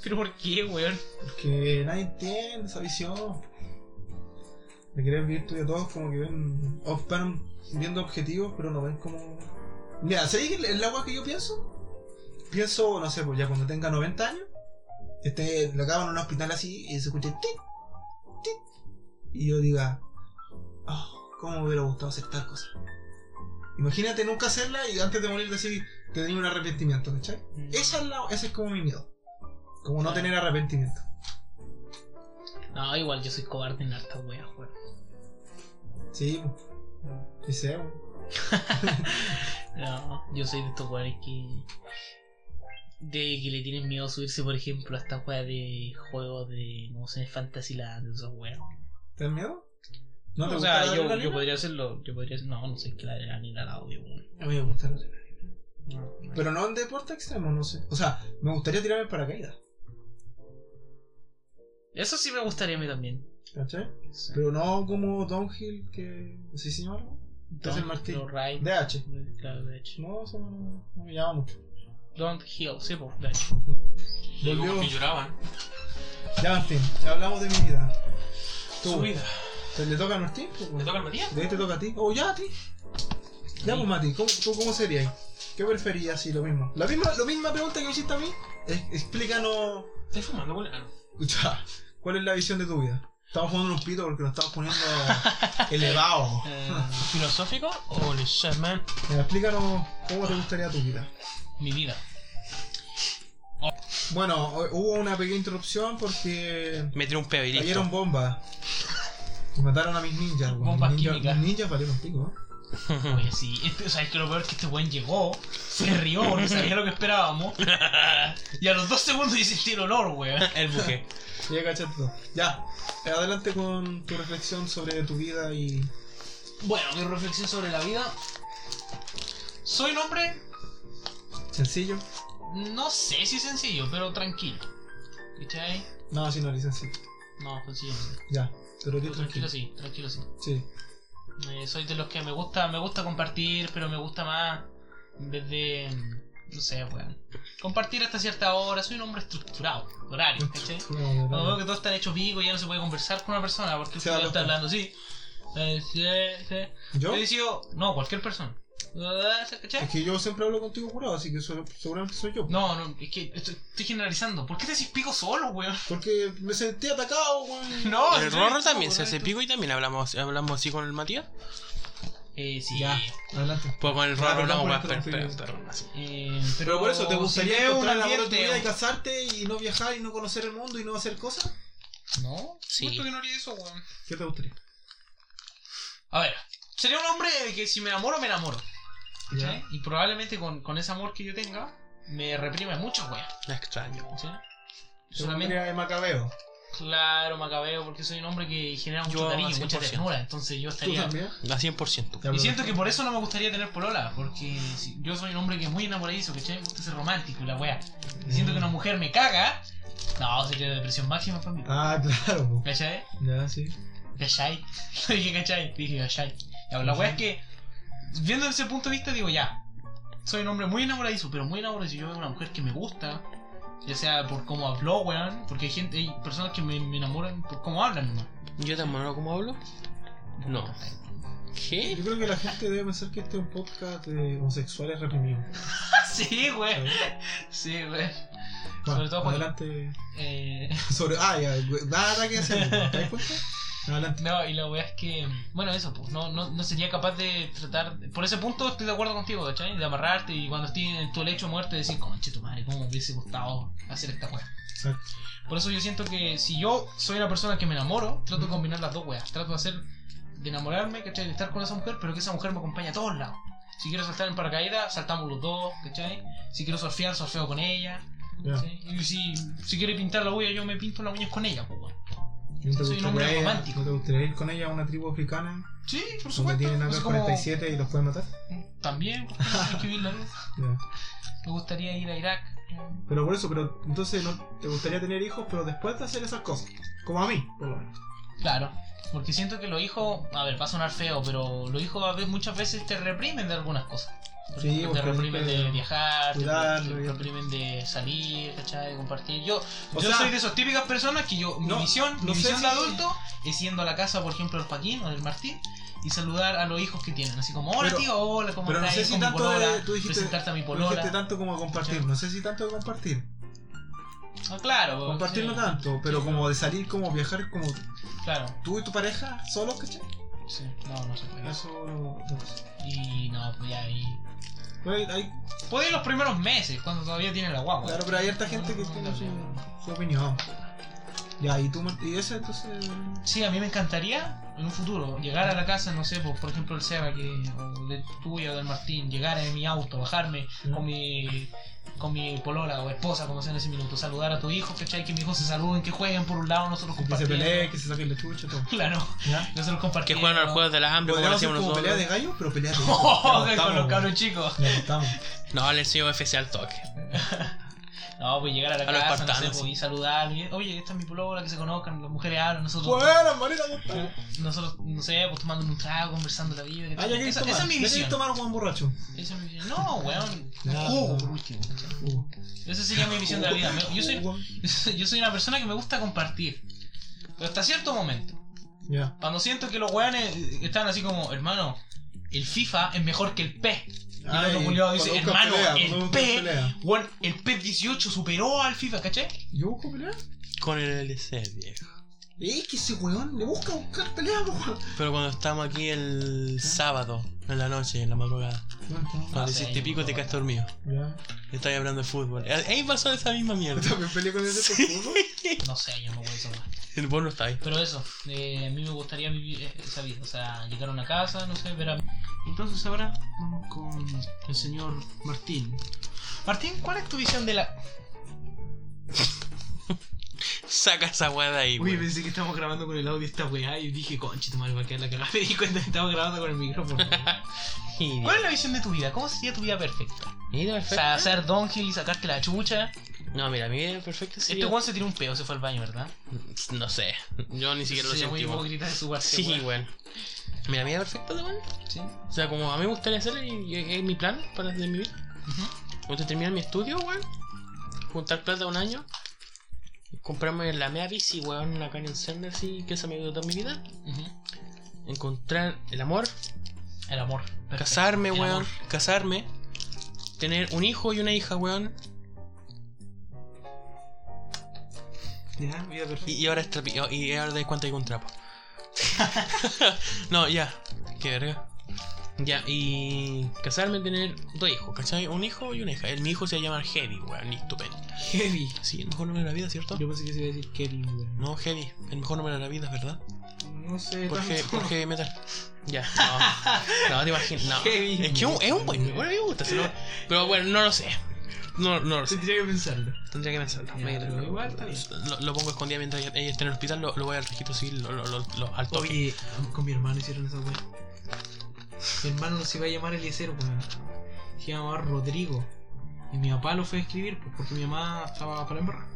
S3: ¿Pero por qué, weón?
S1: Porque nadie entiende esa visión. De querer vivir tu vida todos como que ven. O están viendo objetivos, pero no ven como. Mira, ¿sabéis el, el agua que yo pienso? Pienso, no sé, pues ya cuando tenga 90 años, esté, lo acaban en un hospital así y se escuche tit, tit. Y yo diga, oh, ¿cómo me hubiera gustado hacer tal cosa? Imagínate nunca hacerla y antes de morir decir, te tenía un arrepentimiento, ¿cachai? Esa es la, ese es como mi miedo. Como no tener arrepentimiento.
S3: No, igual yo soy cobarde en harta weón, weón.
S1: Sí, sí sé, weón.
S3: No, yo soy de estos weones que. De que le tienen miedo a subirse, por ejemplo, a esta weá de juegos de. ¿Cómo se llama? Fantasyland, de esos weón.
S1: ¿Te da miedo? ¿No te
S3: o
S1: gusta la
S3: sea, yo, yo
S1: adrenalina?
S3: podría hacerlo, yo podría No, no sé, que la adrenalina la odio, weón.
S1: A mí me gusta la adrenalina.
S3: No, no.
S1: Pero no en deporte extremo, no sé. O sea, me gustaría tirarme en paracaídas,
S3: Eso sí me gustaría a mí también.
S1: ¿cachai? Pero no como downhill que... ¿Sí, señor? Entonces el Martín.
S3: Los Ryan.
S1: DH.
S3: Claro, de hecho.
S1: No, eso no, no me llama mucho.
S3: Don't heal, sí, pues, de hecho.
S1: Volvió.
S2: que lloraban.
S1: Ya, Martín. Ya hablamos de mi vida. Tú.
S2: Su vida.
S1: ¿Te le toca a Martín? pues, weón?
S2: ¿Le toca al Matías?
S1: De ahí te toca a ti. O ya a ti. Ya, pues, Mati, ¿cómo, tú cómo serías? ¿Qué preferías? Sí, lo mismo. La misma, lo misma pregunta que me hiciste a mí. Es- explícanos.
S2: ¿Estás fumando, güey? Ah, no.
S1: Escucha, ¿cuál es la visión de tu vida? Estamos jugando un pito porque nos estamos poniendo [laughs] elevados.
S3: Eh, ¿Filosófico? Holy shit, man.
S1: Mira, explícanos cómo te gustaría tu vida.
S3: Mi vida.
S1: Bueno, ho- hubo una pequeña interrupción porque
S6: Me tiré un pedo y listo.
S1: cayeron bombas. Y mataron a mis ninjas, weón.
S3: Bombas
S1: Mis ninjas-
S3: químicas.
S1: mis ninjas valieron pico, ¿eh?
S3: Oye, sí. Este, o sea, es que lo peor es que este weón llegó, se rió porque sabía lo que [laughs] esperábamos. Y a los dos segundos hiciste el olor, weón.
S1: [laughs]
S6: El buque.
S1: Ya cachaste todo. Ya. adelante con tu reflexión sobre tu vida y.
S3: Bueno, mi reflexión sobre la vida. Soy un hombre,
S1: Sencillo.
S3: no sé si sencillo, pero tranquilo. ¿Cachai?
S1: No, así no eres sencillo.
S3: No, sencillo. no.
S1: Ya. Pero
S3: Yo
S1: yo
S3: tranquilo
S1: tranquilo.
S3: sí, tranquilo sí.
S1: Sí.
S3: Eh, soy de los que me gusta, me gusta compartir, pero me gusta más en vez de, mm, no sé, weón. Compartir hasta cierta hora, soy un hombre estructurado, horario, ¿cachai? No
S1: Oh,
S3: veo que todos están hechos vivos, ya no se puede conversar con una persona porque el
S1: Se da
S3: culiao está
S1: cuenta.
S3: hablando así. Eh, sí, sí.
S1: ¿Yo?
S3: Yo he sido, no, cualquier persona. Ah, ¿Cachai?
S1: Es que yo siempre hablo contigo curado, así que so- seguramente soy yo.
S3: No, no, es que estoy, estoy generalizando. ¿Por qué te haces pico solo, weón?
S1: Porque me sentí atacado, güey. [laughs]
S3: No, en
S2: El
S3: serio,
S2: Rorro también se
S3: weón,
S2: hace
S3: tú-
S2: pico y también hablamos, hablamos así con el Matías.
S3: Eh, sí.
S1: Ya. Adelante.
S2: Pues con el
S1: Ah,
S2: Rorro
S1: perdón
S2: hablamos
S1: por
S2: más
S1: esto, no fui
S2: pero-
S1: yo.
S2: pero- así.
S3: Eh,
S1: Pero por eso, ¿te
S3: si
S1: gustaría
S3: veo un
S1: encontrar el amor de tu
S3: ambiente-
S1: vida y casarte y no viajar y no conocer el mundo y no hacer cosas?
S3: No,
S2: Sí.
S3: justo que no haría eso, weón.
S1: ¿Qué te gustaría?
S3: A ver, sería un hombre de que si me enamoro, me enamoro. ¿cachai? Y probablemente con, con ese amor que yo tenga, me reprime mucho, weón.
S2: La extraño.
S3: ¿cachai?
S1: Solamente
S3: Solamente,
S1: de Macabeo.
S3: claro, macabeo, porque soy un hombre que genera mucho
S2: Yo,
S3: cariño, mucha
S2: 100%.
S3: ternura. Entonces yo
S1: ¿Tú
S3: estaría.
S1: también?
S2: A 100%.
S3: Y siento que por eso no me gustaría tener polola, porque si- yo soy un hombre que es muy enamoradizo, ¿cachai? Me gusta ser romántico y la weá. Y
S1: Mm.
S3: siento que una mujer me caga, no, sería depresión máxima para mí.
S1: Ah, claro. po.
S3: ¿Cachai?
S1: Ya, sí.
S3: ¿Cachai? [laughs] No dije cachai, dije cachai. Ya, la weá es que, viendo ese punto de vista, digo ya. Soy un hombre muy enamoradizo, pero muy enamoradizo. Yo veo una mujer que me gusta, ya sea por cómo habló, weón. Porque hay gente, hay personas que me, me enamoran por cómo hablan nomás.
S2: ¿Yo te enamoro como hablo?
S3: [laughs]
S2: No. ¿Qué?
S1: Yo creo que la gente debe pensar que este es un podcast de homosexuales reprimidos.
S3: Ah, sí, weón. Sí, weón.
S1: Bueno,
S3: Sobre todo cuando-
S1: adelante. [laughs]
S3: Eh,
S1: Sobre... Ah, ya, güey, da ataque hacia mí. ¿Te das cuenta? Adelante.
S3: no, y la weá es que, bueno, eso, pues. No, no, no sería capaz de tratar. Por ese punto estoy de acuerdo contigo, ¿cachai? De amarrarte y cuando estés en tu lecho de muerte decir, conche tu madre, cómo me hubiese gustado hacer esta weá.
S1: Exacto.
S3: Por eso yo siento que si yo soy una persona que me enamoro, trato de combinar las dos weas. Trato de hacer, de enamorarme, ¿cachai? De estar con esa mujer, pero que esa mujer me acompañe a todos lados. Si quiero saltar en paracaídas, saltamos los dos, ¿cachai? Si quiero surfear, surfeo con ella.
S1: Ya.
S3: ¿cachai? Y si, si quiere pintar la uña, yo me pinto las uñas con ella, pues weón.
S1: ¿No te
S3: Soy un hombre
S1: gustaría ir-
S3: romántico.
S1: ¿No te gustaría ir con ella a una tribu africana?
S3: Sí, por
S1: Donde tienen
S3: Así
S1: AK
S3: como-
S1: 47 y los pueden matar.
S3: También, pues, hay que vivir la luz.
S1: Ya.
S3: Me gustaría ir a Irak.
S1: Pero por eso, pero entonces no te gustaría tener hijos, pero después de hacer esas cosas. Como a mí, por lo menos.
S3: Claro. Porque siento que los hijos, a ver, va a sonar feo, pero los hijos a veces, muchas veces te reprimen de algunas cosas. Por
S1: Sí,
S3: ejemplo, te
S1: porque
S3: reprimen
S1: siempre
S3: de viajar, te-
S1: cuidarlo,
S3: te
S1: ya.
S3: reprimen de salir, ¿cachai? De compartir. Yo,
S1: O
S3: yo
S1: sea-
S3: soy de esas típicas personas que yo, mi
S1: No,
S3: misión, mi
S1: no sé
S3: misión
S1: si-
S3: de adulto es yendo a la casa, por ejemplo, del Paquín o del Martín y saludar a los hijos que tienen. Así como, hola
S1: Pero-
S3: tío, hola, ¿cómo
S1: pero no
S3: estás?
S1: sé si
S3: Con mi
S1: tanto de-
S3: polola,
S1: tú dijiste-
S3: presentarte a mi
S1: No dijiste
S3: polola.
S1: tanto como compartir, no sé si tanto de compartir.
S3: Ah, claro.
S1: Compartir no
S3: sí,
S1: tanto, pero
S3: Sí.
S1: como de salir, como viajar, como
S3: Claro,
S1: tú y tu pareja solos, ¿cachai?
S3: sí. No, no se puede.
S1: Eso no, no sé.
S3: Y no, pues ya ahí.
S1: Pero hay, hay-
S3: Puede ir los primeros meses, cuando todavía tiene la guagua.
S1: claro, pero hay harta gente que tiene su, su opinión. Ya, y tú, Mart- y ese entonces.
S3: Sí, a mí me encantaría en un futuro llegar a la casa, no sé, por, por ejemplo, el Seba, que, o de tuya o del Martín, llegar en mi auto, bajarme con mi con mi polola o esposa, como sea en ese minuto, saludar a tu hijo, ¿cachai? Que mis hijos se saluden, que jueguen por un lado, nosotros
S1: Que se
S3: compartiendo. [laughs]
S1: pelee, que se saquen la chucha, todo.
S3: Claro,
S1: ¿Ya?
S3: nosotros
S2: Que
S3: compartiendo.
S2: juegan al juego de las hambre como lo
S1: Podríamos hacer
S2: hacíamos
S1: como pelea
S2: nosotros.
S1: de gallo, pero pelea de gallo.
S3: [laughs] Oh, con los cabros chicos.
S1: Nos estamos.
S2: No, le enseño FC al toque.
S3: No, pues llegar a la
S2: A los
S3: casa, no sé,
S2: espartanos,
S3: pues, y saludar. y, Oye, esta es mi polola, que se conozcan, las mujeres hablan, nosotros.
S1: Bueno, Marina, ¿cómo estás?
S3: Nosotros, no sé, pues tomando un trago, conversando la vida.
S1: Ah,
S3: ¿cachai?
S1: ya queréis
S3: esa,
S1: tomar.
S3: esa es mi
S1: Ya queréis
S3: visión.
S1: tomar Juan Borracho.
S3: Esa es mi visión. No, weón. Un
S1: Ya,
S3: jugo,
S1: ya.
S3: por último. ¿cachai? Esa sería mi visión de la vida. Me- Yo soy, [laughs] yo soy una persona que me gusta compartir. Pero hasta cierto momento.
S1: Ya.
S3: Cuando siento que los weones eh, están así como, hermano, el FIFA es mejor que el PES. Y el otro culiao dice,
S1: cuando buscan
S3: hermano,
S1: pelea, cuando
S3: el
S1: buscan
S3: PES.
S1: pelea.
S3: Weón, el PES 18 superó al FIFA, ¿cachai?
S1: ¿Yo busco pelea?
S2: Con el LC, viejo.
S1: Eh, que ese weón le busca buscar pelea, po, weón.
S2: Pero cuando estábamos aquí el sábado, en la noche, en la madrugada,
S3: Ah,
S2: cuando
S3: sí,
S2: hiciste
S3: ahí
S2: pico
S3: me
S2: te
S3: acuerdo.
S2: quedaste dormido.
S1: Ya.
S2: Estabas hablando de fútbol. Eh, Ahí pasó esa misma
S1: Yo
S2: mierda.
S1: también peleé con ese por
S3: [laughs]
S1: fútbol.
S3: No sé, yo no voy a esa weá.
S2: [laughs] El bono está ahí.
S3: Pero eso, eh, a mí me gustaría vivir eh, esa vida. O sea, llegar a una casa, no sé, ver a... Entonces ahora vamos con el señor Martín. Martín, ¿cuál es tu visión de la...
S2: Saca esa weá de ahí,
S1: Uy,
S2: weón.
S1: pensé que estábamos grabando con el audio esta weá y dije, conche, tu madre va a quedar la cagada. [laughs] Me di cuenta que estábamos grabando con el micrófono. [laughs]
S2: Y-
S1: ¿Cuál es la visión de tu vida? ¿Cómo sería tu vida perfecta?
S2: Mira,
S1: O sea,
S2: perfecto.
S1: hacer downhill y sacarte la chucha.
S2: No, mira, mi vida perfecta
S1: este
S2: sería...
S1: weón se tiró un pedo, se fue al baño, ¿verdad?
S2: No sé. Yo ni siquiera lo
S1: Sería muy
S2: sentí. weón.
S1: hipócrita de su parte.
S2: Sí,
S1: weón.
S2: weón. Mira, mi vida perfecta, weón.
S1: Sí.
S2: O sea, como a mí me gustaría hacer y- y- es mi plan para hacer mi vida. Cuando terminar mi estudio, weón. Juntar plata un año. y Comprarme la mea bici, weón, una Canon Sender, así, que esa me ayudó toda mi vida.
S1: Ujú.
S2: Encontrar el amor.
S1: El amor. perfecto.
S2: Casarme,
S1: El
S2: weón.
S1: amor.
S2: Casarme. Tener un hijo y una hija, weón.
S1: Ya, vida perfecta.
S2: Y, y ahora estra- y- oh, y ahora de cuenta que un trapo. [laughs] no, ya. Qué verga. Ya, y casarme, tener dos hijos, ¿cachai? Un hijo y una hija. El, mi hijo se va a llamar Heavy, weón, y estupendo.
S1: Heavy.
S2: Sí, el mejor nombre de la vida, ¿cierto?
S1: Yo pensé que se iba a decir Kevin, weón.
S2: No, Heavy, el mejor nombre de la vida, ¿verdad?
S1: No sé.
S2: Por,
S1: tanto.
S2: He- por Heavy Metal.
S1: [laughs]
S2: Ya, no. No, te imaginas. No.
S1: Heavy
S2: Es que un- es un buen nombre, me gusta. se lo- Pero bueno, no lo sé. No, no lo sé.
S1: Tendría que pensarlo.
S2: Tendría que pensarlo.
S1: Ya,
S2: Me-
S1: pero
S2: lo,
S1: igual está bien.
S2: lo- lo pongo escondida mientras ella, ella esté en el hospital, lo, lo voy al registro civil lo, lo, lo- lo- al toque.
S1: Oye, con mi hermano hicieron esa weá. Mi hermano no se iba a llamar Eliezer, weón. Se iba a llamar Rodrigo. Y mi papá lo fue a escribir, pues, porque mi mamá estaba para embarrar.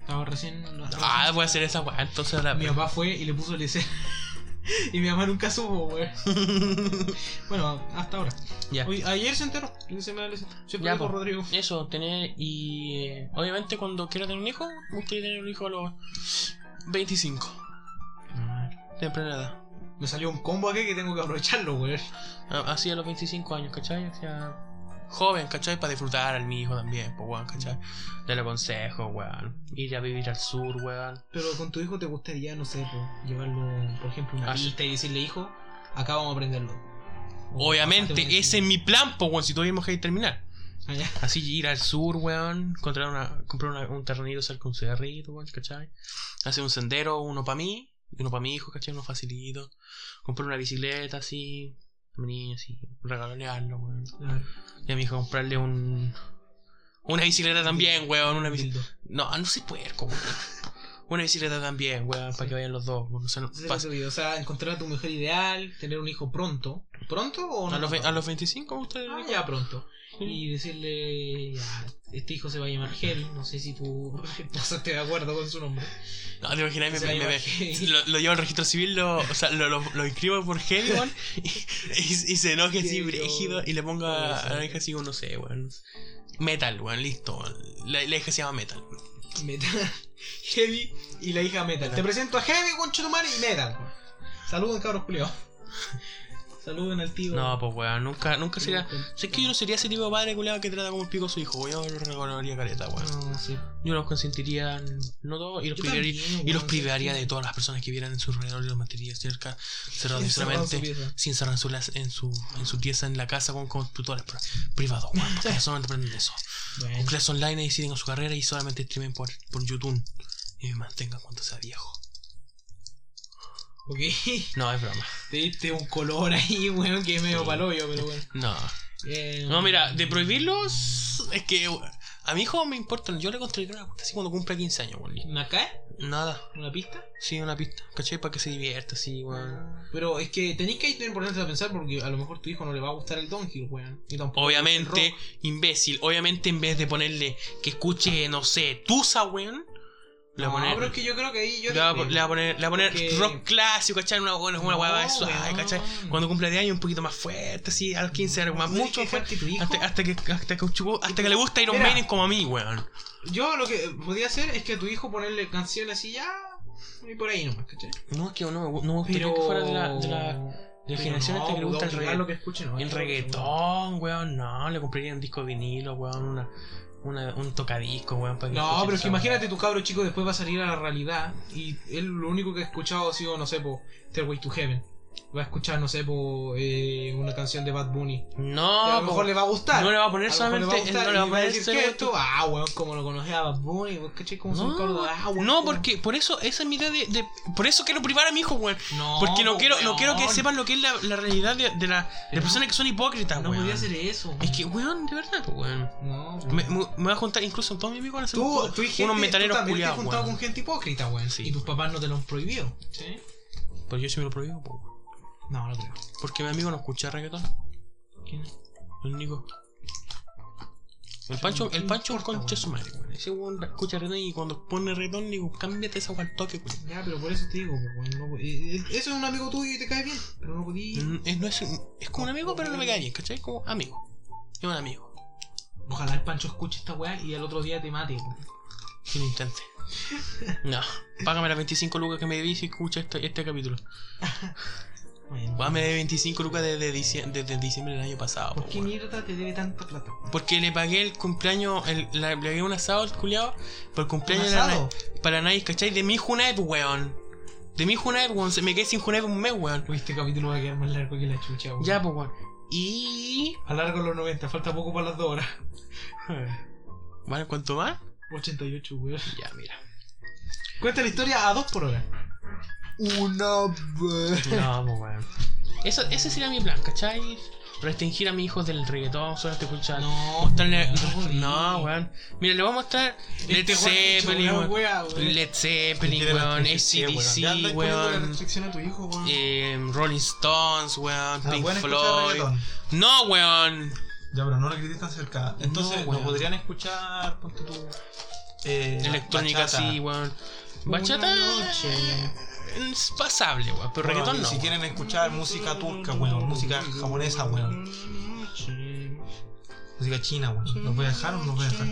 S1: Estaba recién.
S2: Ah, voy a hacer esa weá, entonces ahora.
S1: mi papá fue y le puso Eliezer. [laughs] y mi mamá nunca supo,
S3: [laughs]
S1: weón. bueno, hasta ahora.
S2: Ya.
S1: Hoy- ayer se enteró. y se me da Eliezer. Siempre
S2: Ya,
S1: dijo
S2: po.
S1: Rodrigo.
S2: Eso, tener. Y. eh, obviamente, cuando quiera tener un hijo, me gustaría tener un hijo a los 25. Temprana edad.
S1: Me salió un combo aquí que tengo que aprovecharlo, weón.
S2: A- Ah, Así a los 25 años, ¿cachai? O sea. Joven, ¿cachai? Para disfrutar al mi hijo también, pues, weón, ¿cachai? Dale consejos, weón. Ir a vivir al sur, weón.
S1: Pero con tu hijo te gustaría, no sé, po, llevarlo, por ejemplo, a una
S2: Ah, sí.
S1: pista y decirle, hijo, acá vamos a aprenderlo. O acá te voy
S2: Obviamente,
S1: a
S2: ese es
S1: enseñar.
S2: mi plan, pues, weón, si todavía me dejáis terminar.
S1: Ah, ya.
S2: Así ir al sur, weón, encontrar una, comprar una- un terrenito, hacer con un cerrito, weón, ¿cachai? Hacer un sendero, uno para mí, y uno para mi hijo, ¿cachai? Uno facilito. Comprar una bicicleta así, a mi niño así, regalarlo, weón.
S1: Claro.
S2: Y a mi hijo comprarle un... Una bicicleta también, weón, una bicicleta...
S1: Dildo.
S2: No, no soy puerco, weón. Una bicicleta también, weón, para que vayan los dos, weón. O sea, no-
S1: Ese es
S2: pas-
S1: tu vida, O sea, encontrar a tu mujer ideal, tener un hijo pronto. ¿Pronto o no?
S2: a, los, ve-
S1: pronto?
S2: a los 25 ustedes...
S1: Ah, ya pronto. Y decirle, [laughs] ya, este hijo se va a llamar Gel, no sé si tu esposa esté de acuerdo con su nombre.
S2: No, te imaginas, me,
S1: O sea,
S2: me- me-
S1: imagínate.
S2: lo, lo llevo al registro civil, lo, o sea, lo, lo, lo inscribo por Heavy, weón, y, y- y se enoje así,
S1: Genio.
S2: brígido, y le
S1: Puede
S2: ponga
S1: ser.
S2: a la hija así, no sé, weón. Metal, weón, listo, weón. La, la hija se llama Metal.
S1: Metal. [laughs] Heavy y la hija Metal. Te presento a Heavy, Conchetumare y Metal. Saluden, cabros culiados. [laughs] Saluden al tío.
S2: No, pues, weón, nunca, nunca sería.
S1: Saluden.
S2: Sé que yo no sería ese tipo de padre culiado que trata como el pico a su hijo, weón. Yo lo regalaría careta, weón.
S1: No, sí.
S2: Yo los consentiría, no todo, y los
S1: Yo
S2: privaría.
S1: también,
S2: Y los
S1: weón,
S2: privaría
S1: ¿sabes
S2: de
S1: qué?
S2: todas las personas que vieran en su alrededor y los mantenía cerca,
S1: Encerrado
S2: cerrados y
S1: en su
S2: solamente
S1: pieza.
S2: sin cerrar en su, las- en su, en su pieza en la casa con computadores pero privados, weón,
S1: [laughs]
S2: porque solamente aprenden eso. Con
S1: Bueno,
S2: clases online y siguen con su carrera y solamente streamen por, por YouTube y me mantengan cuando sea viejo.
S1: ok.
S2: No, es broma.
S1: Te diste un color [laughs] ahí, weón, que es medio paloyo, pero bueno.
S2: No.
S1: Eh,
S2: No, mira, de prohibirlos es que weón, a mi hijo me importan. Yo le construiré una pista así cuando cumpla 15 años, weón.
S1: ¿Una cae?
S2: Nada.
S1: ¿Una pista?
S2: Sí, una pista. ¿Cachai? Para que se divierta, sí, weón.
S1: Pero es que tenéis que ir ponerte a pensar porque a lo mejor tu hijo no le va a gustar el downhill, weón. Y tampoco el
S2: Obviamente,
S1: rock.
S2: imbécil. Obviamente, en vez de ponerle que escuche, no sé, Tusa, weón. Le
S1: No,
S2: voy a
S1: pero es
S2: poner.
S1: que yo creo que ahí yo.
S2: Le va a po- le va a poner, le va a poner
S1: Porque-
S2: rock clásico, ¿cachai? Una, una, una huevada
S1: No,
S2: suave,
S1: weón.
S2: ¿cachai? Cuando cumple de años un poquito más fuerte, así, a los 15 algo más,
S1: Tenés
S2: mucho
S1: que
S2: más
S1: dejar
S2: fuerte.
S1: que tu hijo-
S2: Hasta, hasta que, hasta, que, chupo- hasta que le gusta Iron
S1: Mira.
S2: Maiden como a mí, weón.
S1: Yo lo que podía hacer es que a tu hijo ponerle canciones así ya. Y por ahí nomás, ¿cachai?
S2: No, es que no, me gu- no me gustaría
S1: Pero.
S2: que fuera de la, de la, de la
S1: pero
S2: generación
S1: no,
S2: hasta que le gusta el
S1: obligar
S2: reggaetón.
S1: lo que escuche, no, eso
S2: El
S1: es lo que-
S2: reggaetón, weón, no, le compraría un disco de vinilo, weón, una, una, un tocadisco, weón, para
S1: No,
S2: escuche
S1: pero es
S2: esa
S1: que imagínate tu cabro chico después va a salir a la realidad y él lo único que ha escuchado ha sido, no sé, po, Stairway to Heaven. va a escuchar, no sé, po, eh, una canción de Bad Bunny.
S2: No,
S1: Que a lo mejor
S2: po,
S1: le va a gustar.
S2: no le va a
S1: A
S2: poner
S1: lo mejor le va a
S2: solamente.
S1: gustar
S2: no le va a
S1: y va a
S2: poner
S1: decir, ¿qué es esto?
S2: solamente-
S1: Ah, weón, como lo conoces a Bad Bunny, weón, ¿cachai? Como son
S2: No,
S1: cordos. Ah, weón,
S2: no,
S1: como-
S2: porque por eso esa es mi idea de, de- Por eso quiero privar a mi hijo, weón.
S1: No,
S2: Porque no
S1: po,
S2: quiero, no quiero que
S1: weón.
S2: sepan lo que es la, la realidad de, de, la, de
S1: Pero-
S2: personas que son hipócritas,
S1: No
S2: weón.
S1: podía hacer eso.
S2: Es que, weón, de verdad, pues, weón.
S1: No,
S2: Me, me- me voy a juntar incluso con todos mis amigos van a ser
S1: Tú,
S2: todos
S1: tú y gente,
S2: unos metaleros
S1: tú también te has
S2: culiados,
S1: juntado
S2: weón.
S1: con gente hipócrita, weón.
S2: Sí,
S1: y tus
S2: weón.
S1: papás no te lo han prohibido.
S7: ¿Sí?
S2: Pero yo sí me lo prohíbo, po, weón.
S1: No, no creo.
S2: Porque mi amigo no escucha reggaetón. ¿Quién? El Nico. El Pancho, el Pancho es concha su madre, weón. Ese weón escucha reggaetón y cuando pone reggaetón, digo, cámbiate esa al toque, weón.
S1: Ya, pero por eso te digo, po, weón. no po- eh, eh, eso es un amigo tuyo y te cae bien. Pero no podía.
S2: Mm, Es, no es, un- es como un amigo, pero no me cae bien, ¿cachai? Como amigo. Es un amigo.
S1: Ojalá el Pancho escuche esta weá y al otro día te mate, weón.
S2: Sin instante. No. Págame las 25 lucas que me debí si escucha este, este capítulo.
S1: Bueno,
S2: Págame de 25 lucas desde diciembre, desde diciembre del año pasado.
S1: ¿Por
S2: po,
S1: qué
S2: weón.
S1: mierda te debe tanta plata?
S2: Porque le pagué el cumpleaños, el- la- le pagué un asado al culiado por el
S1: ¿Un
S2: cumpleaños de la
S1: asado?
S2: na- para nadie, ¿cachai? De mi Junet, weón. De mi Junet, weón. Se me quedé sin Junet un mes, weón.
S1: Uy, este capítulo va a quedar más largo que la chucha, weón.
S2: Ya, pues, weón. Y.
S1: A largo los 90, falta poco para las 2 horas. [laughs]
S2: ¿Vale? ¿Cuánto más?
S1: 88, weón.
S2: Ya, mira.
S1: Cuenta la historia a 2 por hora. Una vez.
S2: No, pues, weón. Eso, ese sería mi plan, ¿cachai? Restringir a mi hijo del reggaetón, solamente escuchar.
S1: No,
S2: Mostrarle-
S1: weón.
S2: No, weón. Mira, le voy a mostrar Led
S1: Este weón Este ha dicho
S2: Zeppelin,
S1: una
S2: weón.
S1: wea, weón.
S2: Led Zeppelin, weón. ACDC, weón.
S3: restricción a tu hijo, weón.
S2: Eh, Rolling Stones, weón,
S3: Ah,
S2: Pink
S3: pueden escuchar
S2: Floyd.
S3: reggaetón.
S2: No, weón.
S3: Ya, pero no la grites tan cerca. Entonces,
S2: No,
S3: no,
S2: weón.
S3: podrían escuchar, ponte tú. Eh,
S2: Electrónica,
S3: bachata.
S2: sí, weón. Bachata. mm,
S1: noche.
S2: Es pasable, weón. Pero
S3: Bueno,
S2: reggaetón
S3: y
S2: no.
S3: Si quieren escuchar música turca, weón, música japonesa, weón, música china, weón. ¿Los voy a dejar o no los voy a dejar?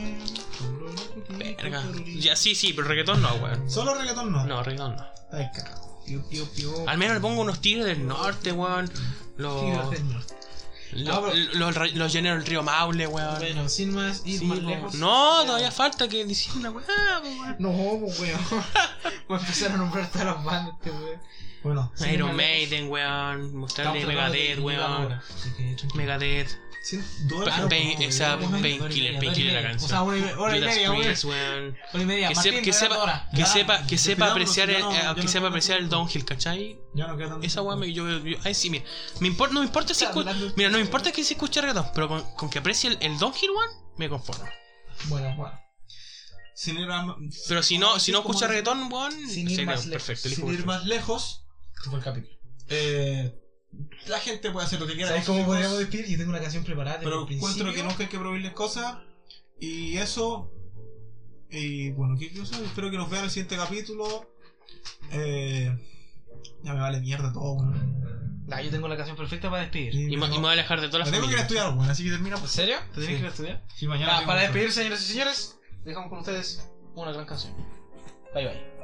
S2: Verga. Ya, sí, sí, pero reggaetón no, weón.
S3: Solo reggaetón no.
S2: No, reggaetón no.
S3: Ay, Ah, cagado.
S1: Piu, piu, piu.
S2: Al menos le pongo unos tigres del norte, weón. Los.
S1: Tigres del norte. Ah,
S2: Los, los, los, lleneros del río Maule, weón.
S1: Bueno, sin más, ir
S2: Sí,
S1: más
S2: weón.
S1: lejos.
S2: No, todavía falta que decir una weá, weón.
S1: No, [laughs] pues, weón. Voy a empezar a nombrar todas las bandas, este weón.
S3: Bueno,
S1: Sí,
S2: Iron
S1: weón.
S2: Maiden, weón.
S1: Estamos
S2: Mostrarle
S1: tratando de
S2: Megadeth,
S1: llegar
S2: weón.
S1: ahora, así que tranquilo.
S2: Megadeth.
S3: sin dos
S2: Pa-
S3: horas,
S2: pain-
S3: weón.
S2: esa
S1: Vamos a-
S2: painkiller,
S1: hora y media,
S2: painkiller la
S1: hora y media.
S2: canción.
S1: O sea, hora y, me- hora y
S2: Judas
S1: media, weón.
S2: Priest, weón.
S1: Hora y media.
S2: Que,
S1: Martín,
S2: se- que
S1: no era hora.
S2: sepa, que
S1: Ya,
S2: sepa, que sepa
S3: despidamos,
S2: apreciar
S3: ya
S2: el,
S3: no-
S2: eh,
S3: ya
S2: que
S3: no
S2: sepa
S3: quiero
S2: apreciar el
S3: tanto.
S2: downhill, ¿cachai?
S3: Ya no queda tanto.
S2: Esa weá me yo, yo- ay sí, mira. Me importa, no me importa si escu-
S1: Hablando-
S2: Mira, no me importa que se escuche reggaetón, pero con, con que aprecie el, el downhill weón, me conformo.
S1: Bueno, bueno.
S3: Sin ir, a-
S2: Pero si no, si no
S3: como-
S2: escucha reggaetón, weón,
S1: Sin ir
S2: sí,
S1: más lejos,
S2: no, perfecto, elijo
S3: sin ir
S2: perfecto.
S3: más lejos,
S1: Este fue el capítulo.
S3: eh, la gente puede hacer lo que quiera.
S1: ¿Sabes
S3: con sus
S1: cómo
S3: hijos,
S1: podríamos despedir? Yo tengo una canción preparada desde
S3: Pero
S1: el principio.
S3: encuentro que nunca hay que prohibirles cosas. Y eso. Y bueno, ¿qué cosa? Espero que nos vean en el siguiente capítulo. Eh, ya me vale mierda todo, weón.
S1: Nah, Ah, yo tengo la canción perfecta para despedir.
S2: Y, ma- y me voy a alejar de todas
S3: Me
S2: las
S3: tengo que ir
S2: familias.
S3: a estudiar, weón, así que termina
S1: ¿En
S3: pues.
S1: serio? ¿Te
S3: Sí.
S1: tienes que ir a estudiar?
S3: Sí, mañana.
S1: Nah,
S3: tengo
S1: para
S3: que-
S1: despedir, señores y señores, dejamos con ustedes una gran canción. Bye bye.